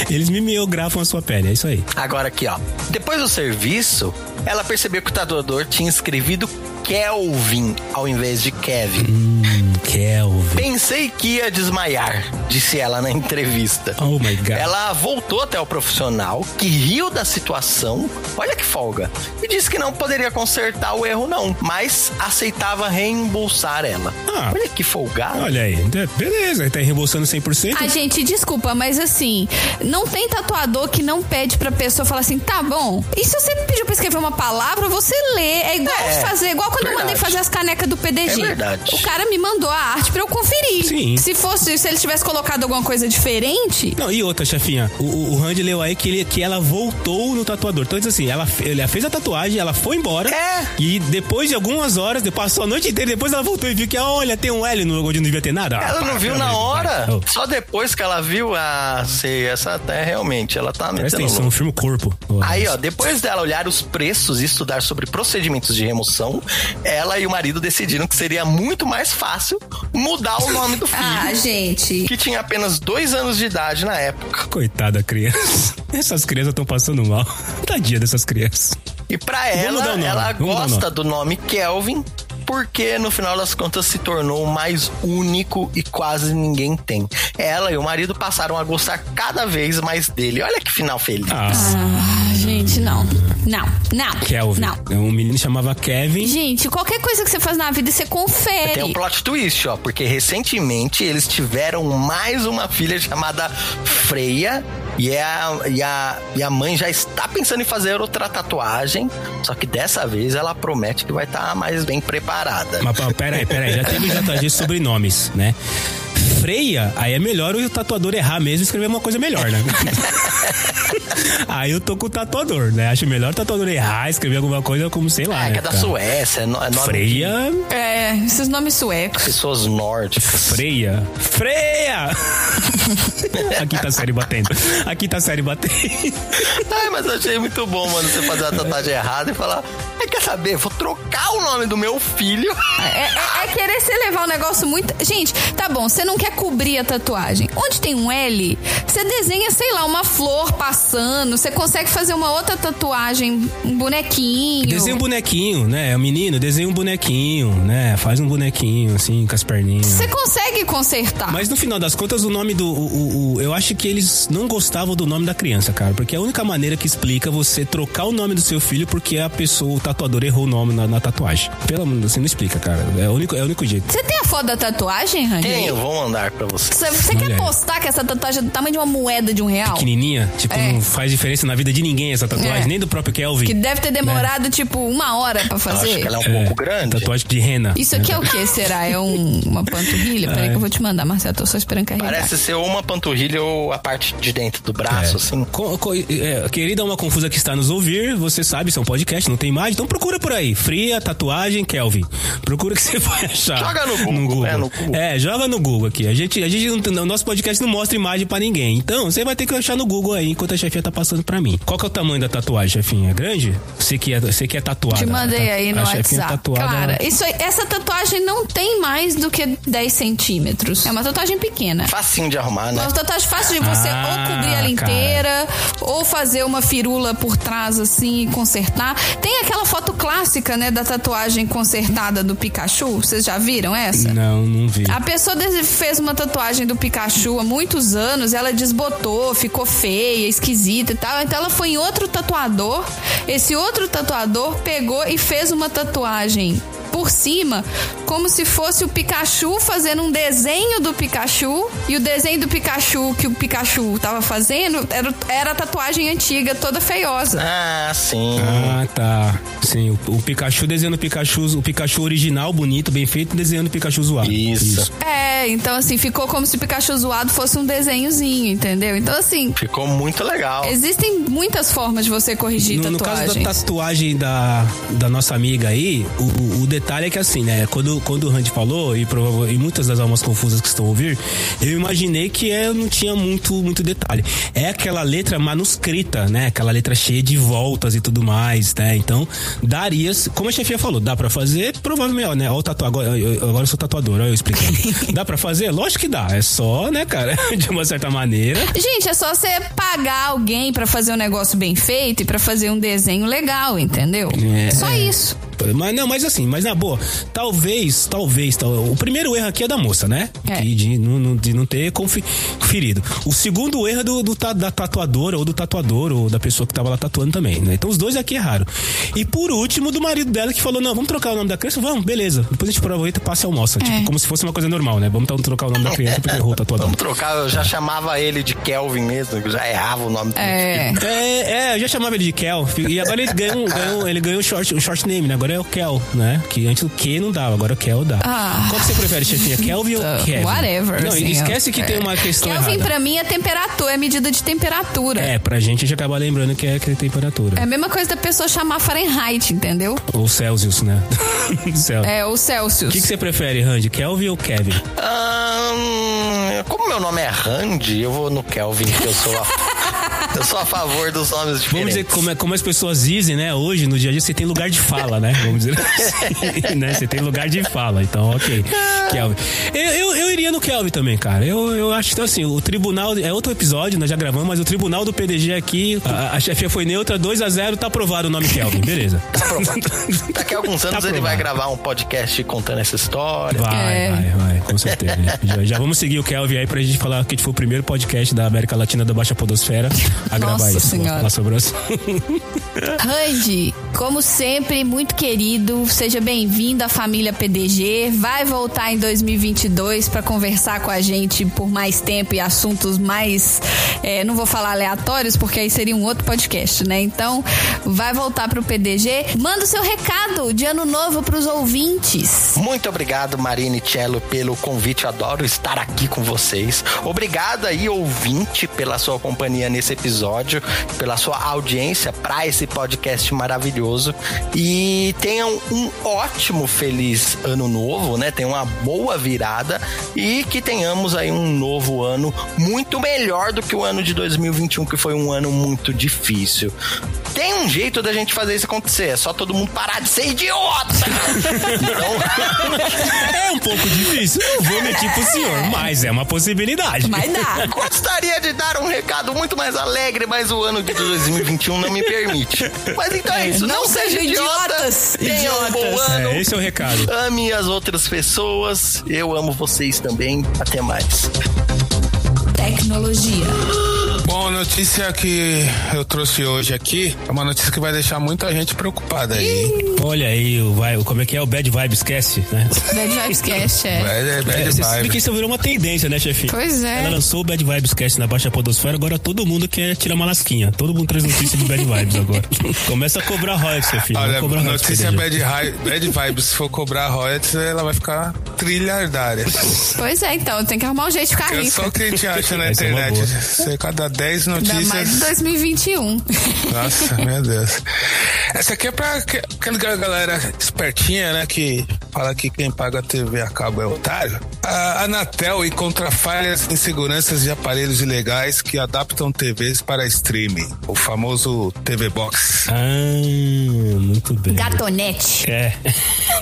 Speaker 1: Eles mimeografam a sua pele, é isso aí.
Speaker 9: Agora aqui, ó. Depois do serviço, ela percebeu que o tatuador tinha escrevido Kelvin ao invés de Kevin.
Speaker 1: Kelvin.
Speaker 9: Pensei que ia desmaiar, disse ela na entrevista.
Speaker 1: Oh my god.
Speaker 9: Ela voltou até o profissional, que riu da situação, olha que folga, e disse que não poderia consertar o erro, não, mas aceitava reembolsar ela.
Speaker 1: Ah.
Speaker 9: Olha que folgado.
Speaker 1: Olha aí, de- beleza, tá reembolsando 100%.
Speaker 2: Ah, gente, desculpa, mas assim, não tem tatuador que não pede pra pessoa falar assim, tá bom. E se você pediu pra escrever uma palavra, você lê. É igual
Speaker 9: É,
Speaker 2: fazer, igual quando eu
Speaker 9: verdade.
Speaker 2: mandei fazer as canecas do PDG.
Speaker 9: É verdade.
Speaker 2: O cara me mandou a arte pra eu conferir.
Speaker 1: Sim.
Speaker 2: Se fosse, se ele tivesse colocado alguma coisa diferente,
Speaker 1: Não, e outra, chefinha. O, o, o Randy leu aí que, ele, que ela voltou no tatuador. Então, diz assim, ela, fe- ela fez a tatuagem, ela foi embora.
Speaker 9: É.
Speaker 1: E depois de algumas horas, de- passou a noite inteira, depois ela voltou e viu que, olha, tem um L no lugar onde não devia ter nada. Ah,
Speaker 9: Ela
Speaker 1: pá,
Speaker 9: não viu
Speaker 1: pelo
Speaker 9: na
Speaker 1: amor de
Speaker 9: hora,
Speaker 1: Deus. Oh,
Speaker 9: só depois que ela viu a sei, essa até realmente, ela tá
Speaker 1: presta
Speaker 9: metendo louco.
Speaker 1: atenção, firma o corpo. Oh,
Speaker 9: Aí, ó, depois dela olhar os preços e estudar sobre procedimentos de remoção, ela e o marido decidiram que seria muito mais fácil mudar o nome do filho,
Speaker 2: ah, gente.
Speaker 9: que tinha apenas dois anos de idade na época.
Speaker 1: Coitada da criança. Essas crianças estão passando mal. Tadinha dessas crianças.
Speaker 9: E pra ela,
Speaker 1: mudar o nome,
Speaker 9: ela
Speaker 1: vamos mudar o
Speaker 9: gosta do nome Kelvin, porque no final das contas se tornou o mais único e quase ninguém tem. Ela e o marido passaram a gostar cada vez mais dele. Olha que final feliz.
Speaker 1: Ah,
Speaker 2: Ah, gente, não. Não, não.
Speaker 1: Kelvin.
Speaker 2: Não.
Speaker 1: Um menino chamava Kevin.
Speaker 2: Gente, qualquer coisa que você faz na vida, você confere.
Speaker 9: É, Tem um plot twist, ó, porque recentemente eles tiveram mais uma filha chamada Freia. E é a, e, a, e a mãe já está pensando em fazer outra tatuagem. Só que dessa vez ela promete que vai estar mais bem preparada.
Speaker 1: Mas pá, peraí, peraí, já teve JG de sobrenomes, né? Freia, aí é melhor o tatuador errar mesmo e escrever uma coisa melhor, né? aí eu tô com o tatuador, né? Acho melhor o tatuador errar, escrever alguma coisa como, sei lá.
Speaker 9: Ah,
Speaker 1: né,
Speaker 9: que é da
Speaker 1: cara?
Speaker 9: Suécia, é no- é nome
Speaker 1: Freia.
Speaker 2: É, esses nomes suecos.
Speaker 9: de pessoas nórdicas.
Speaker 1: Freia. Freia! Aqui tá a série batendo. Aqui tá a série batendo.
Speaker 9: Ai, mas eu achei muito bom, mano, você fazer a tatuagem errada e falar: "Ai, quer saber? Vou trocar o nome do meu filho.
Speaker 2: É, é- é querer você levar um negócio muito. Gente, tá bom, você não quer cobrir a tatuagem. Onde tem um L, você desenha, sei lá, uma flor passando, você consegue fazer uma outra tatuagem, um bonequinho.
Speaker 1: Desenha um bonequinho, né? O menino desenha um bonequinho, né? Faz um bonequinho, assim, com as perninhas.
Speaker 2: Você consegue consertar.
Speaker 1: Mas no final das contas, o nome do. o- o- o- eu acho que eles não gostavam do nome da criança, cara. Porque é a única maneira que explica você trocar o nome do seu filho porque a pessoa, o tatuador, errou o nome na, na tatuagem. Pelo amor de Deus, você não explica, cara. É o único, é o único jeito.
Speaker 2: Você tem a foto da tatuagem, Randy?
Speaker 9: Tenho, vou mandar pra você.
Speaker 2: Você, você
Speaker 1: Olha
Speaker 2: quer
Speaker 1: aí.
Speaker 2: postar que essa tatuagem é do tamanho de uma moeda de um real?
Speaker 1: Pequenininha, tipo,
Speaker 2: É.
Speaker 1: não faz diferença na vida de ninguém essa tatuagem,
Speaker 2: É.
Speaker 1: nem do próprio Kelvin.
Speaker 2: Que deve ter demorado, tipo, uma hora pra
Speaker 9: Eu acho
Speaker 2: fazer.
Speaker 9: que ela é um pouco grande.
Speaker 1: Tatuagem de rena.
Speaker 2: Isso aqui é o que, será? É um- uma panturrilha? Peraí que eu vou te mandar, Marcelo. Tô só esperando carregar.
Speaker 9: Parece ser ou uma panturrilha ou a parte de dentro do braço, assim.
Speaker 1: Co- co- é, querida uma confusa que está nos ouvir, você sabe, isso é um podcast, não tem imagem, então procura por aí. Fria, tatuagem, Kelvin. Procura que você vai achar.
Speaker 9: Joga no Google, é, no Google.
Speaker 1: É, joga no Google aqui. A gente, a gente não tem- o nosso podcast não mostra imagem pra ninguém. Então, você vai ter que achar no Google aí, enquanto a chefinha tá passando pra mim. Qual que é o tamanho da tatuagem, chefinha? É grande? Você que é, você que é tatuada.
Speaker 2: Te mandei
Speaker 1: A ta-
Speaker 2: aí no
Speaker 1: a chefinha
Speaker 2: WhatsApp.
Speaker 1: tatuada-
Speaker 2: Cara, isso aí- essa tatuagem não tem mais do que 10 centímetros. É uma tatuagem pequena.
Speaker 9: Facinho de arrumar,
Speaker 2: É
Speaker 9: né?
Speaker 2: Uma tatuagem fácil de você
Speaker 1: Ah,
Speaker 2: ou cobrir ela
Speaker 1: cara.
Speaker 2: inteira, ou fazer uma firula por trás, assim, e consertar. Tem aquela foto clássica, né, da tatuagem consertada do Pikachu. Vocês já viram essa?
Speaker 1: Não, não vi.
Speaker 2: A pessoa des- fez uma tatuagem do Pikachu há muitos anos, ela desbotou, ficou feia, esquisita e tal. Então ela foi em outro tatuador. Esse outro tatuador pegou e fez uma tatuagem por cima, como se fosse o Pikachu fazendo um desenho do Pikachu. E o desenho do Pikachu que o Pikachu tava fazendo era, era a tatuagem antiga, toda feiosa.
Speaker 9: Ah, sim.
Speaker 1: Ah, tá. Sim, o, o Pikachu desenhando o Pikachu, o Pikachu original, bonito, bem feito, desenhando o Pikachu zoado.
Speaker 9: Isso.
Speaker 2: É, então assim, ficou como se o Pikachu zoado fosse um desenhozinho, entendeu? Então assim,
Speaker 9: Ficou muito legal.
Speaker 2: existem muitas formas de você corrigir
Speaker 1: No, no caso da
Speaker 2: tatuagem.
Speaker 1: tatuagem da, da nossa amiga aí, o, o detalhe é que assim, né? Quando, quando o Randy falou, e, prova- e muitas das almas confusas que estão a ouvir, eu imaginei que é, não tinha muito, muito detalhe. É aquela letra manuscrita, né? Aquela letra cheia de voltas e tudo mais, né? Então, daria. Como a chefia falou, dá pra fazer? Provavelmente, ó, né? Ó, o tatu, agora, eu, eu- agora eu sou tatuador, ó, eu explicando. dá pra fazer? Lógico que dá. É só, né, cara? De uma certa maneira.
Speaker 2: Gente, é só você pagar alguém pra fazer um negócio bem feito e pra fazer um desenho legal, entendeu?
Speaker 1: É.
Speaker 2: Só isso.
Speaker 1: Mas não, mas assim, mas na boa, talvez, talvez, tal- o primeiro erro aqui é da moça, né?
Speaker 2: É.
Speaker 1: Que de, não- não- de não ter confi- conferido. O segundo erro é do, do ta- da tatuadora ou do tatuador ou da pessoa que tava lá tatuando também, né? Então os dois aqui erraram. E por último, do marido dela que falou: não, vamos trocar o nome da criança? Vamos, beleza. Depois a gente aproveita e passa e almoça. Tipo, como se fosse uma coisa normal, né? Vamos então trocar o nome da criança porque errou o tatuador.
Speaker 9: Vamos trocar, eu já chamava ele de Kelvin mesmo, eu já errava o nome
Speaker 2: É.
Speaker 1: É, é, eu já chamava ele de Kel. E agora ele ganhou, um- ganhou- ele ganhou um short, um short name, né? Agora é o Kel, né? Que antes o Q não dava, agora o Kel dá.
Speaker 2: Ah.
Speaker 1: Qual que você prefere, chefinha? Kelvin ou
Speaker 2: Então,
Speaker 1: Kevin?
Speaker 2: whatever,
Speaker 1: Não,
Speaker 2: assim,
Speaker 1: esquece
Speaker 2: eu-
Speaker 1: que tem uma questão
Speaker 2: Kelvin,
Speaker 1: errada.
Speaker 2: pra mim, é temperatura, é medida de temperatura. É.
Speaker 1: É, pra gente a gente acaba lembrando que é, que é temperatura.
Speaker 2: a mesma coisa da pessoa chamar Fahrenheit, entendeu?
Speaker 1: Ou Celsius, né? Celsius.
Speaker 2: É, ou Celsius.
Speaker 1: O que, que você prefere, Randy? Kelvin ou Kevin?
Speaker 9: Ahn, como meu nome é Randy, eu vou no Kelvin, que eu sou a, eu sou a favor dos nomes
Speaker 1: Vamos
Speaker 9: diferentes.
Speaker 1: dizer que como, é- como as pessoas dizem, né? Hoje, no dia a dia, você tem lugar de fala, né? Vamos dizer assim, né? Você tem lugar de fala, então ok. Kelvin. Eu, eu, eu iria no Kelvin também, cara. Eu, eu acho que assim, o tribunal. É outro episódio, nós já gravamos, mas o tribunal do PDG aqui, a, a chefia foi neutra, 2x0, tá aprovado o nome Kelvin, beleza.
Speaker 9: Daqui a alguns anos
Speaker 1: Tá
Speaker 9: ele vai
Speaker 1: aprovado.
Speaker 9: gravar um podcast contando essa história.
Speaker 1: Vai,
Speaker 2: É.
Speaker 1: vai, vai, com certeza. Já, já vamos seguir o Kelvin aí pra gente falar que a gente foi o primeiro podcast da América Latina da Baixa Podosfera a gravar
Speaker 2: Nossa
Speaker 1: isso.
Speaker 2: Senhora.
Speaker 1: Falar sobre o assunto.
Speaker 5: Randy, como sempre, muito querido, seja bem-vindo à família PDG. Vai voltar em 2022 para conversar com a gente por mais tempo e assuntos mais, eh, não vou falar aleatórios porque aí seria um outro podcast, né? Então, vai voltar pro PDG. Manda o seu recado de ano novo pros ouvintes.
Speaker 9: Muito obrigado, Marine Cello, pelo convite. Eu Adoro estar aqui com vocês. Obrigado aí, ouvinte, pela sua companhia nesse episódio, pela sua audiência para esse podcast maravilhoso. E tenham um ótimo, feliz ano novo, né? Tenham uma boa virada e que tenhamos aí um novo ano muito melhor do que o ano de 2021, que foi um ano muito difícil. Tem um jeito da gente fazer isso acontecer, é só todo mundo parar de ser idiota!
Speaker 1: É um pouco difícil, não vou mentir pro senhor, mas é uma possibilidade.
Speaker 5: Vai dar.
Speaker 9: Gostaria de dar um recado muito mais alegre, mas o ano de 2021 não me permite. Mas então é isso. Não,
Speaker 5: não
Speaker 9: seja
Speaker 5: sejam
Speaker 9: idiota.
Speaker 5: idiotas,
Speaker 9: Tenha um bom
Speaker 5: idiotas.
Speaker 9: ano.
Speaker 1: É, esse é o recado.
Speaker 9: Ame as outras pessoas. Eu amo vocês também. Até mais.
Speaker 5: Tecnologia.
Speaker 8: Bom, a notícia que eu trouxe hoje aqui é uma notícia que vai deixar muita gente preocupada aí. hein?
Speaker 1: Olha aí, o vai, o- como é que é? O bad vibe, esquece, né?
Speaker 2: Bad Vibes Cast, é.
Speaker 8: Bad, bad
Speaker 1: Você sabe
Speaker 8: vibe.
Speaker 1: que isso virou uma tendência, né, chefe?
Speaker 2: Pois é.
Speaker 1: Ela lançou o Bad Vibes Cast na Baixa Podosfera, agora todo mundo quer tirar uma lasquinha. Todo mundo traz notícia de Bad Vibes agora. Começa a cobrar royalties, chefe.
Speaker 8: Olha,
Speaker 1: cobrar royalties,
Speaker 8: notícia
Speaker 1: PDG.
Speaker 8: bad, hi- bad vibe. Se for cobrar royalties, ela vai ficar trilhardária.
Speaker 2: Pois é, então, tem que arrumar um jeito de ficar
Speaker 8: É
Speaker 2: rico.
Speaker 8: só o que a gente acha na
Speaker 1: Essa é uma
Speaker 8: internet.
Speaker 1: boa.
Speaker 8: Você cada 10
Speaker 2: Ainda mais em
Speaker 8: notícias.
Speaker 2: 2021.
Speaker 8: Nossa, meu Deus. Essa aqui é pra que- aquela galera espertinha, né? Que fala que quem paga a TV a cabo é otário. A Anatel encontra falhas em seguranças de aparelhos ilegais que adaptam TVs para streaming. O famoso TV Box.
Speaker 1: Ah, muito bem.
Speaker 5: Gatonete.
Speaker 1: É.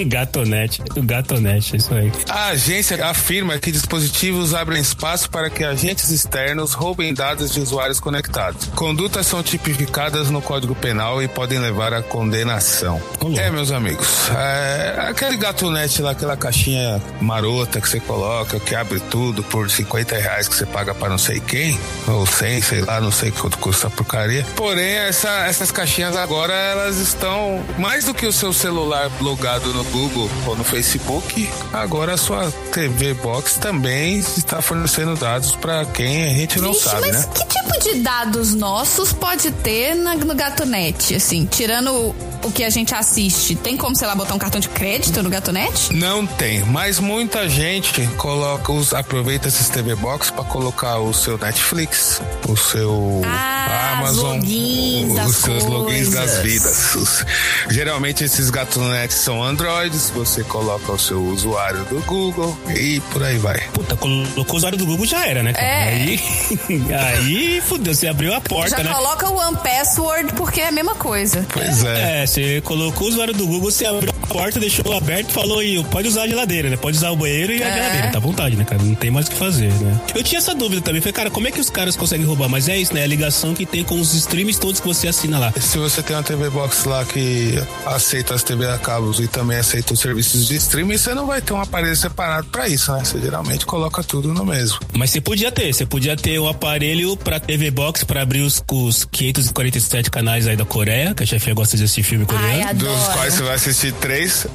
Speaker 1: Gatonete. O Gatonete, é isso aí.
Speaker 8: A agência afirma que dispositivos abrem espaço para que agentes externos roubem dados de usuários conectados. Condutas são tipificadas no Código Penal e podem levar à condenação.
Speaker 1: Ô, louco.
Speaker 8: É, meus amigos, é, aquele gato lanchonete lá, aquela caixinha marota que você coloca, que abre tudo por 50 reais que você paga pra não sei quem, ou 100, sei lá, não sei quanto custa a porcaria. Porém, essa- essas caixinhas agora, elas estão mais do que o seu celular logado no Google ou no Facebook, agora a sua TV Box também está fornecendo dados pra quem a gente não
Speaker 2: Vixe,
Speaker 8: sabe,
Speaker 2: mas
Speaker 8: né?
Speaker 2: que tipo de dados nossos pode ter na, no Gatonete, assim? Tirando o, o que a gente assiste, tem como, sei lá, botar um cartão de crédito no Gatonete?
Speaker 8: Não tem, mas muita gente coloca os aproveita esses TV Box pra colocar o seu Netflix, o seu
Speaker 2: Ah, os
Speaker 8: Amazon,
Speaker 2: logins das
Speaker 8: os seus logins das
Speaker 2: coisas.
Speaker 8: vidas. Os- geralmente esses gatonetes são Androids, você coloca o seu usuário do Google e por aí vai.
Speaker 1: Puta, colocou o usuário do Google já era, né? cara?
Speaker 2: É.
Speaker 1: Aí, aí fudeu, você abriu a porta,
Speaker 2: Já
Speaker 1: né?
Speaker 2: coloca o One Password porque é a mesma coisa.
Speaker 8: Pois é.
Speaker 1: É, você colocou o usuário do Google, você abriu a porta, deixou aberto e falou aí, pode usar a geladeira, né? Pode usar o banheiro e a
Speaker 2: É.
Speaker 1: geladeira, tá à vontade, né, cara? Não tem mais o que fazer, né? Eu tinha essa dúvida também, falei, cara, como é que os caras conseguem roubar? Mas é isso, né? A ligação que tem com os streams todos que você assina lá.
Speaker 8: Se você tem uma TV Box lá que aceita as TV a cabos e também aceita os serviços de streaming, você não vai ter um aparelho separado pra isso, né? Você geralmente coloca tudo no mesmo.
Speaker 1: Mas você podia ter, você podia ter um aparelho pra TV Box pra abrir os, os 547 canais aí da Coreia, que a chefia gosta de assistir filme
Speaker 2: Ai,
Speaker 1: coreano.
Speaker 2: adoro.
Speaker 8: Dos quais você vai assistir três.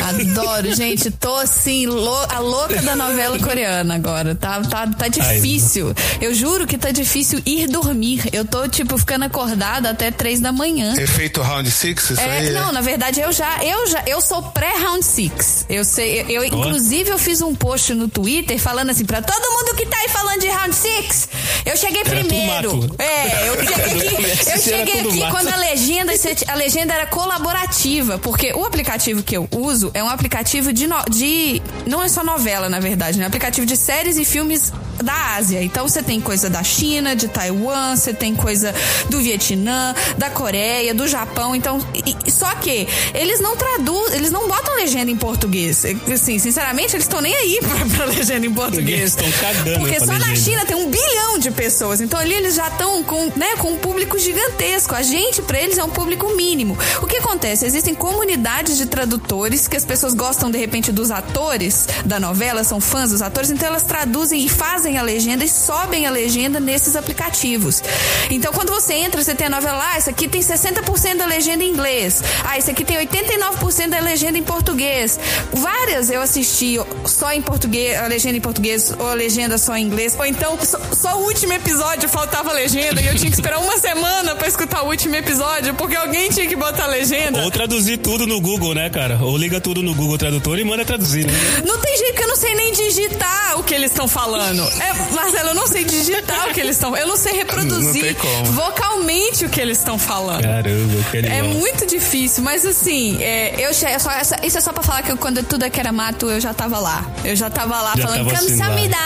Speaker 2: Adoro, gente. Tô assim, lou- a louca da novela coreana agora. Tá, tá, tá difícil. Eu juro que tá difícil ir dormir. Eu tô, tipo, ficando acordada até três da manhã.
Speaker 8: Efeito round six, isso
Speaker 2: É,
Speaker 8: aí?
Speaker 2: não, na verdade eu já, eu já, eu sou pré-round six. Eu sei, eu, eu, inclusive eu fiz um post no Twitter falando assim pra todo mundo que tá aí falando de round six, eu cheguei
Speaker 1: Era tudo
Speaker 2: primeiro.
Speaker 1: mato.
Speaker 2: É, eu cheguei aqui, eu
Speaker 1: Era
Speaker 2: cheguei
Speaker 1: tudo
Speaker 2: aqui
Speaker 1: mato.
Speaker 2: quando a legenda, a legenda era colaborativa, porque o aplicativo que eu uso é um aplicativo de, no- de não é só novela, na verdade, né? É um aplicativo de séries e filmes da Ásia. Então você tem coisa da China, de Taiwan, você tem coisa do Vietnã, da Coreia, do Japão. Então, e- e- só que eles não traduzem, eles não botam legenda em português. Assim, sinceramente, eles estão nem aí pra, pra legenda em português.
Speaker 1: Eles tão cagando
Speaker 2: Porque
Speaker 1: pra
Speaker 2: só na
Speaker 1: legenda.
Speaker 2: China tem um bilhão de pessoas. Então ali eles já estão com, né, com um público gigantesco. A gente, pra eles, é um público mínimo. O que acontece? Existem comunidades de tradutores que as pessoas gostam, de repente, dos atores da novela, são fãs dos atores, então elas traduzem e fazem a legenda e sobem a legenda nesses aplicativos. Então quando você entra, você tem a novela, ah, isso aqui tem 60% da legenda em inglês. Ah, isso aqui tem 89% da legenda em português. Várias eu assisti só em português, a legenda em português, ou a legenda só em inglês. Ou então, só, só o último episódio faltava legenda e eu tinha que esperar uma semana pra escutar o último episódio, porque alguém tinha que botar a legenda.
Speaker 1: Ou traduzir tudo no Google, né, cara? Ou liga tudo no Google Tradutor e manda traduzir, né?
Speaker 2: Não tem jeito que eu não sei nem digitar o que eles estão falando. É, Marcelo, eu não sei digitar o que eles estão. Eu não sei reproduzir
Speaker 8: como.
Speaker 2: vocalmente o que eles estão falando.
Speaker 1: Caramba, que
Speaker 2: É
Speaker 1: animal.
Speaker 2: muito difícil, mas assim, é, eu che- é só, essa- isso é só pra falar que eu, quando tudo aqui era mato, eu já tava lá. Eu já tava lá
Speaker 1: Já
Speaker 2: falando,
Speaker 1: tava assim lá.
Speaker 8: né?"
Speaker 2: Kamsamida!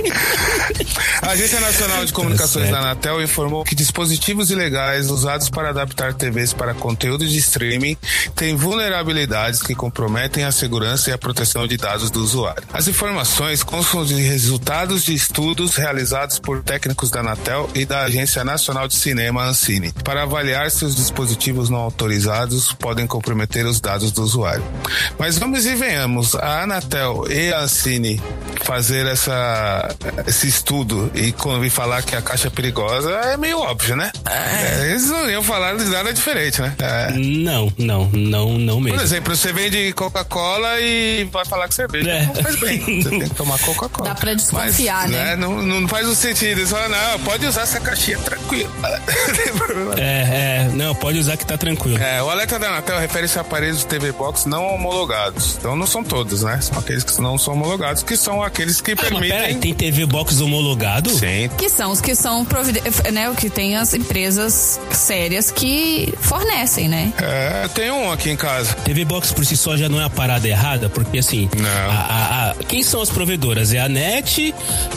Speaker 8: A Agência Nacional de Comunicações
Speaker 1: Tá
Speaker 8: da
Speaker 1: certo.
Speaker 8: Anatel informou que dispositivos ilegais usados para adaptar TVs para conteúdo de streaming têm vulnerabilidades que comprometem a segurança e a proteção de dados do usuário. As informações constam de resultados de estudos realizados por técnicos da Anatel e da Agência Nacional de Cinema, Ancine, para avaliar se os dispositivos não autorizados podem comprometer os dados do usuário. Mas vamos e venhamos, a Anatel e a Ancine fazer essa, esse estudo e quando vir falar que a caixa é perigosa é meio óbvio, né? É, eles não iam falar de nada diferente, né? É.
Speaker 1: Não, não, não, não
Speaker 8: Por
Speaker 1: mesmo.
Speaker 8: exemplo, você vende Coca-Cola e vai falar que cerveja.
Speaker 1: É.
Speaker 8: Não faz bem. Você tem que tomar Coca-Cola.
Speaker 2: Dá pra desconfiar,
Speaker 8: Mas,
Speaker 2: né?
Speaker 8: Não, não faz um sentido. Eles falam, não, pode usar essa caixinha tranquila. Não tem problema.
Speaker 1: É, é, não, pode usar que tá tranquilo.
Speaker 8: É, o alerta da Anatel refere-se a aparelhos de TV Box não homologados. Então não são todos, né? São aqueles que não são homologados, que são aqueles que
Speaker 1: Ah, mas peraí,
Speaker 8: permitem.
Speaker 1: tem um? TV Box homologado?
Speaker 8: Sim,
Speaker 2: Que são os que são, provide- né, o que tem as empresas sérias que fornecem, né?
Speaker 8: É, tem um aqui em casa.
Speaker 1: TV Box por si só já não é a parada errada, porque assim.
Speaker 8: Não.
Speaker 1: a- a- a- quem são as provedoras? É a NET,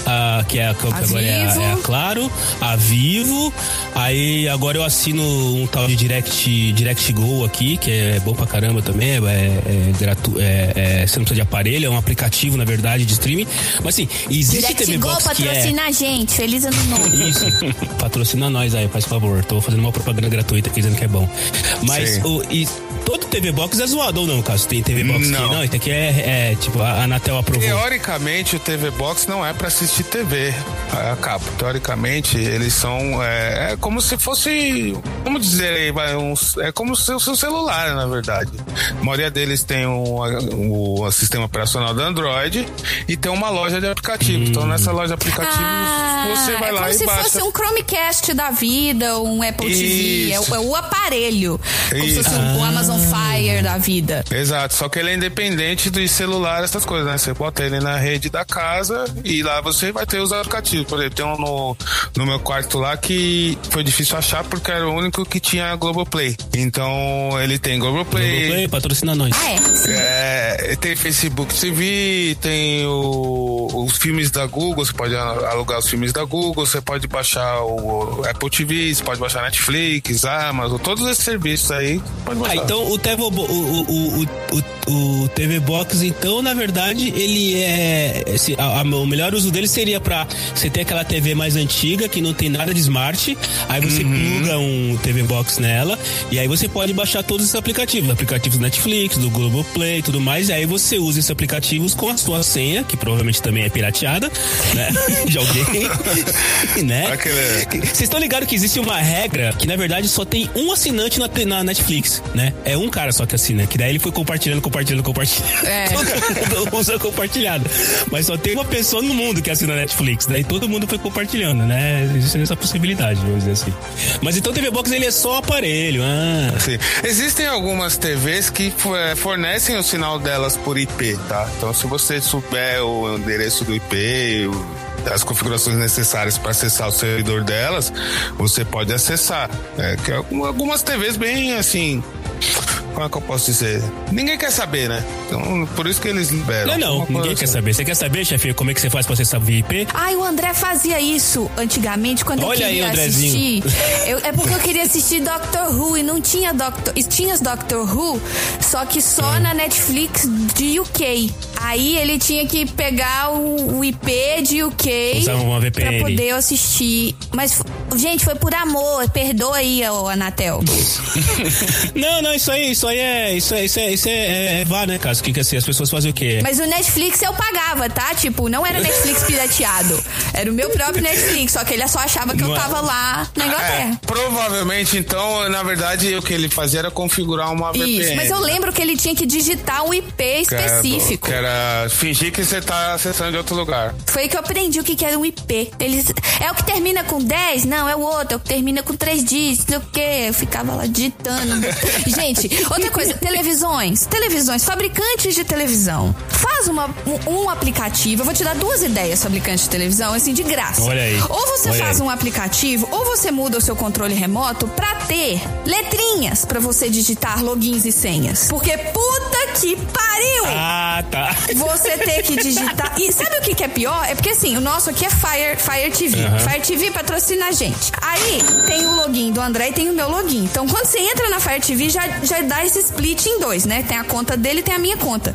Speaker 1: a- que é a que agora é a,
Speaker 2: Vivo.
Speaker 1: é a Claro, a Vivo. Aí agora eu assino um tal de Direct, Direct Go aqui, que é bom pra caramba também, é, é gratu, é, é- você não precisa de aparelho, é um aplicativo, na verdade, de streaming. Mas assim, existe TV
Speaker 5: DirectGo
Speaker 1: Box que é.
Speaker 5: patrocina a gente. Feliz ano novo.
Speaker 1: Isso. Patrocina nós aí, faz favor. Tô fazendo uma propaganda gratuita aqui dizendo que é bom. Mas
Speaker 8: Sim.
Speaker 1: o, e todo, TV Box é zoado ou não, caso tem TV Box
Speaker 8: Não.
Speaker 1: aqui. Não, isso aqui é, é, tipo, a Anatel aprovou.
Speaker 8: Teoricamente, o TV Box não é pra assistir TV. A capa. Teoricamente, eles são. É, é como se fosse. Como dizer aí, vai, um- é como o seu, seu celular, na verdade. A maioria deles tem um, o sistema operacional do Android e tem uma loja de aplicativos. Então, nessa loja de aplicativos,
Speaker 2: Ah,
Speaker 8: você vai
Speaker 2: é
Speaker 8: lá
Speaker 2: como
Speaker 8: e
Speaker 2: se
Speaker 8: baixa.
Speaker 2: fosse um Chromecast da vida, um Apple TV, é o,
Speaker 8: Isso.
Speaker 2: é o aparelho. Como se
Speaker 8: Isso. Ah.
Speaker 2: fosse um, um Amazon Fire da vida.
Speaker 8: Exato, só que ele é independente de celular, essas coisas, né? Você bota ele na rede da casa e lá você vai ter os aplicativos. Por exemplo, tem um no, no meu quarto lá que foi difícil achar porque era o único que tinha Globoplay. Então ele tem
Speaker 1: Globoplay, patrocina nós.
Speaker 2: Ah, é.
Speaker 8: é, tem Facebook TV, tem o- os filmes da Google, você pode alugar os filmes da Google, você pode baixar o Apple TV, você pode baixar Netflix, Amazon, todos esses serviços aí. Pode
Speaker 1: Ah,
Speaker 8: baixar.
Speaker 1: então o, Tevo, Bo- o, o, o- o- o TV Box, então, na verdade, ele é. esse- a- a- o melhor uso dele seria pra você ter aquela TV mais antiga que não tem nada de smart. Aí você
Speaker 8: Uhum.
Speaker 1: pluga um TV Box nela e aí você pode baixar todos esses aplicativos. Aplicativos Netflix, do Globoplay e tudo mais. E aí você usa esses aplicativos com a sua senha, que provavelmente também é pirateada, né? De alguém. né?
Speaker 8: Aquele-
Speaker 1: Vocês estão ligados que existe uma regra que, na verdade, só tem um assinante na, te- na Netflix, né? É um cara só que assina, que daí ele foi compartilhando, compartilhando, compartilhando.
Speaker 2: É.
Speaker 1: Todo usa compartilhado. Mas só tem uma pessoa no mundo que assina a Netflix, daí todo mundo foi compartilhando, né? Existe essa possibilidade, vamos dizer assim. Mas então o TV Box, ele é só aparelho, ah.
Speaker 8: Sim. Existem algumas TVs que eh, fornecem o sinal delas por IP, tá? Então, se você souber o endereço do IP, o- as configurações necessárias para acessar o servidor delas, você pode acessar. É, que algum- algumas TVs bem assim. Como é que eu posso dizer? Ninguém quer saber, né? Então, por isso que eles liberam.
Speaker 1: Não, não,
Speaker 8: Alguma
Speaker 1: ninguém
Speaker 8: coisa assim.
Speaker 1: quer saber. Você quer saber, chefe, como é que você faz pra acessar o IP?
Speaker 2: Ai, o André fazia isso antigamente, quando
Speaker 1: Olha
Speaker 2: eu queria
Speaker 1: aí, Andrezinho.
Speaker 2: assistir. Eu- é porque eu queria assistir Doctor Who e não tinha Doctor... e Tinha Doctor Who, só que só na Netflix de UK. Aí ele tinha que pegar o, o IP de UK
Speaker 1: Usava uma
Speaker 2: pra
Speaker 1: VPN.
Speaker 2: poder assistir. Mas, f- gente, foi por amor. Perdoa aí, ô Anatel.
Speaker 1: Não, não, isso aí, isso aí é. Isso é, isso é, isso é, é, é vá, né, Cássio? Que, que assim, as pessoas fazem o quê?
Speaker 2: Mas o Netflix eu pagava, tá? Tipo, não era Netflix pirateado. Era o meu próprio Netflix, só que ele só achava que eu
Speaker 1: Não é.
Speaker 2: tava lá na Inglaterra.
Speaker 8: É, provavelmente, então, na verdade, o que ele fazia era configurar uma VPN.
Speaker 2: Isso, mas eu
Speaker 8: né?
Speaker 2: lembro que ele tinha que digitar um IP
Speaker 8: Que era-
Speaker 2: específico.
Speaker 8: Que era fingir que você tá acessando de outro lugar.
Speaker 2: Foi que eu aprendi o que que era um IP. Eles, é o que termina com 10? Não, é o outro. É o que termina com 3 dígitos, não sei o quê. Eu ficava lá digitando. Gente, outra coisa. Televisões. Televisões. Fabricantes de televisão. Faz uma, um, um aplicativo. Eu vou te dar duas ideias, fabricante de televisão, assim, de graça.
Speaker 1: Olha aí.
Speaker 2: Ou você
Speaker 1: Olha
Speaker 2: faz
Speaker 1: aí.
Speaker 2: um aplicativo, ou você muda o seu controle remoto pra ter letrinhas pra você digitar logins e senhas. Porque puta que pariu!
Speaker 1: Ah, tá.
Speaker 2: Você ter que digitar. E sabe o que, que é pior? É porque assim, o nosso aqui é Fire, Fire TV. Fire TV patrocina a gente. Aí tem o login do André e tem o meu login. Então quando você entra na Fire TV, já, já dá esse split em dois, né? Tem a conta dele e tem a minha conta.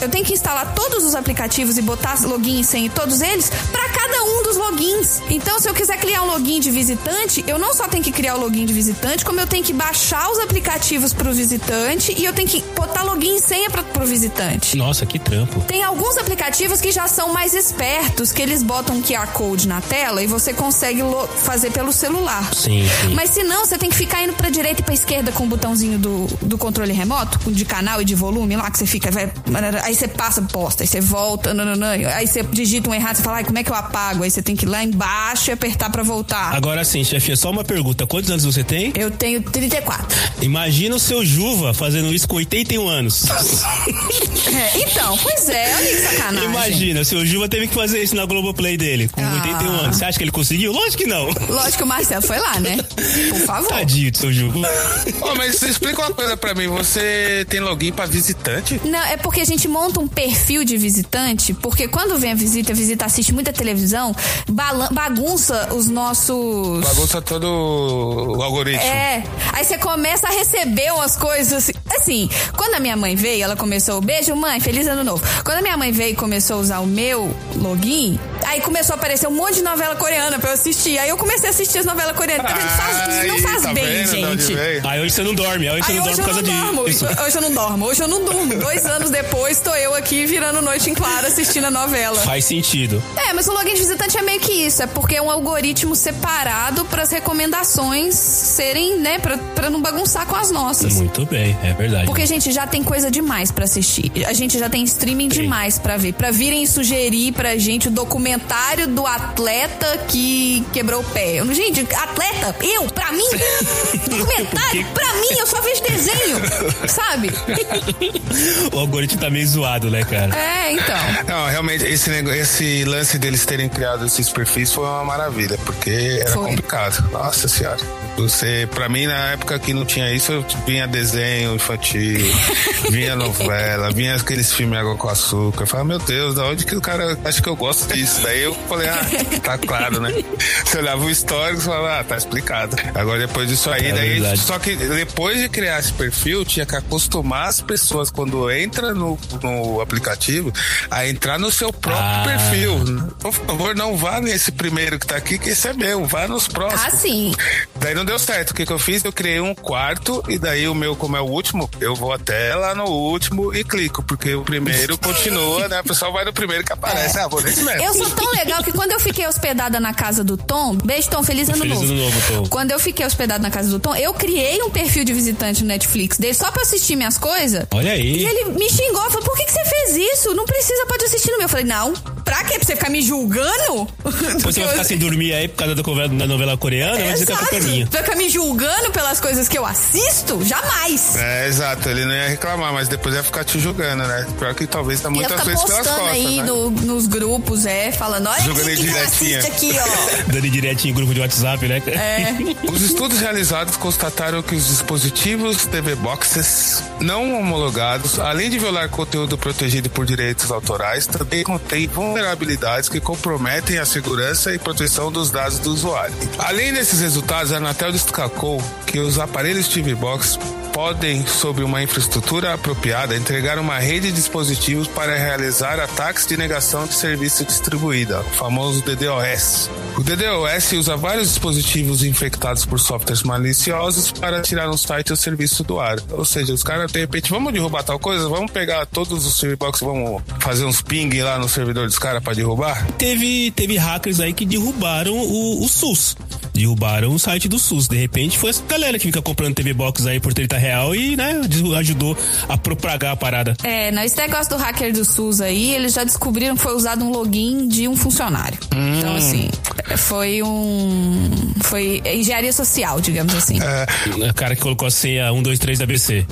Speaker 2: Eu tenho que instalar todos os aplicativos e botar login e senha em todos eles pra cada um dos logins. Então se eu quiser criar um login de visitante, eu não só tenho que criar o login de visitante, como eu tenho que baixar os aplicativos pro visitante e eu tenho que botar login e senha pra, pro visitante.
Speaker 1: Nossa, que trampo.
Speaker 2: Tem alguns aplicativos que já são mais espertos, que eles botam um QR Code na tela e você consegue lo- fazer pelo celular.
Speaker 1: Sim, sim.
Speaker 2: Mas se não, você tem que ficar indo pra direita e pra esquerda com o botãozinho do, do controle remoto, com- de canal e de volume lá, que você fica. vai- aí você passa, posta, aí você volta, nananã, aí você digita um errado, você fala, ai, como é que eu apago? Aí você tem que ir lá embaixo e apertar pra voltar.
Speaker 1: Agora sim, chefe, é só uma pergunta. Quantos anos você tem?
Speaker 2: Eu tenho 34.
Speaker 1: Imagina o seu Juva fazendo isso com 81 anos.
Speaker 2: É, então, pois é, olha que sacanagem.
Speaker 1: Imagina, o seu Juva teve que fazer isso na Globoplay dele, com
Speaker 2: Ah.
Speaker 1: 81 anos. Você acha que ele conseguiu? Lógico que não.
Speaker 2: Lógico que o Marcelo foi lá, né? Por favor.
Speaker 1: Tadinho do seu Juva.
Speaker 8: Ô, mas explica uma coisa pra mim. Você tem login pra visitante?
Speaker 2: Não, é porque a gente monta um perfil de visitante, porque quando vem a visita, a visita assiste muita televisão, bala- bagunça os nossos.
Speaker 8: Bagunça tá todo o algoritmo.
Speaker 2: É, aí você começa a receber umas coisas. Assim, quando a minha mãe veio, ela começou o beijo, mãe, feliz ano novo. Quando a minha mãe veio e começou a usar o meu login, Aí começou a aparecer um monte de novela coreana pra eu assistir. Aí eu comecei a assistir as novelas coreanas. Tá vendo? Faz-
Speaker 8: Aí,
Speaker 2: não faz
Speaker 8: tá
Speaker 2: bem,
Speaker 8: vendo de onde
Speaker 2: gente.
Speaker 8: veio?
Speaker 1: Aí hoje você não dorme, aí hoje você
Speaker 2: Aí
Speaker 1: não
Speaker 2: hoje
Speaker 1: dorme
Speaker 2: eu
Speaker 1: por
Speaker 2: não
Speaker 1: causa
Speaker 2: dormo,
Speaker 1: disso.
Speaker 2: hoje eu não dormo, hoje eu não durmo. Dois anos depois, tô eu aqui virando noite em claro assistindo a novela.
Speaker 1: Faz sentido.
Speaker 2: É, mas o login de visitante é meio que isso. É porque é um algoritmo separado pras recomendações serem, né, pra, pra não bagunçar com as nossas.
Speaker 1: Muito bem, é verdade.
Speaker 2: Porque, gente, já tem coisa demais pra assistir. A gente já tem streaming demais pra ver. Pra virem sugerir pra gente o documentário do atleta que quebrou o pé. Eu- Gente, atleta, eu, pra mim, documentário, pra mim, eu só vejo desenho, sabe?
Speaker 1: O algoritmo tá meio zoado, né, cara?
Speaker 2: É, então.
Speaker 8: Não, realmente, esse, nego- esse lance deles terem criado esses perfis foi uma maravilha, porque era
Speaker 2: Foi.
Speaker 8: complicado. Nossa senhora. Você, pra mim, na época que não tinha isso, eu vinha desenho infantil, vinha novela, vinha aqueles filmes Água com Açúcar. Eu falava, meu Deus, da onde que o cara acha que eu gosto disso? Daí eu falei, ah, tá claro, né? Você olhava o histórico e falava, ah, tá explicado. Agora depois disso aí,
Speaker 1: É
Speaker 8: daí
Speaker 1: verdade.
Speaker 8: só que depois de criar esse perfil, tinha que acostumar as pessoas quando entra no, no aplicativo a entrar no seu próprio
Speaker 1: Ah.
Speaker 8: perfil. Por favor, não vá nesse primeiro que tá aqui, que esse é meu, vá nos próximos.
Speaker 2: Ah, sim.
Speaker 8: Daí não deu certo. O que, que eu fiz? Eu criei um quarto e daí o meu, como é o último, eu vou até lá no último e clico, porque o primeiro continua, né? O pessoal vai no primeiro que aparece. Ah, vou nesse mesmo.
Speaker 2: É. Eu sou tão legal que quando eu fiquei hospedada na casa do Tom, beijo Tom, feliz ano
Speaker 1: Feliz
Speaker 2: novo.
Speaker 1: ano novo, Tom.
Speaker 2: Quando eu fiquei hospedada na casa do Tom, eu criei um perfil de visitante no Netflix dele só pra assistir minhas coisas.
Speaker 1: Olha
Speaker 2: E
Speaker 1: aí.
Speaker 2: ele me xingou, falou, por que, que você fez isso? Não precisa, pode assistir no meu. Eu falei, não, pra quê? Pra você ficar me julgando?
Speaker 1: Depois você vai ficar sem dormir aí por causa da novela, da novela coreana, mas você tá com
Speaker 2: Exato.
Speaker 1: perninha.
Speaker 2: Vai ficar me julgando pelas coisas que eu assisto? Jamais!
Speaker 8: É, exato, ele não ia reclamar, mas depois ia ficar te julgando, né? Pior que talvez tá
Speaker 2: Ia
Speaker 8: muitas
Speaker 2: ficar
Speaker 8: vezes
Speaker 2: postando
Speaker 8: pelas costas.
Speaker 2: aí
Speaker 8: né?
Speaker 2: no- nos grupos, é, falando, olha aqui o
Speaker 8: Jogando
Speaker 2: que,
Speaker 8: aí
Speaker 2: que eu
Speaker 8: direitinho.
Speaker 2: assisto aqui, ó.
Speaker 1: Dando direitinho em grupo de WhatsApp, né?
Speaker 2: É.
Speaker 8: Os estudos realizados constataram que os dispositivos TV Boxes não homologados, além de violar conteúdo protegido por direitos autorais, também contêm vulnerabilidades que comprometem a segurança e proteção dos dados do usuário. Além desses resultados, a Anatel destacou que os aparelhos TV Box podem, sob uma infraestrutura apropriada, entregar uma rede de dispositivos para realizar ataques de negação de serviço distribuída, o famoso DDoS. O DDoS usa vários dispositivos infectados por softwares maliciosos para tirar um site ou serviço do ar. Ou seja, os caras de repente, vamos derrubar tal coisa, vamos pegar todos os serverbox, vamos fazer uns ping lá no servidor dos caras para derrubar?
Speaker 1: teve, teve hackers aí que derrubaram o, o SUS. Derrubaram o site do SUS. De repente foi essa galera que fica comprando TV Box aí por 30 real e, né, des- ajudou a propagar a parada.
Speaker 2: É, não, esse negócio do hacker do SUS aí, eles já descobriram que foi usado um login de um funcionário.
Speaker 1: Hum.
Speaker 2: Então, assim, foi um. Foi engenharia social, digamos assim.
Speaker 8: É.
Speaker 1: O cara que colocou a senha 123 da BC.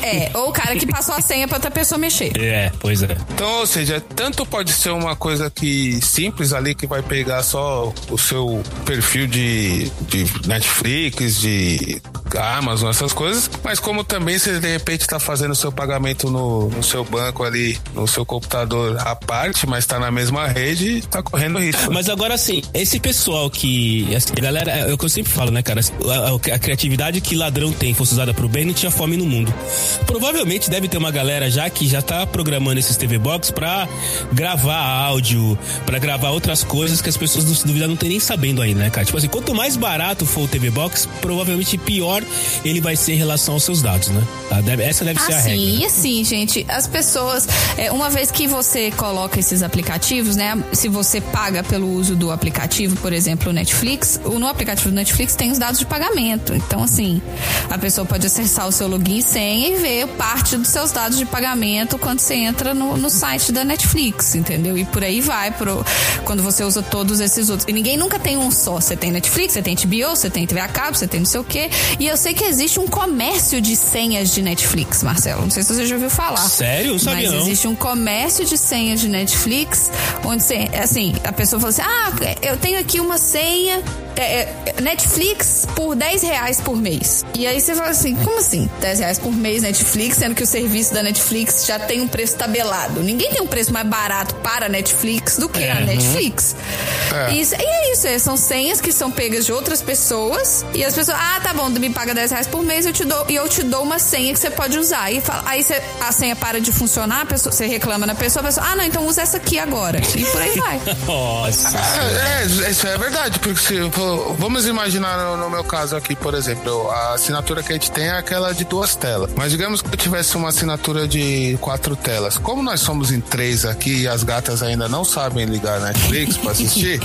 Speaker 2: É, ou o cara que passou a senha pra outra pessoa mexer.
Speaker 1: É, pois é.
Speaker 8: Então, ou seja, tanto pode ser uma coisa que simples ali que vai pegar só o seu perfil de, de Netflix, de Amazon, essas coisas, mas como também você de repente está fazendo o seu pagamento no, no seu banco ali, no seu computador à parte, mas está na mesma rede, está correndo risco.
Speaker 1: Mas agora sim, esse pessoal que. Assim, galera, é o que eu sempre falo, né, cara? A, a- a criatividade que ladrão tem fosse usada pro bem, não tinha fome no mundo. Provavelmente deve ter uma galera já que já tá programando esses TV Box pra gravar áudio, pra gravar outras coisas que as pessoas do duvidar não tem nem sabendo ainda, né, cara? Tipo assim, quanto mais barato for o TV Box, provavelmente pior ele vai ser em relação aos seus dados, né? Tá? Deve- essa deve ser a
Speaker 2: assim,
Speaker 1: regra. né?
Speaker 2: E assim, gente, as pessoas, é, uma vez que você coloca esses aplicativos, né? Se você paga pelo uso do aplicativo, por exemplo, o Netflix, o- no aplicativo do Netflix tem os dados de pagamento. Então, assim, a pessoa pode acessar o seu login e senha e ver parte dos seus dados de pagamento quando você entra no, no site da Netflix, entendeu? E por aí vai, pro, quando você usa todos esses outros. E ninguém nunca tem um só. Você tem Netflix, você tem HBO, você tem TV a cabo, você tem não sei o quê. E eu sei que existe um comércio de senhas de Netflix, Marcelo. Não sei se você já ouviu falar.
Speaker 1: Sério? Não sabia
Speaker 2: Mas
Speaker 1: não.
Speaker 2: existe um comércio de senhas de Netflix, onde você, assim, a pessoa fala assim: ah, eu tenho aqui uma senha é, é, Netflix por 10 reais por mês. E aí você fala assim, como assim? 10 reais por mês Netflix, sendo que o serviço da Netflix já tem um preço tabelado. Ninguém tem um preço mais barato para a Netflix do que a Netflix.
Speaker 8: É.
Speaker 2: Isso- e é isso, é, são senhas que são pegas de outras pessoas e as pessoas, ah, tá bom, tu me paga 10 reais por mês eu te dou, e eu te dou uma senha que você pode usar. E fala- aí você- a senha para de funcionar, a pessoa, você reclama na pessoa, a pessoa, ah, não, então usa essa aqui agora. E por aí vai.
Speaker 1: Nossa.
Speaker 8: É, é, isso é verdade, porque se, for- vamos imaginar no, no meu caso aqui, por exemplo, a assinatura que a gente tem é aquela de duas telas. Mas digamos que eu tivesse uma assinatura de quatro telas. Como nós somos em três aqui e as gatas ainda não sabem ligar a Netflix pra assistir,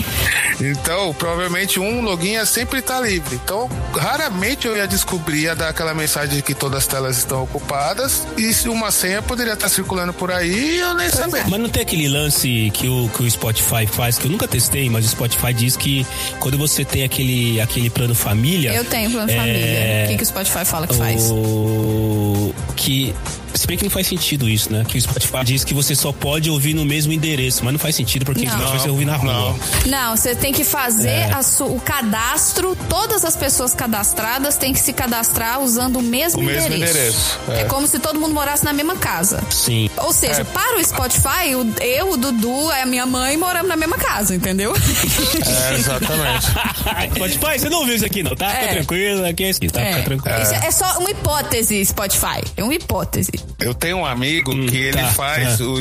Speaker 8: então provavelmente um login é sempre tá livre. Então raramente eu ia descobrir, ia dar aquela mensagem de que todas as telas estão ocupadas e se uma senha poderia estar circulando por aí e eu nem saber.
Speaker 1: Mas não tem aquele lance que o, que o Spotify faz, que eu nunca testei, mas o Spotify diz que quando você tem aquele, aquele plano família.
Speaker 2: Eu tenho plano
Speaker 1: é,
Speaker 2: família. O que, que o Spotify fala que faz?
Speaker 1: O... Que. Se bem que não faz sentido isso, né? Que o Spotify diz que você só pode ouvir no mesmo endereço, mas não faz sentido porque
Speaker 2: Não.
Speaker 1: senão você ouve na rua.
Speaker 2: Não, você tem que fazer
Speaker 8: É.
Speaker 2: a su- o cadastro. Todas as pessoas cadastradas têm que se cadastrar usando o mesmo
Speaker 8: O mesmo
Speaker 2: endereço.
Speaker 8: endereço,
Speaker 2: É.
Speaker 8: é.
Speaker 2: como se todo mundo morasse na mesma casa.
Speaker 1: Sim.
Speaker 2: Ou seja, para o Spotify, o- eu, o Dudu, a minha mãe moramos na mesma casa, entendeu?
Speaker 8: É, exatamente.
Speaker 1: Spotify, você não ouviu isso aqui, não, tá? Fica
Speaker 2: É.
Speaker 1: tranquilo, aqui é isso aqui, tá? Fica tranquilo.
Speaker 2: Isso é só uma hipótese, Spotify. É uma hipótese.
Speaker 8: Eu tenho um amigo que ele
Speaker 1: tá,
Speaker 8: faz
Speaker 1: tá,
Speaker 8: o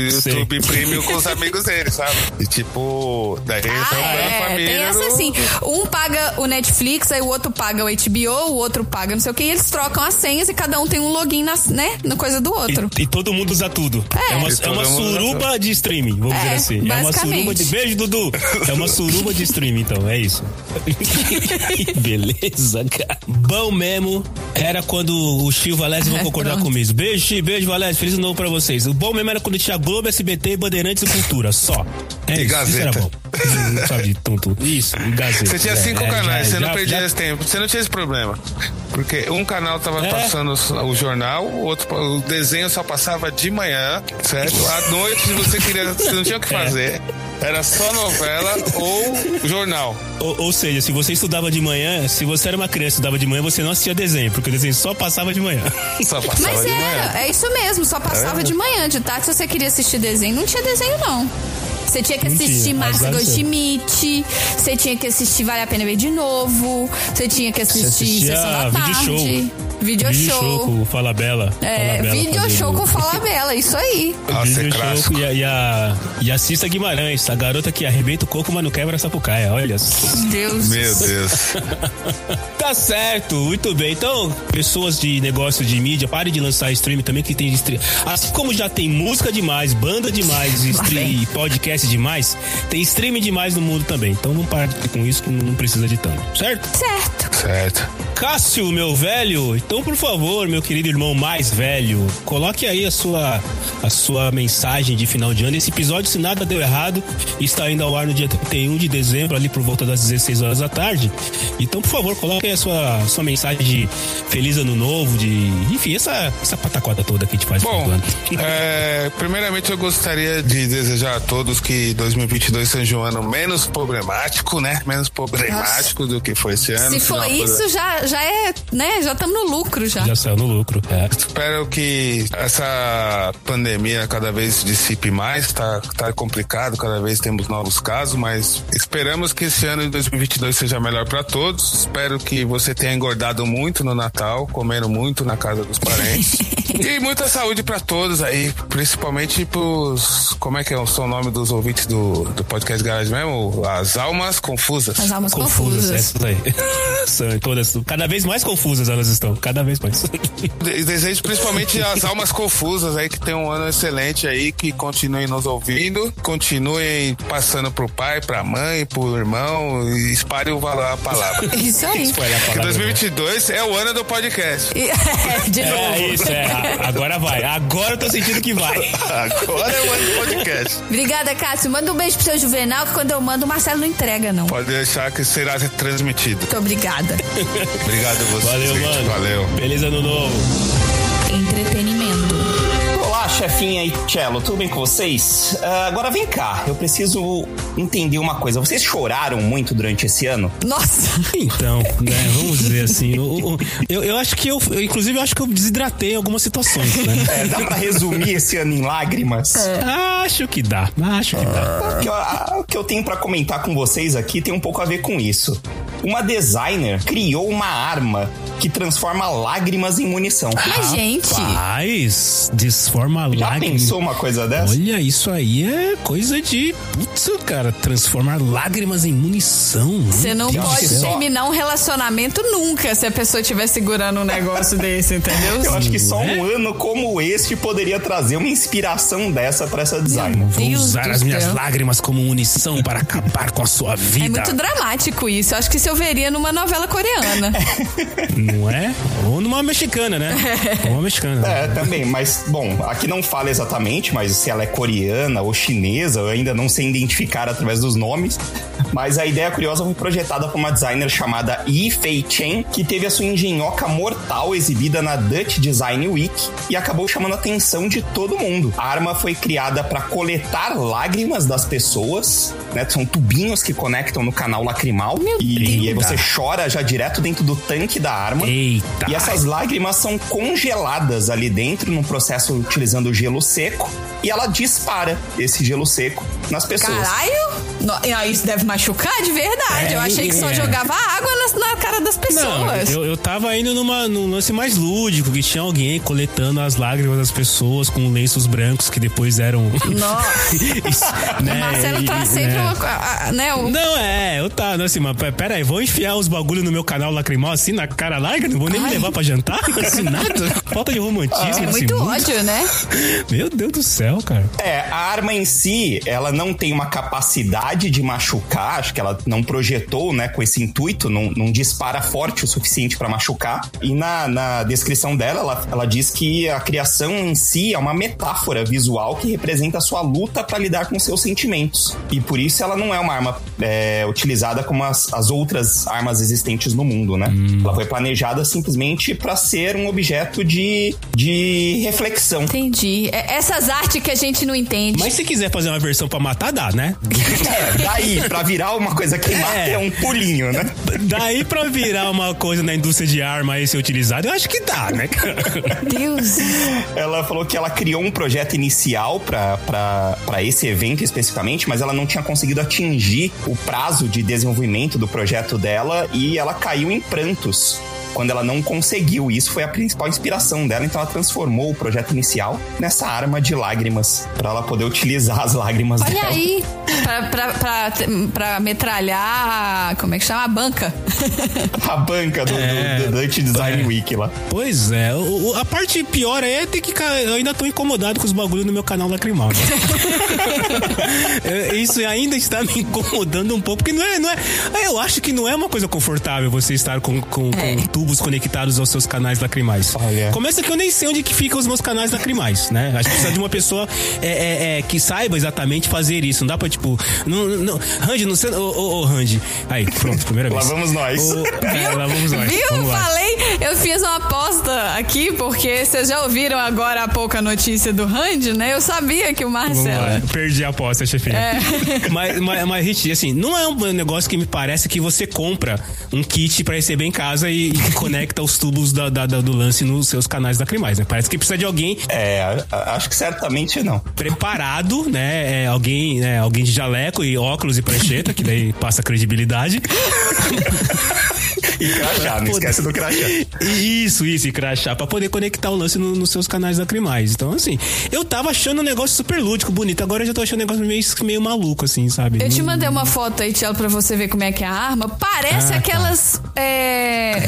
Speaker 1: sei.
Speaker 8: YouTube Premium com os amigos dele, sabe? E tipo, daí ele tá
Speaker 2: Ah,
Speaker 8: plano
Speaker 2: é,
Speaker 8: família.
Speaker 2: tem essa
Speaker 8: no-
Speaker 2: assim. Um paga o Netflix, aí o outro paga o HBO, o outro paga não sei o que, e eles trocam as senhas e cada um tem um login na, né, na coisa do outro.
Speaker 1: E, e todo mundo usa tudo.
Speaker 2: É.
Speaker 1: É, uma,
Speaker 8: E
Speaker 1: é uma
Speaker 8: todo mundo usa
Speaker 1: suruba de streaming, vamos
Speaker 2: É,
Speaker 1: dizer assim. É uma
Speaker 2: basicamente.
Speaker 1: suruba de. Beijo, Dudu! É uma suruba de streaming, então, é isso. Beleza, cara. Bom mesmo era quando o Chico e o Valézio vão
Speaker 2: É,
Speaker 1: concordar
Speaker 2: pronto.
Speaker 1: comigo. Beijo, Chico, beijo, Valézio. Feliz ano novo pra vocês. O bom mesmo era quando tinha Globo, SBT, Bandeirantes e Cultura. Só. É isso, isso era
Speaker 8: Gazeta.
Speaker 1: bom. Hum, Sabe, tonto. Isso, e Gazeta.
Speaker 8: Você tinha
Speaker 1: É,
Speaker 8: cinco
Speaker 1: é,
Speaker 8: canais,
Speaker 1: já-
Speaker 8: você não
Speaker 1: já-
Speaker 8: perdia
Speaker 1: já-
Speaker 8: esse tempo. Você não tinha esse problema. Porque um canal tava
Speaker 1: É.
Speaker 8: passando o jornal, o outro o desenho só passava de manhã, certo? À noite você queria, você não tinha o que
Speaker 1: É.
Speaker 8: fazer. Era só novela ou jornal.
Speaker 1: Ou, ou seja, se você estudava de manhã, se você era uma criança e estudava de manhã, você não assistia desenho, porque o desenho só passava de manhã.
Speaker 8: Só passava
Speaker 2: Mas
Speaker 8: de manhã.
Speaker 2: era, é isso mesmo, só passava de manhã, de tarde, se você queria assistir desenho, não tinha desenho, não. Você tinha que
Speaker 1: Não
Speaker 2: assistir
Speaker 1: tinha,
Speaker 2: Márcia
Speaker 1: azar seu.
Speaker 2: Goldschmidt, você tinha que assistir Vale a Pena Ver de Novo, você tinha que assistir
Speaker 1: assistia
Speaker 2: Sessão da
Speaker 1: vídeo
Speaker 2: Tarde,
Speaker 1: show.
Speaker 2: Video
Speaker 1: Vídeo
Speaker 2: Show.
Speaker 1: com o Fala Bela.
Speaker 2: É,
Speaker 1: Fala Bela
Speaker 2: video
Speaker 1: fazendo-
Speaker 2: show com Fala Bela, isso aí.
Speaker 8: Nossa, é
Speaker 1: Video show
Speaker 8: clássico.
Speaker 1: e a, e, a, e a Cissa Guimarães, a garota que arrebenta o coco, mas não quebra a sapucaia, olha.
Speaker 2: Deus.
Speaker 8: Meu Deus.
Speaker 1: Tá certo, muito bem. Então, pessoas de negócio de mídia, pare de lançar stream também, que tem stream. Assim como já tem música demais, banda demais, stream, e podcast demais, tem stream demais no mundo também. Então não pare com isso, que não precisa de tanto, certo?
Speaker 2: Certo.
Speaker 8: certo.
Speaker 1: Cássio, meu velho, então por favor, meu querido irmão mais velho, coloque aí a sua, a sua mensagem de final de ano. Esse episódio, se nada deu errado, está indo ao ar no dia 31 de dezembro, ali por volta das 16 horas da tarde. Então, por favor, coloque aí a sua, sua mensagem de feliz ano novo, de. Enfim, essa, essa pataquada toda que a gente faz
Speaker 8: Bom,
Speaker 1: todo ano.
Speaker 8: é, primeiramente eu gostaria de desejar a todos que 2022 seja um ano menos problemático, né? Menos problemático do que foi esse ano.
Speaker 2: Se for
Speaker 8: É, Final,
Speaker 2: isso, já, já é, né? Já estamos no lucro já.
Speaker 1: Já saiu no lucro. É.
Speaker 8: Espero que essa pandemia cada vez se dissipe mais, tá, tá complicado, cada vez temos novos casos, mas esperamos que esse ano de 2022 seja melhor para todos. Espero que você tenha engordado muito no Natal, comendo muito na casa dos parentes. e muita saúde para todos aí, principalmente pros, como é que é o seu nome dos ouvintes do, do podcast Garage mesmo? As almas confusas.
Speaker 2: As almas
Speaker 1: Confusas,
Speaker 2: confusas.
Speaker 1: essas aí. São todas. Cada vez mais confusas elas estão. Cada vez mais.
Speaker 8: De- Desejo principalmente as almas confusas aí que tem um ano excelente aí, que continuem nos ouvindo, continuem passando pro pai, pra mãe, pro irmão e espalhem o valor a palavra.
Speaker 1: é.
Speaker 2: Isso aí.
Speaker 1: Foi lá a
Speaker 8: Que
Speaker 1: palavra, né?
Speaker 8: 2022 é o ano do podcast.
Speaker 2: E- De novo.
Speaker 1: É isso, é. A- Agora vai. Agora eu tô sentindo que vai.
Speaker 8: Agora é o ano do podcast.
Speaker 2: Obrigada, Cássio. Manda um beijo pro seu Juvenal, que quando eu mando, o Marcelo não entrega, não.
Speaker 8: Pode deixar que será transmitido.
Speaker 2: Muito obrigada.
Speaker 8: Obrigado a vocês.
Speaker 1: Valeu,
Speaker 8: gente.
Speaker 1: mano.
Speaker 8: Valeu.
Speaker 1: Feliz ano novo.
Speaker 2: Entretenimento.
Speaker 9: Olá,
Speaker 10: chefinha e Cello, tudo bem com vocês? Ah, agora vem cá, eu preciso entender uma coisa. Vocês choraram muito durante esse ano?
Speaker 2: Nossa!
Speaker 1: Então, né, vamos dizer assim. o- o- Eu, eu acho que eu, eu, inclusive, eu acho que eu desidratei em algumas situações, né?
Speaker 10: É, dá pra resumir esse ano em lágrimas?
Speaker 1: Acho que dá, acho que dá.
Speaker 10: O que eu- a- o que eu tenho pra comentar com vocês aqui tem um pouco a ver com isso. Uma designer criou uma arma que transforma lágrimas em munição.
Speaker 2: Mas, gente,
Speaker 1: Mas, desforma
Speaker 10: Já
Speaker 1: lágrimas.
Speaker 10: pensou uma coisa dessa?
Speaker 1: Olha, isso aí é coisa de. Putz, cara, transformar lágrimas em munição.
Speaker 2: você não
Speaker 1: Meu Deus
Speaker 2: pode
Speaker 1: do céu.
Speaker 2: terminar um relacionamento nunca se a pessoa estiver segurando um negócio desse, entendeu?
Speaker 10: Eu acho que só um ano como este poderia trazer uma inspiração dessa pra essa designer.
Speaker 1: Vou
Speaker 2: Deus
Speaker 1: usar
Speaker 2: do
Speaker 1: as minhas
Speaker 2: céu.
Speaker 1: lágrimas como munição para acabar com a sua vida.
Speaker 2: É muito dramático isso. Eu acho que isso eu veria numa novela coreana.
Speaker 1: É, Não é? Ou numa mexicana, né? Ou uma mexicana.
Speaker 10: É, também, mas, bom, aqui não fala exatamente, mas se ela é coreana ou chinesa, eu ainda não sei identificar através dos nomes. Mas a ideia curiosa foi projetada por uma designer chamada Yi Fei Chen, que teve a sua engenhoca mortal exibida na Dutch Design Week e acabou chamando a atenção de todo mundo. A arma foi criada para coletar lágrimas das pessoas, né? São tubinhos que conectam no canal lacrimal. e, aí você chora já direto dentro do tanque da
Speaker 1: É.
Speaker 10: arma.
Speaker 1: Eita.
Speaker 10: E essas lágrimas são congeladas ali dentro, num processo utilizando gelo seco, e ela dispara esse gelo seco nas pessoas.
Speaker 2: Caralho! No- ah, Isso deve machucar de verdade. eu achei que só
Speaker 1: é.
Speaker 2: jogava água na, na cara das
Speaker 1: Não,
Speaker 2: pessoas.
Speaker 1: eu, eu tava indo numa, num lance mais lúdico, que tinha alguém coletando as lágrimas das pessoas com lenços brancos que depois eram.
Speaker 2: Nossa,
Speaker 1: né,
Speaker 2: o Marcelo
Speaker 1: e-
Speaker 2: tá
Speaker 1: e-
Speaker 2: sempre
Speaker 1: né.
Speaker 2: uma. co- a- a- né, o-
Speaker 1: Não, é, eu tá, não, assim, mas pe- pera aí, vou enfiar os bagulho no meu canal lacrimal assim, na cara larga, não vou nem me levar pra jantar, assim, nada. Falta de romantismo.
Speaker 2: é
Speaker 1: nesse
Speaker 2: muito
Speaker 1: mundo.
Speaker 2: ódio, né?
Speaker 1: Meu Deus do céu, cara.
Speaker 10: É, a arma em si, ela não tem uma capacidade de machucar, acho que ela não projetou, né, com esse intuito, não, não dispara forte o suficiente pra machucar. E na, na descrição dela, ela, ela diz que a criação em si é uma metáfora visual que representa a sua luta pra lidar com seus sentimentos. E por isso ela não é uma arma é, utilizada como as, as outras armas existentes no mundo, né? Ela foi planejada simplesmente pra ser um objeto de, de reflexão.
Speaker 2: Entendi. É- essas artes que a gente não entende.
Speaker 1: Mas se quiser fazer uma versão pra matar, dá, né?
Speaker 10: É, daí, pra virar uma coisa que mata
Speaker 1: É.
Speaker 10: é um pulinho, né?
Speaker 1: Daí pra virar uma coisa na indústria de arma aí ser utilizada, eu acho que dá, né, cara?
Speaker 2: Deus.
Speaker 10: Ela falou que ela criou um projeto inicial pra- pra pra esse evento especificamente, mas ela não tinha conseguido atingir o prazo de desenvolvimento do projeto dela e ela caiu em prantos. Quando ela não conseguiu, E isso foi a principal inspiração dela, então ela transformou o projeto inicial nessa arma de lágrimas, pra ela poder utilizar as lágrimas
Speaker 2: Olha
Speaker 10: dela.
Speaker 2: aí. Pra, pra, pra, pra metralhar. a- Como é que chama? A banca.
Speaker 10: A banca do, do- do Dutch Design Week lá.
Speaker 1: Pois é, o- o- a parte pior aí é ter que. ca- Eu ainda tô incomodado com os bagulhos no meu canal lacrimal. Né? É, Isso ainda está me incomodando um pouco, porque não é, não é. Eu acho que não é uma coisa confortável você estar com, com- com tubos conectados aos seus canais lacrimais.
Speaker 10: É. Olha.
Speaker 1: Começa que eu nem sei onde que ficam os meus canais lacrimais, né? Acho que precisa de uma pessoa é, é, é, que saiba exatamente fazer isso. Não dá pra, tipo. Não, não, Randy, não sei. Ô, ô, ô, Randy. Aí, pronto, primeira
Speaker 10: Lá
Speaker 1: vez.
Speaker 10: vamos nós.
Speaker 1: Ô, é, lá vamos nós.
Speaker 2: Viu?
Speaker 1: Vamos
Speaker 2: Eu
Speaker 1: lá.
Speaker 2: falei, eu fiz uma aposta aqui, porque vocês já ouviram agora há pouco a notícia do Randy, né? Eu sabia que o
Speaker 1: Vamos
Speaker 2: Marcelo. É.
Speaker 1: lá. Perdi a aposta, chefinha. mas, mas, mas, Rich, assim, não é um negócio que me parece que você compra um kit pra receber em casa e, e conecta os tubos da- da- da- do lance nos seus canais lacrimais, né? Parece que precisa de alguém
Speaker 10: É, a- a- acho que certamente não.
Speaker 1: preparado, né? É, alguém, né? alguém de jaleco e óculos e prancheta, que daí passa credibilidade.
Speaker 10: E crachá, não esquece do crachá.
Speaker 1: E Isso, isso, e crachá, pra poder conectar o lance no- nos seus canais lacrimais. Então, assim, eu tava achando um negócio super lúdico, bonito. Agora eu já tô achando um negócio meio, meio maluco, assim, sabe?
Speaker 2: Eu te
Speaker 1: Não-
Speaker 2: mandei uma foto aí, Tiago, pra você ver como é que é a arma. Parece
Speaker 1: Ah, tá.
Speaker 2: aquelas. É,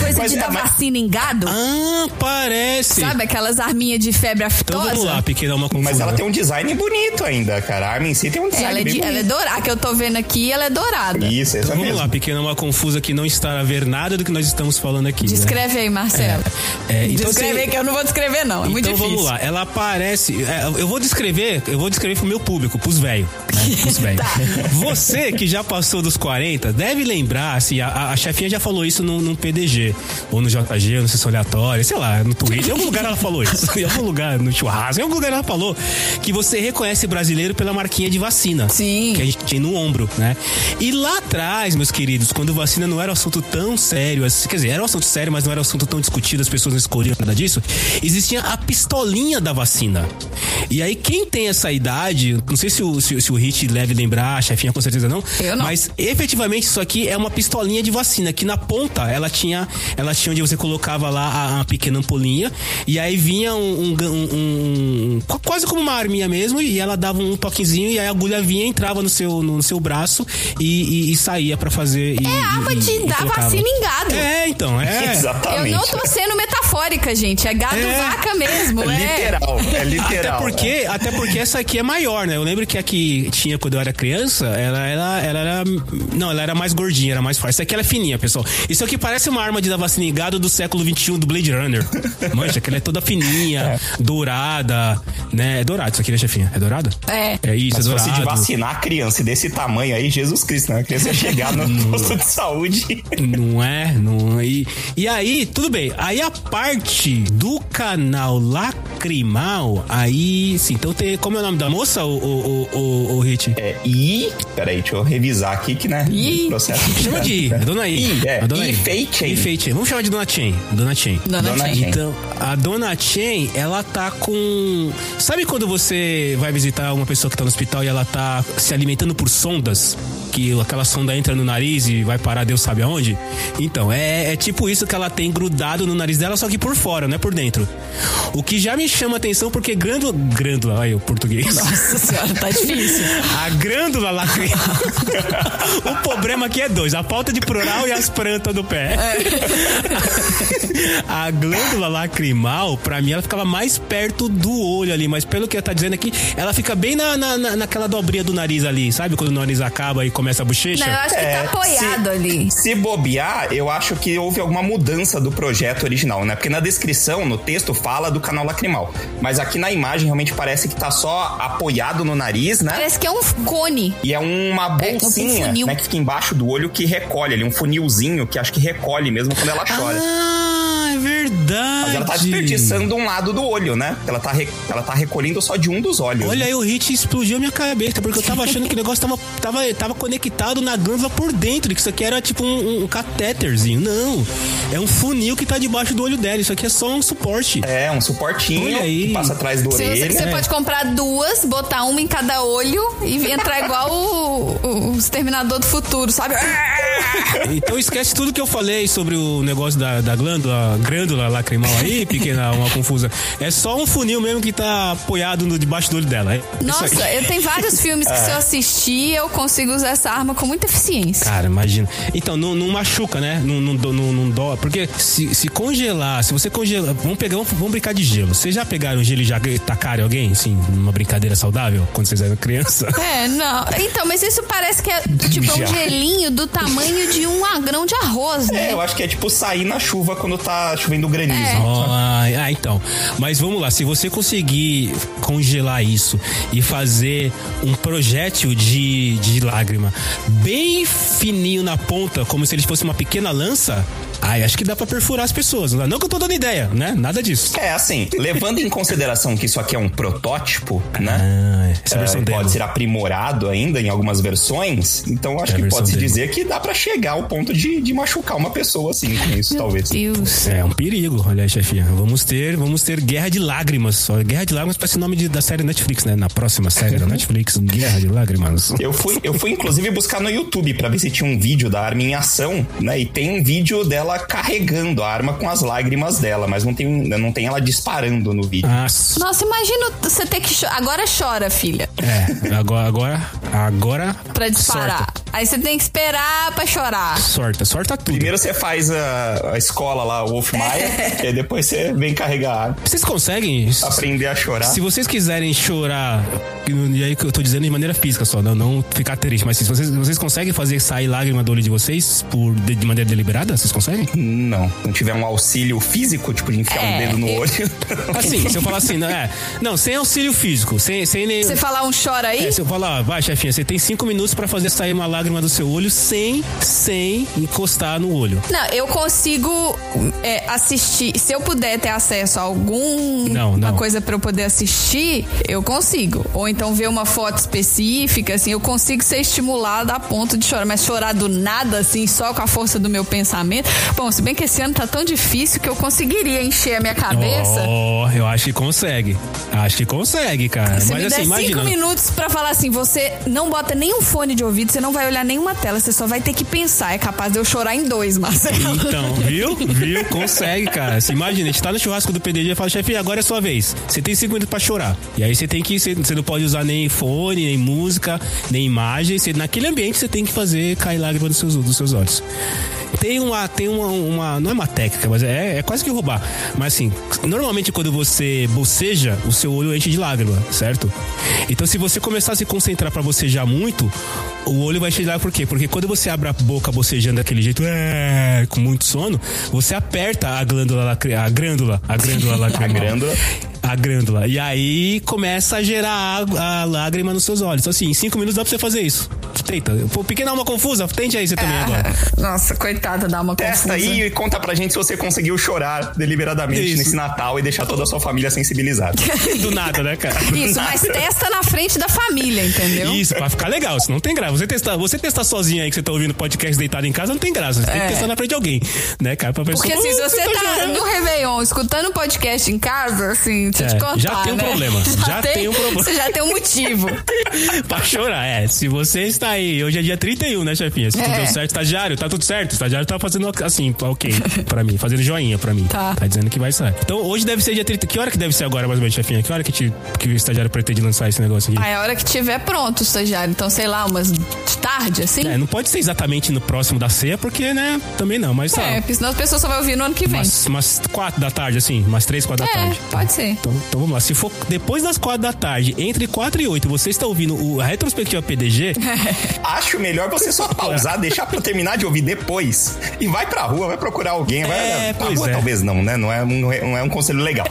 Speaker 2: coisa
Speaker 10: Mas
Speaker 2: de
Speaker 10: é,
Speaker 2: dar
Speaker 10: mas-
Speaker 2: vacina em gado.
Speaker 1: Ah, parece.
Speaker 2: Sabe aquelas arminhas de febre
Speaker 1: Então vamos lá,
Speaker 2: aftosa?
Speaker 1: pequena uma confusão.
Speaker 10: Mas ela tem um design bonito ainda, cara. A arma em si tem um
Speaker 2: É,
Speaker 10: design
Speaker 2: ela, é
Speaker 10: bem
Speaker 2: de, ela é
Speaker 10: bonito.
Speaker 2: dourada. A que eu tô vendo aqui, ela é dourada.
Speaker 10: Isso,
Speaker 1: Então
Speaker 10: essa
Speaker 1: vamos
Speaker 10: mesmo.
Speaker 1: lá, pequena uma confusa que não está a ver nada do que nós estamos falando aqui. né?
Speaker 2: Descreve aí, Marcelo.
Speaker 1: É, então
Speaker 2: Descreve aí
Speaker 1: você-
Speaker 2: que eu não vou descrever, não. É muito
Speaker 1: então
Speaker 2: difícil.
Speaker 1: vamos lá, ela aparece. é, eu vou descrever, eu vou descrever pro meu público, pros velhos. Né? Pros velhos.
Speaker 2: Tá.
Speaker 1: Você que já passou dos 40, deve lembrar, assim, a, a- a chefinha já falou isso num, num PDG. você, ou no JG, ou no Sessão Aleatória, sei lá, no Twitter. Em algum lugar ela falou isso. Em algum lugar, no churrasco, em algum lugar ela falou que você reconhece brasileiro pela marquinha de vacina.
Speaker 2: Sim.
Speaker 1: Que a gente tem no ombro, né? E lá atrás, meus queridos, quando vacina não era um assunto tão sério, assim, quer dizer, era um assunto sério, mas não era um assunto tão discutido, as pessoas não escolhiam nada disso, existia a pistolinha da vacina. E aí, quem tem essa idade, não sei se o, se, o- se o Hit deve lembrar, a chefinha com certeza não,
Speaker 2: Eu não.
Speaker 1: mas efetivamente isso aqui é uma pistolinha de vacina, que na ponta ela tinha, ela tinha onde você colocava lá a, a pequena ampolinha, e aí vinha um, um gan- um- um- um- qu- quase como uma arminha mesmo, e ela dava um toquezinho, e aí a agulha vinha, entrava no seu, no, seu braço e, e- e saía pra fazer. E, é
Speaker 5: arma de dar vacina em gado.
Speaker 1: É, então, é.
Speaker 10: Exatamente.
Speaker 2: Eu não tô sendo metafórica, gente. É gado
Speaker 1: É.
Speaker 2: vaca mesmo,
Speaker 10: É
Speaker 2: é.
Speaker 10: literal, é
Speaker 1: Até
Speaker 10: literal.
Speaker 1: porque, até porque essa aqui é maior, né? Eu lembro que a que tinha quando eu era criança, ela, ela, ela era. Não, ela era mais gordinha, era mais forte. Essa aqui ela é fininha, pessoal. Isso aqui parece uma arma de dar vacina em gado do século XXI do Blade Runner. Mancha, que ela é toda fininha, dourada, né? É dourado isso aqui, né, chefinha? É dourada?
Speaker 2: É.
Speaker 1: É isso,
Speaker 10: Se
Speaker 1: é
Speaker 10: fosse de
Speaker 1: dourado.
Speaker 10: vacinar a criança desse tamanho aí, Jesus Cristo, né? A criança ia chegar no posto de saúde.
Speaker 1: Não é? Não é. E, e aí, tudo bem. Aí a parte do canal Lacrimal, aí sim. Então, tem, como é o nome da moça, o, o, o, o, o Hit?
Speaker 10: É, e. Peraí, deixa eu revisar aqui que, né?
Speaker 2: Ih.
Speaker 10: o Processo.
Speaker 1: Chama de I, é Dona I.
Speaker 10: I, é.
Speaker 1: A dona
Speaker 10: I Fei Chen.
Speaker 1: I Fei Chen. Vamos chamar de Dona Chen. Dona Chen.
Speaker 2: Dona
Speaker 10: Dona
Speaker 2: Chen.
Speaker 10: Chen.
Speaker 1: Então, a Dona Chen, ela tá com... Sabe quando você vai visitar uma pessoa que tá no hospital e ela tá se alimentando por sondas? Que aquela sonda entra no nariz e vai parar Deus sabe aonde? Então, é, é tipo isso que ela tem grudado no nariz dela, só que por fora, não é por dentro. O que já me chama atenção porque grândula... Grândula, olha aí o português.
Speaker 2: Nossa senhora, tá difícil.
Speaker 1: A grândula lacrimal. o problema aqui é dois: a falta de plural e as plantas do pé. a glândula lacrimal, pra mim, ela ficava mais perto do olho ali, mas pelo que ela tá dizendo aqui, ela fica bem na, na- na- naquela dobrinha do nariz ali, sabe? Quando o nariz acaba e começa a bochecha.
Speaker 2: Não, eu acho que tá
Speaker 10: É,
Speaker 2: apoiado
Speaker 10: se-
Speaker 2: ali.
Speaker 10: Se bobear, eu acho que houve alguma mudança do projeto original, né? Porque na descrição, no texto, fala do canal lacrimal. Mas aqui na imagem realmente parece que tá só apoiado no nariz, né?
Speaker 5: Parece que é um cone.
Speaker 10: E é uma
Speaker 5: um
Speaker 10: bolsinha,
Speaker 5: funil.
Speaker 10: né? Que fica embaixo do olho que recolhe ali, um funilzinho que acho que recolhe mesmo quando ela chora.
Speaker 1: Ah, é verdade.
Speaker 10: Mas ela tá desperdiçando um lado do olho, né? Ela tá, re- ela tá recolhendo só de um dos olhos.
Speaker 1: Olha aí, o hit explodiu a minha cabeça, porque eu tava achando que o negócio tava, tava, tava conectado na glândula por dentro, que isso aqui era tipo um, um catéterzinho. Não, é um funil que tá debaixo do olho dela, isso aqui é só um suporte.
Speaker 10: É, um
Speaker 1: Olha
Speaker 10: suportinho
Speaker 1: aí.
Speaker 10: que passa atrás da
Speaker 2: Se você,
Speaker 10: orelha.
Speaker 2: você
Speaker 1: É.
Speaker 2: pode comprar duas, botar uma em cada olho e entrar igual o, o, o Exterminador do Futuro, sabe?
Speaker 1: Então esquece tudo que eu falei sobre o negócio da, da glândula, grândula lacrimal aí, pequena, uma confusa. É só um funil mesmo que tá apoiado no, debaixo do olho dela. É isso aí.
Speaker 2: Nossa, eu tenho vários filmes que se eu assistir, eu consigo usar essa arma com muita eficiência.
Speaker 1: Cara, imagina. Então, não, não machuca, né? Não, não, do- não, não dó. Porque se, se congelar, se você congelar. Vamos pegar, vamos, vamos brincar de gelo. Vocês já pegaram gelo e já tacaram alguém, assim, numa brincadeira saudável, quando vocês eram criança?
Speaker 2: É, não. Então, mas isso parece que é tipo é um
Speaker 10: Já.
Speaker 2: gelinho do tamanho de um agrão de arroz, né? É.
Speaker 10: É, eu acho que é tipo sair na chuva quando tá chovendo granizo.
Speaker 1: Ó, ah, então. Mas vamos lá, se você conseguir congelar isso e fazer um projétil de, de lágrima bem fininho na ponta, como se ele fosse uma pequena lança, aí acho que dá pra perfurar as pessoas. Não, dá? não que eu tô dando ideia, né? Nada disso.
Speaker 10: É, assim, levando em consideração que isso aqui é um protótipo, né?
Speaker 1: Ah, essa
Speaker 10: É,
Speaker 1: versão
Speaker 10: pode
Speaker 1: demo.
Speaker 10: ser aprimorado ainda em algumas versões, então acho
Speaker 1: É a
Speaker 10: que
Speaker 1: versão
Speaker 10: pode se
Speaker 1: demo.
Speaker 10: dizer que dá pra chegar ao ponto de, de machucar uma pessoa assim com isso, talvez.
Speaker 2: Deus.
Speaker 1: É um perigo, olha aí, chefinha. Vamos ter, vamos ter Guerra de Lágrimas. Ó, Guerra de Lágrimas parece o nome de- da série Netflix, né? Na próxima série da Netflix, Guerra de Lágrimas.
Speaker 10: Eu fui, eu fui inclusive buscar no YouTube pra ver se tinha um vídeo da arma em ação, né? E tem um vídeo dela carregando a arma com as lágrimas dela, mas não tem, não tem ela disparando no vídeo.
Speaker 1: Ah,
Speaker 2: Nossa, imagina você ter que. cho- Agora chora, filha,
Speaker 1: é, agora, agora, agora.
Speaker 2: pra disparar. Aí você tem que esperar pra chorar.
Speaker 1: Sorta, sorta, sorta tudo.
Speaker 10: Primeiro você faz a, a escola lá, o Wolf Maia, e aí depois você vem carregar a arma,
Speaker 1: Vocês conseguem?
Speaker 10: aprender a chorar.
Speaker 1: Se vocês quiserem chorar, e aí que eu tô dizendo de maneira física só, não, não ficar triste, mas se vocês, vocês conseguem fazer sair lágrima do olho de vocês por, de, de maneira deliberada? Vocês conseguem?
Speaker 10: Não, não tiver um auxílio físico, tipo de enfiar um
Speaker 2: É,
Speaker 10: dedo no
Speaker 2: eu-
Speaker 10: olho.
Speaker 1: Assim, se eu falar assim, não, é. Não, sem auxílio físico, sem, sem nem.
Speaker 2: Você falar um chora aí?
Speaker 1: "Ah, É, se eu falar, vai, chefinha, você tem cinco minutos pra fazer sair uma lágrima do seu olho sem, sem encostar no olho.
Speaker 2: Não, eu consigo é, assistir. Se eu puder ter acesso a
Speaker 1: Não,
Speaker 2: alguma
Speaker 1: não.
Speaker 2: coisa pra eu poder assistir, eu consigo. Ou então ver uma foto específica, assim, eu consigo ser estimulada a ponto de chorar. Mas chorar do nada, assim, só com a força do meu pensamento. Bom, se bem que esse ano tá tão difícil que eu conseguiria encher a minha cabeça.
Speaker 1: Oh, eu acho que consegue. Acho que consegue, cara.
Speaker 2: Se
Speaker 1: Mas
Speaker 2: me der
Speaker 1: assim, imagina.
Speaker 2: cinco minutos pra falar assim, você não bota nenhum fone de ouvido, você não vai olhar nenhuma tela, você só vai ter que pensar. É capaz de eu chorar em dois, Marcelo.
Speaker 1: Então, viu? Viu? Consegue, cara. Se imagina, a gente tá no churrasco do PDG e fala, chefe, agora é sua vez. Você tem cinco minutos pra chorar. E aí você tem que. Você você não pode usar nem fone, nem música, nem imagem. Você- naquele ambiente você tem que fazer cair lágrima dos seus, dos seus olhos. Tem uma. Tem uma, uma- Não é uma técnica, mas é, é quase que roubar. Mas assim, normalmente quando você boceja, o seu olho enche de lágrima, certo? Então se você começar a se concentrar pra bocejar muito, o olho vai encher de lágrima por quê? Porque quando você abre a boca bocejando daquele jeito, é, com muito sono, você aperta a glândula lacri- a grândula, a grândula lacrimal.
Speaker 10: grândula.
Speaker 1: A grândula. E aí começa a gerar água- a lágrima nos seus olhos. Então assim, em cinco minutos dá pra você fazer isso. Tenta. Pô, pequena alma confusa, tente aí você também agora.
Speaker 2: Nossa, coitada, dá uma confusa.
Speaker 10: Testa aí e conta pra gente se você conseguiu chorar deliberadamente
Speaker 1: Isso.
Speaker 10: nesse Natal e deixar toda a sua família sensibilizada.
Speaker 1: Do nada, né, cara?
Speaker 2: Isso, mas testa na frente da família, entendeu?
Speaker 1: Isso, pra ficar legal, isso não tem graça. Você testar, você testar sozinho aí que você tá ouvindo podcast deitado em casa, não tem graça. Você tem que testar na frente de alguém, né, cara? Pra pessoa,
Speaker 2: É. Porque assim, se
Speaker 1: "Ah,
Speaker 2: você tá
Speaker 1: chorando."
Speaker 2: no Réveillon escutando podcast em casa, assim, deixa eu
Speaker 1: É,
Speaker 2: te contar.
Speaker 1: já tem um
Speaker 2: né?
Speaker 1: problema, já tem um problema.
Speaker 2: Você já tem um motivo.
Speaker 1: pra chorar, é. Se você está aí, hoje é dia 31, né, chefinha? Se tudo
Speaker 2: É.
Speaker 1: deu certo, estagiário, tá tudo certo. Estagiário tá fazendo assim, tá ok, pra mim, fazendo joinha pra mim.
Speaker 2: Tá.
Speaker 1: Tá dizendo que vai sair. Então, hoje deve ser dia 30. Que hora que deve ser agora, mais ou menos, chefinha? Que hora que, te, que o estagiário pretende lançar esse negócio aqui?
Speaker 2: Aí é a hora que tiver pronto o estagiário. Então, sei lá, umas de tarde, assim.
Speaker 1: É, não pode ser exatamente no próximo da ceia, porque, né, também não, mas
Speaker 2: É,
Speaker 1: sabe.
Speaker 2: porque senão as pessoas só vão ouvir no ano que vem.
Speaker 1: Umas, umas quatro da tarde, assim, umas três, quatro da
Speaker 2: É,
Speaker 1: tarde.
Speaker 2: pode ser.
Speaker 1: Então, então vamos lá. Se for depois das quatro da tarde, entre quatro e oito, você está ouvindo o a retrospectiva PDG,
Speaker 10: Acho melhor você só pausar, deixar pra eu terminar de ouvir depois. E vai pra rua, vai procurar alguém. Vai,
Speaker 1: É,
Speaker 10: pra
Speaker 1: pois
Speaker 10: rua
Speaker 1: é.
Speaker 10: talvez não, né? Não é, um- não é- não é um conselho legal.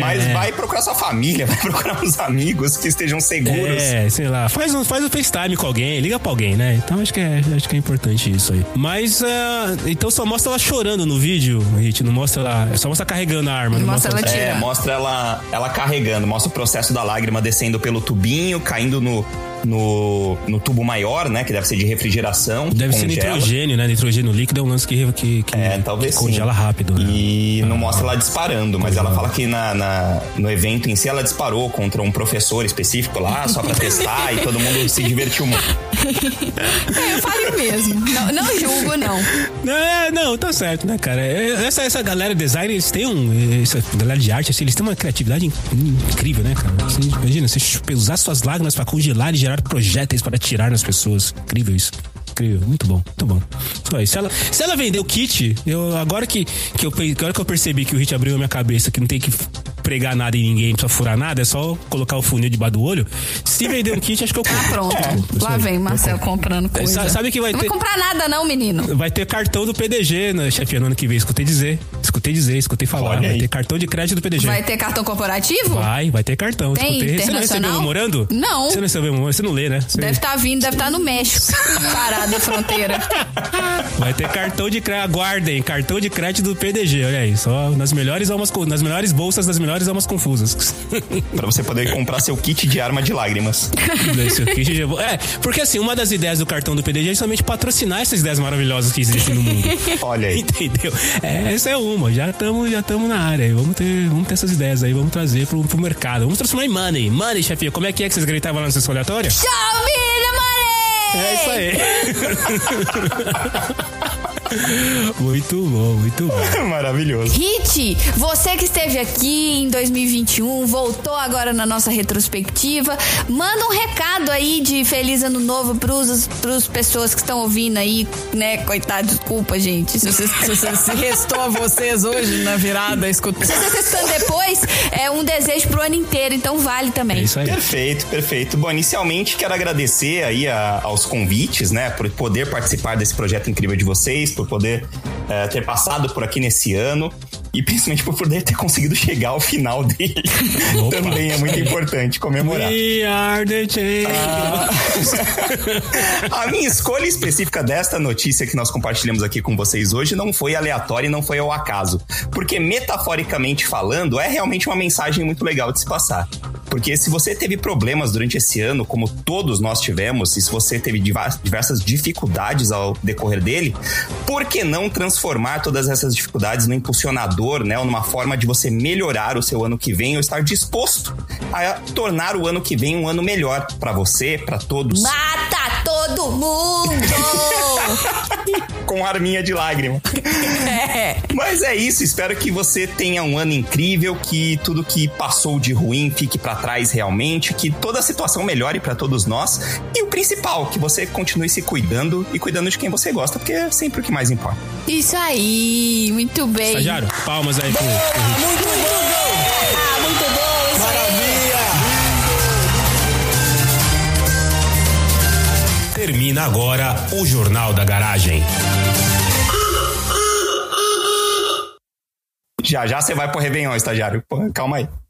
Speaker 10: Mas vai procurar sua família, vai procurar uns amigos que estejam seguros.
Speaker 1: É, sei lá. Faz um, faz um FaceTime com alguém, liga pra alguém, né? Então acho que é, acho que é importante isso aí. Mas, ah, então só mostra ela chorando no vídeo, Hit. Não mostra ela. Só mostra carregando a arma. Não
Speaker 2: Mostra
Speaker 1: mostra
Speaker 2: ela
Speaker 10: É,
Speaker 2: tirando.
Speaker 10: mostra ela, ela carregando, mostra o processo da lágrima descendo pelo tubinho, caindo no, no, no tubo maior, né? Que deve ser de refrigeração. que
Speaker 1: Deve ser
Speaker 10: congela.
Speaker 1: nitrogênio, né? Nitrogênio líquido é um lance que, que, que,
Speaker 10: É, talvez
Speaker 1: que congela
Speaker 10: sim.
Speaker 1: rápido. Né?
Speaker 10: E não mostra ela disparando, mas ela fala que na, na- no evento em si ela disparou contra um professor específico lá, só pra testar, e todo mundo se divertiu muito.
Speaker 2: É, Eu faria o mesmo. Não, não julgo, não.
Speaker 1: É, não, tá certo, né, cara? É, Essa, essa galera design, eles têm um. Essa galera de arte, assim, eles têm uma criatividade in- incrível, né, cara? Assim, imagina, você chu- usar suas lágrimas pra congelar e gerar projéteis para atirar nas pessoas. Incrível isso. Incrível, muito bom, muito bom. Só isso. Se ela, se ela vendeu o kit, eu, agora que, que, eu, pe- que hora que eu percebi que o hit abriu a minha cabeça, que não tem que f- pregar nada em ninguém, não precisa furar nada, é só colocar o funil debaixo do olho. Se vender um kit, acho que eu compro.
Speaker 2: Tá Pronto.
Speaker 1: Eu compro, isso
Speaker 2: Lá
Speaker 1: aí.
Speaker 2: vem
Speaker 1: Eu
Speaker 2: Marcel
Speaker 1: compro.
Speaker 2: comprando coisa.
Speaker 1: É, Sa- sabe que vai
Speaker 2: é. Não
Speaker 1: ter-
Speaker 2: vai comprar nada, não, menino.
Speaker 1: Vai ter cartão do PDG, né, chefinha, no ano que vem. Escutei dizer. Escutei dizer, escutei falar. vai ter cartão de crédito do PDG.
Speaker 2: Vai ter cartão corporativo?
Speaker 1: Vai, vai ter cartão.
Speaker 2: Tem
Speaker 1: escutei. Você não recebeu
Speaker 2: internacional?
Speaker 1: o memorando?
Speaker 2: Não.
Speaker 1: Você não recebeu o memorando? Você não lê, né? Você-
Speaker 2: Deve
Speaker 5: tá
Speaker 2: estar vindo, deve estar no México. Parado na fronteira.
Speaker 1: Vai ter cartão de crédito. Aguardem, cartão de crédito do PDG. Olha aí, só nas melhores almas, co- nas melhores bolsas, nas melhores almas confusas.
Speaker 10: Pra você poder comprar seu kit de arma de lágrimas.
Speaker 1: Isso aqui, é, porque assim, uma das ideias do cartão do PDG é justamente patrocinar essas ideias maravilhosas que existem no mundo.
Speaker 10: Olha aí.
Speaker 1: Entendeu? É, essa é uma. Já estamos já tamo na área. aí. Vamos ter, vamos ter essas ideias aí. Vamos trazer pro, pro mercado. Vamos transformar em money. Money, chefinha. Como é que é que vocês gritavam lá na sessão aleatória?
Speaker 5: Show me the money!
Speaker 1: É isso aí. muito bom, muito bom.
Speaker 10: Maravilhoso.
Speaker 5: Hit, você que esteve aqui em 2021, voltou agora na nossa retrospectiva, manda um recado aí de feliz ano novo pros, pros pessoas que estão ouvindo aí, né? Coitado, desculpa, gente. Se vocês, se vocês, se
Speaker 2: Restou a vocês hoje na virada, escuta.
Speaker 5: vocês estão depois, é um desejo pro ano inteiro, então vale
Speaker 1: É
Speaker 5: também.
Speaker 1: isso aí.
Speaker 10: Perfeito, perfeito. Bom, inicialmente quero agradecer aí a- aos convites, né, por poder participar desse projeto incrível de vocês, por poder eh, ter passado por aqui nesse ano. E principalmente por poder ter conseguido chegar ao final dele. Também é muito importante comemorar.
Speaker 1: We are the champions.
Speaker 10: A minha escolha específica desta notícia que nós compartilhamos aqui com vocês hoje não foi aleatória e não foi ao acaso. Porque, metaforicamente falando, é realmente uma mensagem muito legal de se passar. Porque se você teve problemas durante esse ano, como todos nós tivemos, e se você teve diva- diversas dificuldades ao decorrer dele, por que não transformar todas essas dificuldades no impulsionador, né? Ou numa forma de você melhorar o seu ano que vem ou estar disposto a tornar o ano que vem um ano melhor para você, para todos.
Speaker 5: Mata todo mundo!
Speaker 10: com arminha de lágrima. Mas é isso, espero que você tenha um ano incrível, que tudo que passou de ruim fique pra trás realmente, que toda a situação melhore pra todos nós e o principal, que você continue se cuidando e cuidando de quem você gosta, porque é sempre o que mais importa.
Speaker 2: Isso aí, muito bem.
Speaker 1: Estagiário, palmas aí pro pro Rick.
Speaker 5: Muito bom! Ah, muito bom! Isso
Speaker 3: Termina agora o Jornal da Garagem.
Speaker 10: Já já você vai pro Réveillon, estagiário. Pô, calma aí.